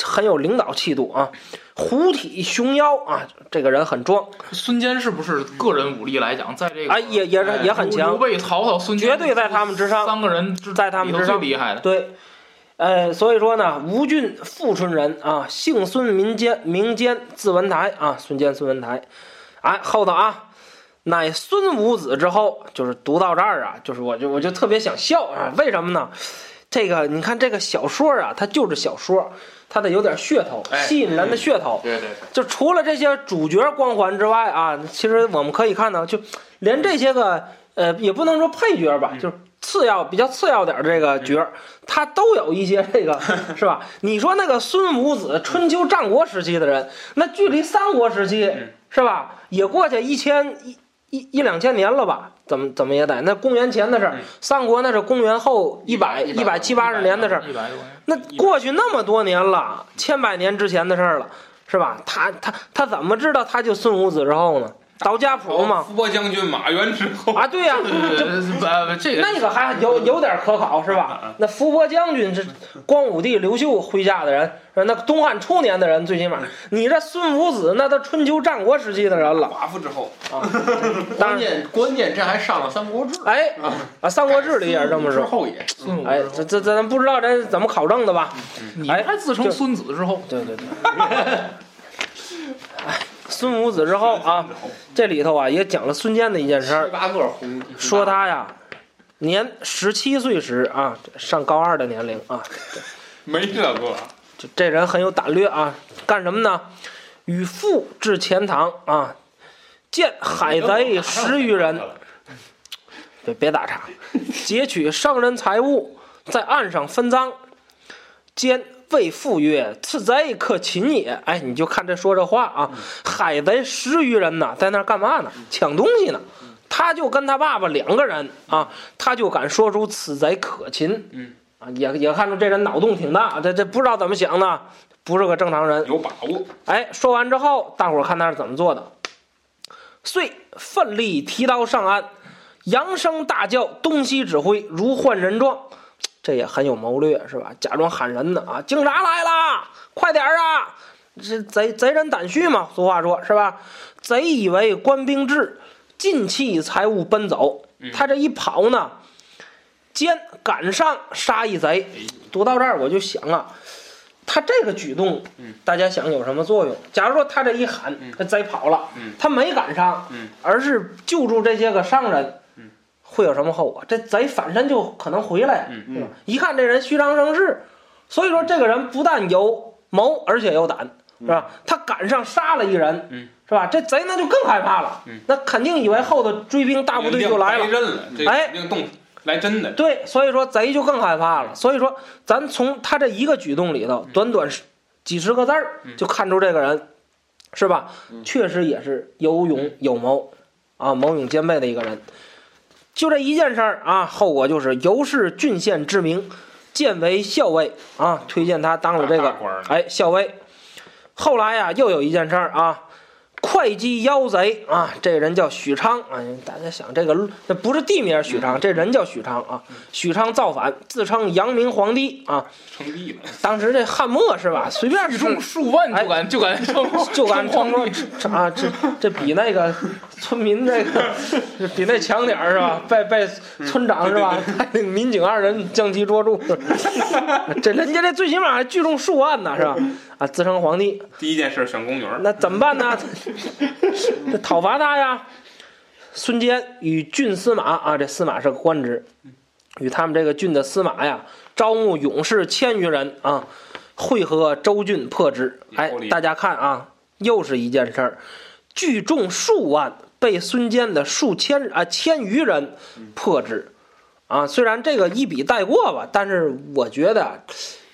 Speaker 2: 很有领导气度啊。虎体熊腰啊，这个人很壮，
Speaker 3: 孙坚是不是个人武力来讲，在这个
Speaker 2: 哎，也也是也很
Speaker 3: 刘
Speaker 2: 强，
Speaker 3: 备、曹操、孙坚
Speaker 2: 绝对在他们之上。
Speaker 3: 三个人之
Speaker 2: 在他们
Speaker 3: 里头
Speaker 2: 之上
Speaker 3: 最厉害的。
Speaker 2: 对，呃，所以说呢，吴郡富春人啊，姓孙，民间民间字文台啊，孙坚孙文台，哎，后头啊，乃孙武子之后，就是读到这儿啊，就是我就我就特别想笑啊，为什么呢？这个你看这个小说啊，它就是小说，它得有点噱头，
Speaker 1: 哎
Speaker 2: 吸引人的噱头。
Speaker 4: 对对对，
Speaker 2: 就除了这些主角光环之外啊，其实我们可以看到，就连这些个呃，也不能说配角
Speaker 4: 嗯
Speaker 2: 吧，就是次要比较次要点儿这个角儿，他都有一些 这个是吧？你说那个孙武子，春秋战国时期的人，那距离三国时期
Speaker 1: 嗯
Speaker 2: 是吧，也过去一千一。一一两千年了吧，怎么怎么也得那公元前的事儿
Speaker 1: 嗯，
Speaker 2: 三国那是公元后一百
Speaker 4: 一百
Speaker 2: 一百七八十年的事儿，
Speaker 3: 一百多年。
Speaker 2: 那过去那么多年了，千百年之前的事儿了，是吧？他他他怎么知道他就孙武子之后呢？倒家谱嘛。
Speaker 1: 郭将军马援之后，
Speaker 2: 啊，对呀、这
Speaker 3: 呃，这个
Speaker 2: 那个还有有点可考是吧？那伏波将军是光武帝刘秀麾下的人，是吧那东汉初年的人，最起码你这孙武子，那都春秋战国时期的人了。
Speaker 1: 寡妇之后，
Speaker 2: 当
Speaker 4: 关
Speaker 2: 然，
Speaker 4: 键关键这还上了《三国志》。
Speaker 2: 哎
Speaker 4: 啊，
Speaker 2: 啊，《三国志》里也是这么
Speaker 4: 之
Speaker 2: 说。
Speaker 4: 后也
Speaker 3: 孙武之后，
Speaker 2: 哎，这这这咱不知道这是怎么考证的吧？
Speaker 3: 你
Speaker 2: 哎
Speaker 3: 还自称
Speaker 2: 这
Speaker 3: 孙子之后，
Speaker 2: 对对对。 孙武子之后啊，这里头啊也讲了孙坚的一件事儿
Speaker 4: 十，八个红，
Speaker 2: 说他呀，年十七岁时啊，上高二的年龄啊，
Speaker 1: 没这个，
Speaker 2: 这这人很有胆略啊，干什么呢？与父至钱塘啊，见海贼十余人，别别打岔，劫取商人财物，在岸上分赃。兼谓父曰：“此贼可擒也。”哎，你就看这说这话啊，海贼十余人呐，在那儿干嘛呢？抢东西呢。他就跟他爸爸两个人啊，他就敢说出“此贼可擒”。
Speaker 1: 嗯，
Speaker 2: 啊，也也看出这人脑洞挺大，这这不知道怎么想的，不是个正常人。
Speaker 1: 有把握，
Speaker 2: 哎，说完之后，大伙儿看他是怎么做的。遂奋力提刀上岸，扬声大叫，东西指挥，如唤人状。这也很有谋略，是吧？假装喊人呢啊，警察来啦，快点儿啊！这贼贼人胆虚嘛，俗话说是吧？贼以为官兵至，尽弃财物奔走。他这一跑呢，兼赶上杀一贼。读到这儿我就想啊，他这个举动
Speaker 1: 嗯，
Speaker 2: 大家想有什么作用？假如说他这一喊
Speaker 1: 嗯，
Speaker 2: 这贼跑了
Speaker 1: 嗯，
Speaker 2: 他没赶上
Speaker 1: 嗯，
Speaker 2: 而是救助这些个商人
Speaker 1: 嗯，
Speaker 2: 会有什么后果？这贼反身就可能回来呀，
Speaker 1: 嗯
Speaker 2: 对吧？一看这人虚张声势，所以说这个人不但有谋，而且有胆，是吧？他赶上杀了一人，
Speaker 1: 嗯
Speaker 2: 是吧？这贼那就更害怕了，
Speaker 1: 嗯
Speaker 2: 那肯定以为后头追兵大部队就来了
Speaker 1: 白。认了，这
Speaker 2: 哎
Speaker 1: 肯定动来真的，
Speaker 2: 对，所以说贼就更害怕了。所以说，咱从他这一个举动里头，短短十几十个字儿，就看出这个人，是吧？确实也是有勇有谋，啊，谋勇兼备的一个人。就这一件事儿啊，后果就是尤氏郡县知名，建为校尉啊，推荐他当了这
Speaker 1: 大
Speaker 2: 个
Speaker 1: 官儿呢
Speaker 2: 哎校尉。后来呀、又有一件事儿啊，会稽妖贼啊，这人叫许昌啊。大家想，这个这不是地名许
Speaker 3: 嗯
Speaker 2: 昌，这人叫许昌啊。许昌造反，自称阳明皇帝啊。
Speaker 1: 称帝了，
Speaker 2: 当时这汉末是
Speaker 3: 嗯
Speaker 2: 吧，随便
Speaker 3: 狱
Speaker 2: 是
Speaker 3: 中 数万就敢哎就敢称
Speaker 2: 就敢
Speaker 3: 称
Speaker 2: 称
Speaker 3: 皇
Speaker 2: 说
Speaker 3: 帝，
Speaker 2: 这啊，这这比那个村民这个这比那强点儿是吧？被被
Speaker 3: 嗯
Speaker 2: 村长是吧？带领民警二人将其捉住， 这人家这最起码还聚众数万呢是吧？啊，自称皇帝，
Speaker 1: 第一件事选宫女儿，
Speaker 2: 那怎么 办呢？这讨伐他呀！孙坚与郡司马啊，这司马是个官职，与他们这个郡的司马呀，招募勇士千余人啊，会合周郡破之。哎
Speaker 1: 有理，
Speaker 2: 大家看啊，又是一件事儿，聚众数万，被孙坚的数千啊千余人破之。啊，虽然这个一笔带过吧，但是我觉得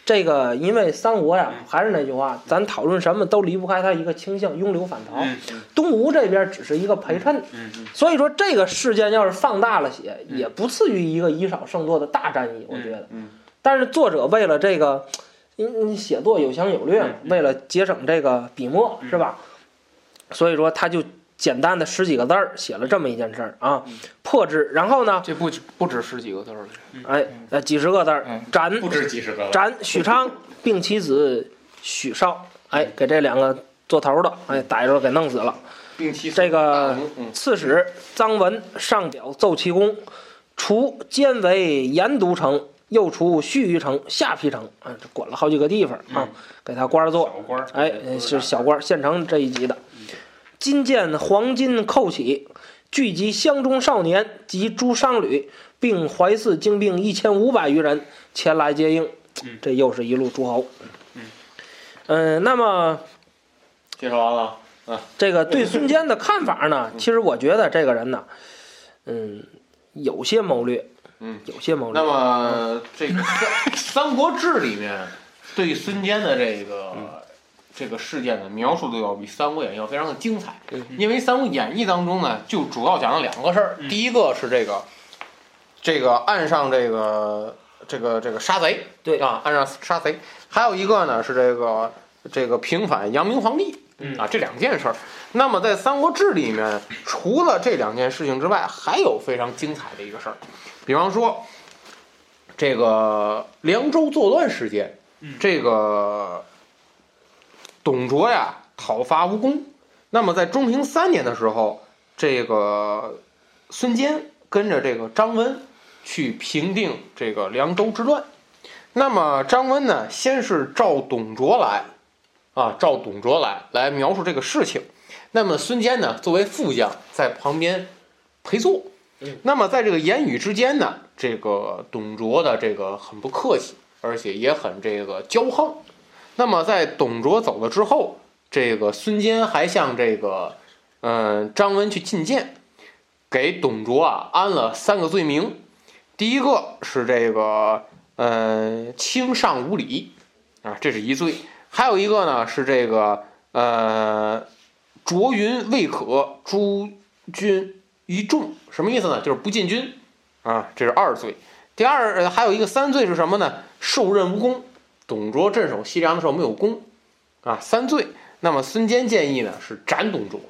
Speaker 2: 这个，因为三国
Speaker 1: 哎
Speaker 2: 呀，还是那句话，咱讨论什么都离不开他一个倾向拥流反曹。
Speaker 1: 嗯
Speaker 2: 东吴这边只是一个陪衬，
Speaker 1: 嗯嗯，
Speaker 2: 所以说这个事件要是放大了写，也不次于一个以少胜多的大战役，我觉得。
Speaker 1: 嗯
Speaker 2: 但是作者为了这个，因你写作有详有略
Speaker 3: 嗯
Speaker 2: 嘛，为了节省这个笔墨，是吧？所以说他就简单的十几个字儿写了这么一件事儿啊，
Speaker 3: 嗯
Speaker 2: 破之。然后呢，
Speaker 3: 这不止不止十几个字儿了，
Speaker 2: 哎，呃，几十个字儿
Speaker 3: 嗯，
Speaker 2: 斩
Speaker 4: 不止几十个了。
Speaker 2: 斩许昌，并其子许绍。哎，给这两个做头的，
Speaker 3: 嗯
Speaker 2: 哎，逮着了给弄死了。
Speaker 5: 并其
Speaker 2: 这个
Speaker 5: 嗯嗯
Speaker 2: 刺史臧文上表奏其功，除兼为盐都城，又除盱眙城、下邳城，啊，这管了好几个地方
Speaker 1: 嗯
Speaker 2: 啊，给他官儿做。
Speaker 1: 小官儿，
Speaker 2: 哎，是小官儿，县城这一级的。今见黄金寇起，聚集乡中少年及诸商旅，并怀寺精兵一千五百余人前来接应
Speaker 1: 嗯。
Speaker 2: 这又是一路诸侯。
Speaker 1: 嗯
Speaker 2: 嗯，那么
Speaker 4: 介绍完了，
Speaker 2: 这个对孙坚的看法呢？
Speaker 4: 嗯
Speaker 2: 其实我觉得这个人呢，嗯，有些谋略，
Speaker 4: 嗯，
Speaker 2: 有些谋略
Speaker 4: 那。么这 个《三三国志》里面对孙坚的这个、
Speaker 2: 嗯
Speaker 4: 这个事件的描述都要比《三国演义》要非常的精彩，
Speaker 2: 嗯
Speaker 4: 因为《三国演义》当中呢，就主要讲了两个事儿，
Speaker 1: 嗯
Speaker 4: 第一个是这个这个岸上这个这个这个杀贼，
Speaker 2: 对
Speaker 4: 啊，岸上杀贼，还有一个呢是这个这个平反阳明皇帝，
Speaker 1: 嗯
Speaker 4: 啊，这两件事儿。那么在《三国志》里面，除了这两件事情之外，还有非常精彩的一个事儿，比方说这个凉州作乱事件
Speaker 1: 嗯，
Speaker 4: 这个董卓呀讨伐吴宫。那么在中平三年的时候，这个孙坚跟着这个张温去平定这个凉州之乱。那么张温呢，先是召董卓来，啊，召董卓来来描述这个事情。那么孙坚呢，作为副将在旁边陪坐
Speaker 2: 嗯。
Speaker 4: 那么在这个言语之间呢，这个董卓的这个很不客气，而且也很这个骄横。那么在董卓走了之后，这个孙坚还向这个嗯、张温去进谏，给董卓啊安了三个罪名。第一个是这个呃轻上无礼啊，这是一罪；还有一个呢是这个呃卓云未可诸军于众，什么意思呢？就是不进军啊，这是二罪。第二呃还有一个三罪是什么呢？受任无功，董卓镇守西凉的时候没有功啊，三罪。那么孙坚建议呢是斩董卓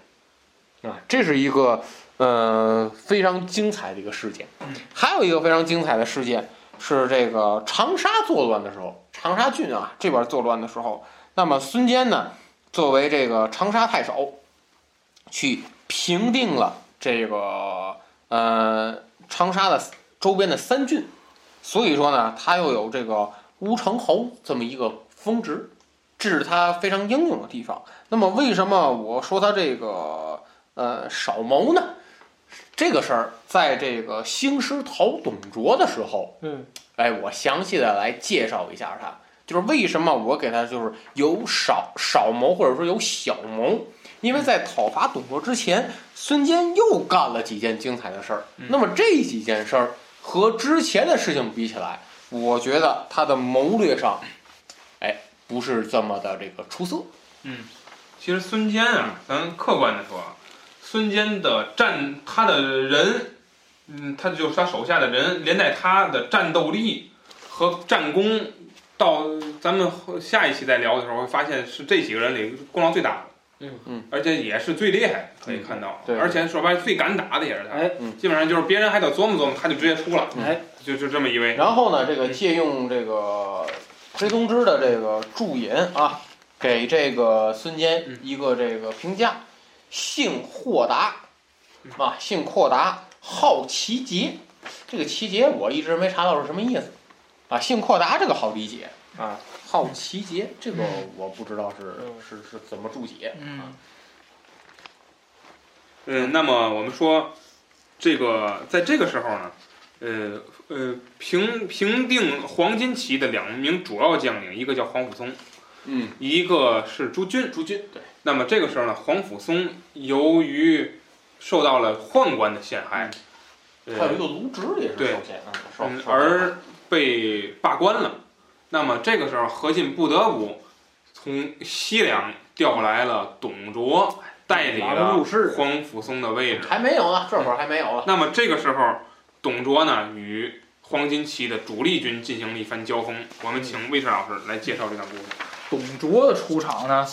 Speaker 4: 啊，这是一个呃非常精彩的一个事件。还有一个非常精彩的事件是这个长沙作乱的时候，长沙郡啊这边作乱的时候，那么孙坚呢作为这个长沙太守，去平定了这个呃长沙的周边的三郡，所以说呢他又有这个乌城侯这么一个峰值，这是他非常英勇的地方。那么为什么我说他这个呃少谋呢？这个事儿，在这个兴师讨董卓的时候，
Speaker 2: 嗯，
Speaker 4: 哎，我详细的来介绍一下他，就是为什么我给他就是有少少谋或者说有小谋，因为在讨伐董卓之前，孙坚又干了几件精彩的事儿。
Speaker 1: 嗯
Speaker 4: 那么这几件事儿和之前的事情比起来，我觉得他的谋略上，哎，不是这么的这个出色。
Speaker 1: 其实孙坚啊，咱客观的说啊，孙坚的战他的人，嗯，他就是他手下的人，连带他的战斗力和战功，到咱们后下一期再聊的时候会发现是这几个人里功劳最大的。
Speaker 2: 嗯
Speaker 4: 嗯，
Speaker 1: 而且也是最厉害的，可以看到，
Speaker 4: 对
Speaker 1: 而且说白了最敢打的也是他，
Speaker 2: 哎
Speaker 4: 嗯
Speaker 1: 基本上就是别人还得琢磨琢磨，他就直接出了，
Speaker 2: 哎，
Speaker 1: 就就这么一位，
Speaker 6: 然后呢，
Speaker 4: 这个
Speaker 6: 借用这个裴松之的这个注引啊，给这个孙坚一个这个评价：性豁达啊，性豁达，好奇节。这个奇节我一直没查到是什么意思啊，性豁达这个好理解啊，嗯好奇节这个我不知道是是是怎么注解。
Speaker 3: 嗯，
Speaker 1: 嗯，那么我们说，这个在这个时候呢，呃呃，平平定黄巾起义的两名主要将领，一个叫黄甫松，
Speaker 6: 嗯，
Speaker 1: 一个是朱军。朱军
Speaker 6: 对。
Speaker 1: 那么这个时候呢，黄甫松由于受到了宦官的陷害，
Speaker 4: 嗯
Speaker 6: 还有一
Speaker 1: 呃
Speaker 6: 个卢植也是
Speaker 1: 对
Speaker 6: 受限啊，受
Speaker 1: 嗯，
Speaker 6: 受
Speaker 1: 而被罢官了。那么这个时候，何进不得不从西凉调来了董卓，代理
Speaker 2: 拿不
Speaker 1: 了
Speaker 2: 入室，
Speaker 1: 黄甫松的位置。
Speaker 6: 还没有呢，啊这会儿还没有呢。
Speaker 1: 那么这个时候，董卓呢与黄巾起义的主力军进行了一番交锋。我们请魏晨老师来介绍这段故事。
Speaker 3: 董卓的出场呢，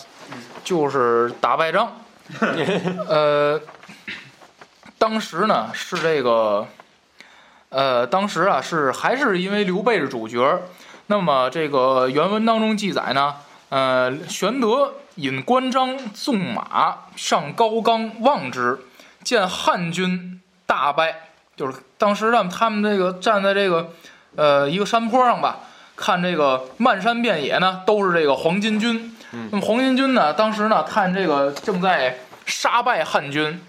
Speaker 3: 就是打败仗。呃，当时呢是这个，呃，当时啊是还是因为刘备是主角。那么这个原文当中记载呢，呃，玄德引关张纵马上高冈望之，见汉军大败，就是当时让他们这个站在这个呃一个山坡上吧，看这个漫山遍野呢，都是这个黄巾军。那么黄巾军呢，当时呢看这个正在杀败汉军，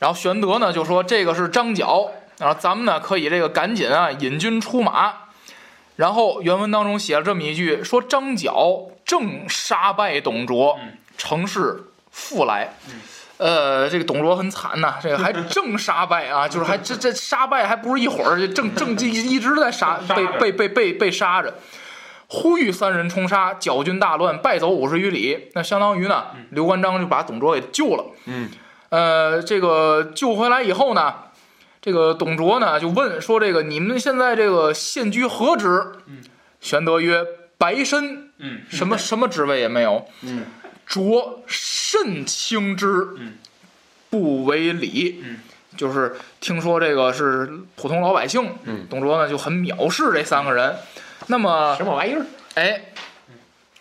Speaker 3: 然后玄德呢就说这个是张角，然后咱们呢可以这个赶紧啊引军出马。然后原文当中写了这么一句，说张角正杀败董卓
Speaker 1: 嗯，
Speaker 3: 乘势复来。呃，这个董卓很惨呐、这 个还正杀败啊，就是还这这杀败还不是一会儿，这正正一一直在杀，
Speaker 1: 杀
Speaker 3: 被
Speaker 1: 着
Speaker 3: 被被被被杀着。呼吁三人冲杀，剿军大乱，败走五十余里。那相当于呢，
Speaker 1: 嗯
Speaker 3: 刘关张就把董卓给救了。
Speaker 6: 嗯，
Speaker 3: 呃，这个救回来以后呢，这个董卓呢就问说：“这个你们现在这个现居何职？”
Speaker 1: 嗯，
Speaker 3: 玄德曰：“白身，
Speaker 1: 嗯，
Speaker 3: 什么什么职位也没有。”
Speaker 6: 嗯，
Speaker 3: 卓甚轻之，
Speaker 1: 嗯，
Speaker 3: 不为礼。
Speaker 1: 嗯，
Speaker 3: 就是听说这个是普通老百姓，
Speaker 6: 嗯，
Speaker 3: 董卓呢就很藐视这三个人。那么
Speaker 6: 什么玩意儿？
Speaker 3: 哎，
Speaker 1: 嗯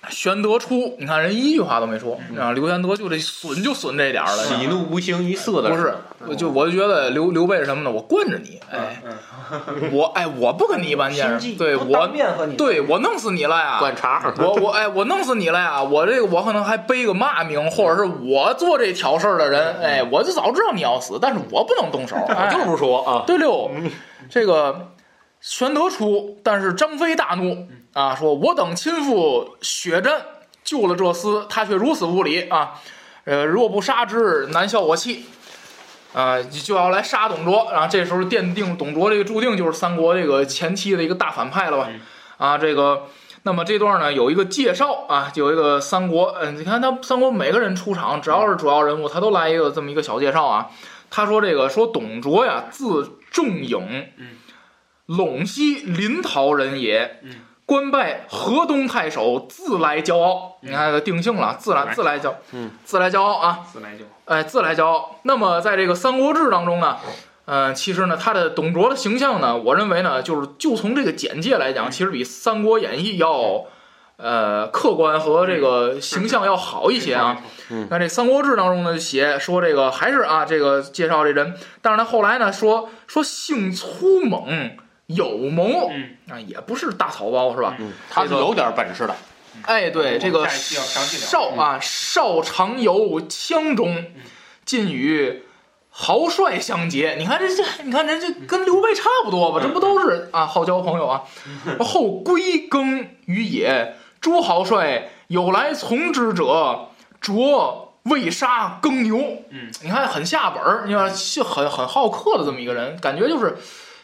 Speaker 3: 玄德出，你看人一句话都没说，啊，刘玄德就这损就损这点儿了，
Speaker 6: 喜怒无形于色的
Speaker 3: 不
Speaker 6: 人
Speaker 3: 是，我就我就觉得刘刘备是什么呢？我惯着你，哎，
Speaker 1: 嗯，
Speaker 3: 我哎我不跟
Speaker 2: 啊
Speaker 3: 你一般见识，对我
Speaker 2: 当面和你
Speaker 3: 对我弄死你了呀！
Speaker 6: 灌肠，
Speaker 3: 我我哎，我弄死你了呀！我这个我可能还背个骂名，或者是我做这挑事儿的人，哎，我就早知道你要死，但是我不能动手，哎、
Speaker 6: 就是不说啊，
Speaker 3: 对六，这个玄德出，但是张飞大怒啊，说我等亲赴血战，救了这厮，他却如此无礼啊！呃，若不杀之，难消我气。啊、就要来杀董卓，然后这时候奠定董卓这个注定就是三国这个前期的一个大反派了吧
Speaker 1: 嗯？
Speaker 3: 啊，这个，那么这段呢有一个介绍啊，有一个三国，嗯、你看他三国每个人出场，只要是主要人物，他都来一个这么一个小介绍啊。他说这个说董卓呀，字仲颖，
Speaker 1: 嗯
Speaker 3: 陇西临洮人也，
Speaker 1: 嗯
Speaker 3: 官拜河东太守，自来骄傲。
Speaker 1: 嗯
Speaker 3: 你看这定性了，自来自来骄，
Speaker 6: 嗯，
Speaker 3: 自来骄傲啊。
Speaker 1: 自来就
Speaker 3: 哎，自来骄傲。那么在这个《三国志》当中呢，呃，其实呢，他的董卓的形象呢，我认为呢，就是就从这个简介来讲，其实比《三国演义》要呃客观和这个形象要好一些啊。。那这《三国志》当中呢，就写说这个还是啊，这个介绍这人，但是他后来呢说说性粗猛。有谋
Speaker 1: 嗯，
Speaker 3: 啊，也不是大草包是吧？
Speaker 6: 他是有点本事的。
Speaker 3: 哎，对，
Speaker 1: 嗯
Speaker 3: 这个
Speaker 1: 下一期要详细聊
Speaker 3: 少啊，少常游羌中，晋与豪帅相结。你看这这，你看这这跟刘备差不多吧？这不都是啊，好交朋友啊。后归耕于野，诸豪帅有来从之者，着未杀耕牛。
Speaker 1: 嗯，
Speaker 3: 你看很下本儿，你看是很很好客的这么一个人，感觉就是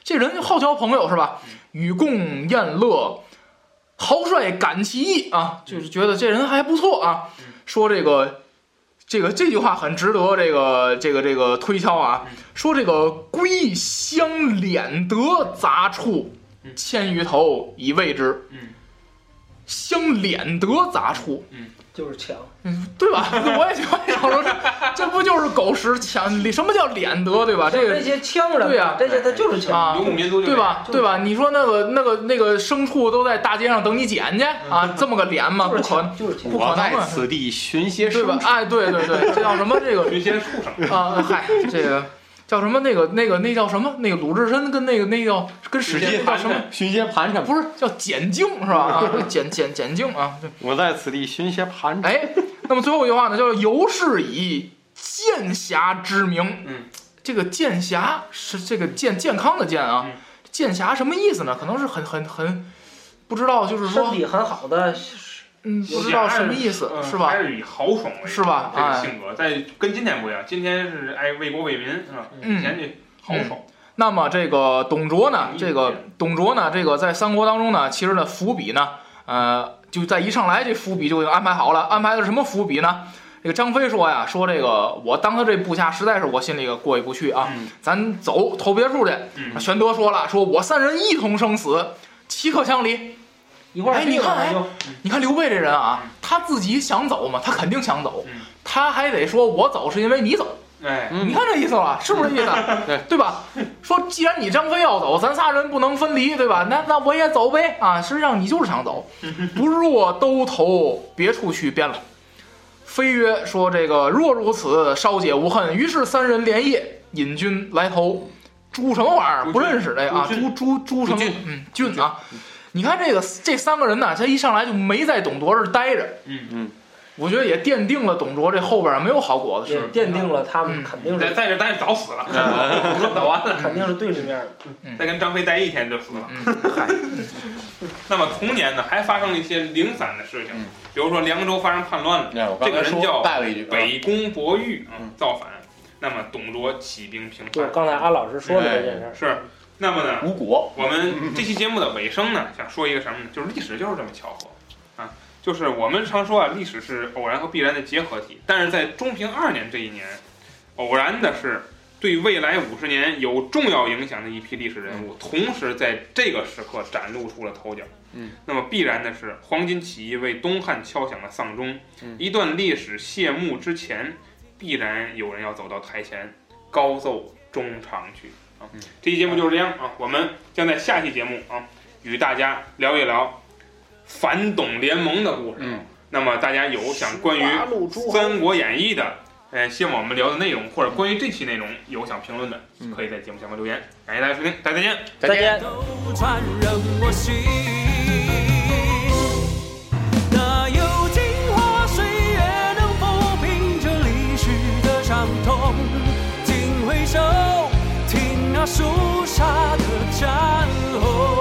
Speaker 3: 这人就好交朋友是吧？与共宴乐，豪帅感其意啊，就是觉得这人还不错啊。说这个，这个这句话很值得这个这个这个推敲啊。说这个归乡敛德杂处
Speaker 1: 嗯，
Speaker 3: 千余头以谓之。
Speaker 1: 嗯
Speaker 3: 乡敛德杂处，
Speaker 1: 嗯，
Speaker 2: 就是强。
Speaker 3: 嗯，对吧？ 我也我也想说，这这不就是狗屎抢？什么叫脸德，对吧？这
Speaker 2: 这
Speaker 3: 个
Speaker 2: 些羌人，
Speaker 3: 对呀
Speaker 2: 这些他就是强。
Speaker 3: 啊
Speaker 1: 嗯游，牧民族就
Speaker 3: 对
Speaker 1: 这样？
Speaker 3: 吧？对吧？你说那个那个那个牲畜都在大街上等你捡去啊，这么个脸吗？
Speaker 2: 就
Speaker 3: 不
Speaker 2: 是
Speaker 3: 可，
Speaker 2: 强，就是强
Speaker 3: 不可
Speaker 6: 我
Speaker 3: 能
Speaker 6: 在
Speaker 3: 啊
Speaker 6: 此地寻些
Speaker 3: 对
Speaker 6: 牲
Speaker 3: 吧
Speaker 6: 畜。？
Speaker 3: 哎，对对对，这叫什么？这个
Speaker 1: 原先畜生，
Speaker 3: 啊，嗨，这个叫什么？那个那个那叫什么？那个鲁智深跟那个那叫跟史进叫什么？
Speaker 6: 寻些盘缠，
Speaker 3: 不是叫简径是吧？啊，简简简径啊，对。
Speaker 6: 我在此地寻些盘缠。
Speaker 3: 哎，那么最后一句话呢，叫“尤是以剑侠之名”。
Speaker 1: 嗯，
Speaker 3: 这个剑侠是这个健健康的健啊
Speaker 1: 嗯，
Speaker 3: 剑侠什么意思呢？可能是很很很不知道，就是
Speaker 2: 身
Speaker 3: 说，
Speaker 2: 体很好的，
Speaker 3: 嗯，不知道什么意思
Speaker 1: 嗯
Speaker 3: 是吧
Speaker 1: 还？是以豪爽为
Speaker 3: 是吧
Speaker 1: 这个
Speaker 3: 哎
Speaker 1: 性格在跟今天不一样，今天是爱为国为民是吧？
Speaker 3: 嗯
Speaker 1: 以前这豪爽，
Speaker 3: 那么这个董卓呢，
Speaker 1: 嗯
Speaker 3: 这个董卓呢，这个在三国当中呢，其实呢伏笔呢，呃，就在一上来这伏笔就给安排好了，安排的什么伏笔呢？这个张飞说呀，说这个我当他这部下实在是我心里个过意不去啊，
Speaker 1: 嗯
Speaker 3: 咱走投别处去。
Speaker 1: 嗯，
Speaker 3: 玄德说了，说我三人一同生死，岂可相离？
Speaker 2: 一块儿
Speaker 3: 哎你
Speaker 2: 去
Speaker 3: 看哎
Speaker 2: 就
Speaker 3: 你看刘备这人啊
Speaker 1: 嗯，
Speaker 3: 他自己想走嘛，他肯定想走
Speaker 1: 嗯，
Speaker 3: 他还得说我走是因为你走，
Speaker 1: 哎，
Speaker 6: 嗯
Speaker 3: 你看这意思吧，是不是这意思？
Speaker 6: 对
Speaker 3: 对吧？说既然你张飞要走，咱仨人不能分离，对吧？那那我也走呗啊！实际上你就是想走，不若兜头别处去便了。飞曰说这个若如此，稍解无恨。于是三人连夜引军来投朱什么玩意儿？
Speaker 1: 朱
Speaker 3: 不认识这啊，朱朱朱什么
Speaker 4: 朱俊？
Speaker 3: 嗯，俊啊。你看这个这三个人呢，他一上来就没在董卓这儿待着，
Speaker 1: 嗯
Speaker 6: 嗯，
Speaker 3: 我觉得也奠定了董卓这后边儿没有好果子吃
Speaker 2: 也。奠定了他
Speaker 3: 嗯
Speaker 2: 们肯定
Speaker 1: 在
Speaker 2: 是
Speaker 1: 在这待着早死了， 早完了，
Speaker 2: 肯定是对立面的。
Speaker 1: 再跟张飞待一天就死了。
Speaker 3: 嗯，嗨，
Speaker 1: 那么同年呢，还发生了一些零散的事情
Speaker 6: 嗯，
Speaker 1: 比如说凉州发生叛乱了，
Speaker 6: 哎我刚才
Speaker 1: 这个人叫
Speaker 6: 说带了一句，
Speaker 1: 北宫博玉啊
Speaker 6: 嗯
Speaker 1: 造反，那么董卓起兵平
Speaker 2: 对，
Speaker 3: 嗯
Speaker 1: 叛，
Speaker 2: 刚才安老师说的这件事儿，
Speaker 1: 是，那么呢，
Speaker 6: 吴国
Speaker 1: 我们这期节目的尾 声呢，想说一个什么呢？就是历史就是这么巧合啊，就是我们常说啊，历史是偶然和必然的结合体，但是在中平二年这一年，偶然的是对未来五十年有重要影响的一批历史人物，同时在这个时刻展露出了头角。
Speaker 6: 嗯，
Speaker 1: 那么必然的是，黄巾起义为东汉敲响了丧钟，
Speaker 6: 嗯
Speaker 1: 一段历史谢幕之前，必然有人要走到台前，高奏衷肠去。啊
Speaker 6: 嗯，
Speaker 1: 这期节目就是这样啊，我们将在下期节目啊，与大家聊一聊反董联盟的故事。
Speaker 6: 嗯，
Speaker 1: 那么大家有想关于
Speaker 2: 八路
Speaker 1: 《
Speaker 2: 诸侯
Speaker 1: 三国演义》的，呃，希望我们聊的内容或者关于这期内容有想评论的，可以在节目下方留言。感谢大家收听，大家再见。
Speaker 2: 再见。
Speaker 7: 都传人我心。哪有镜花水月能抚平这历史的伤痛？请回首，听那肃杀的战吼。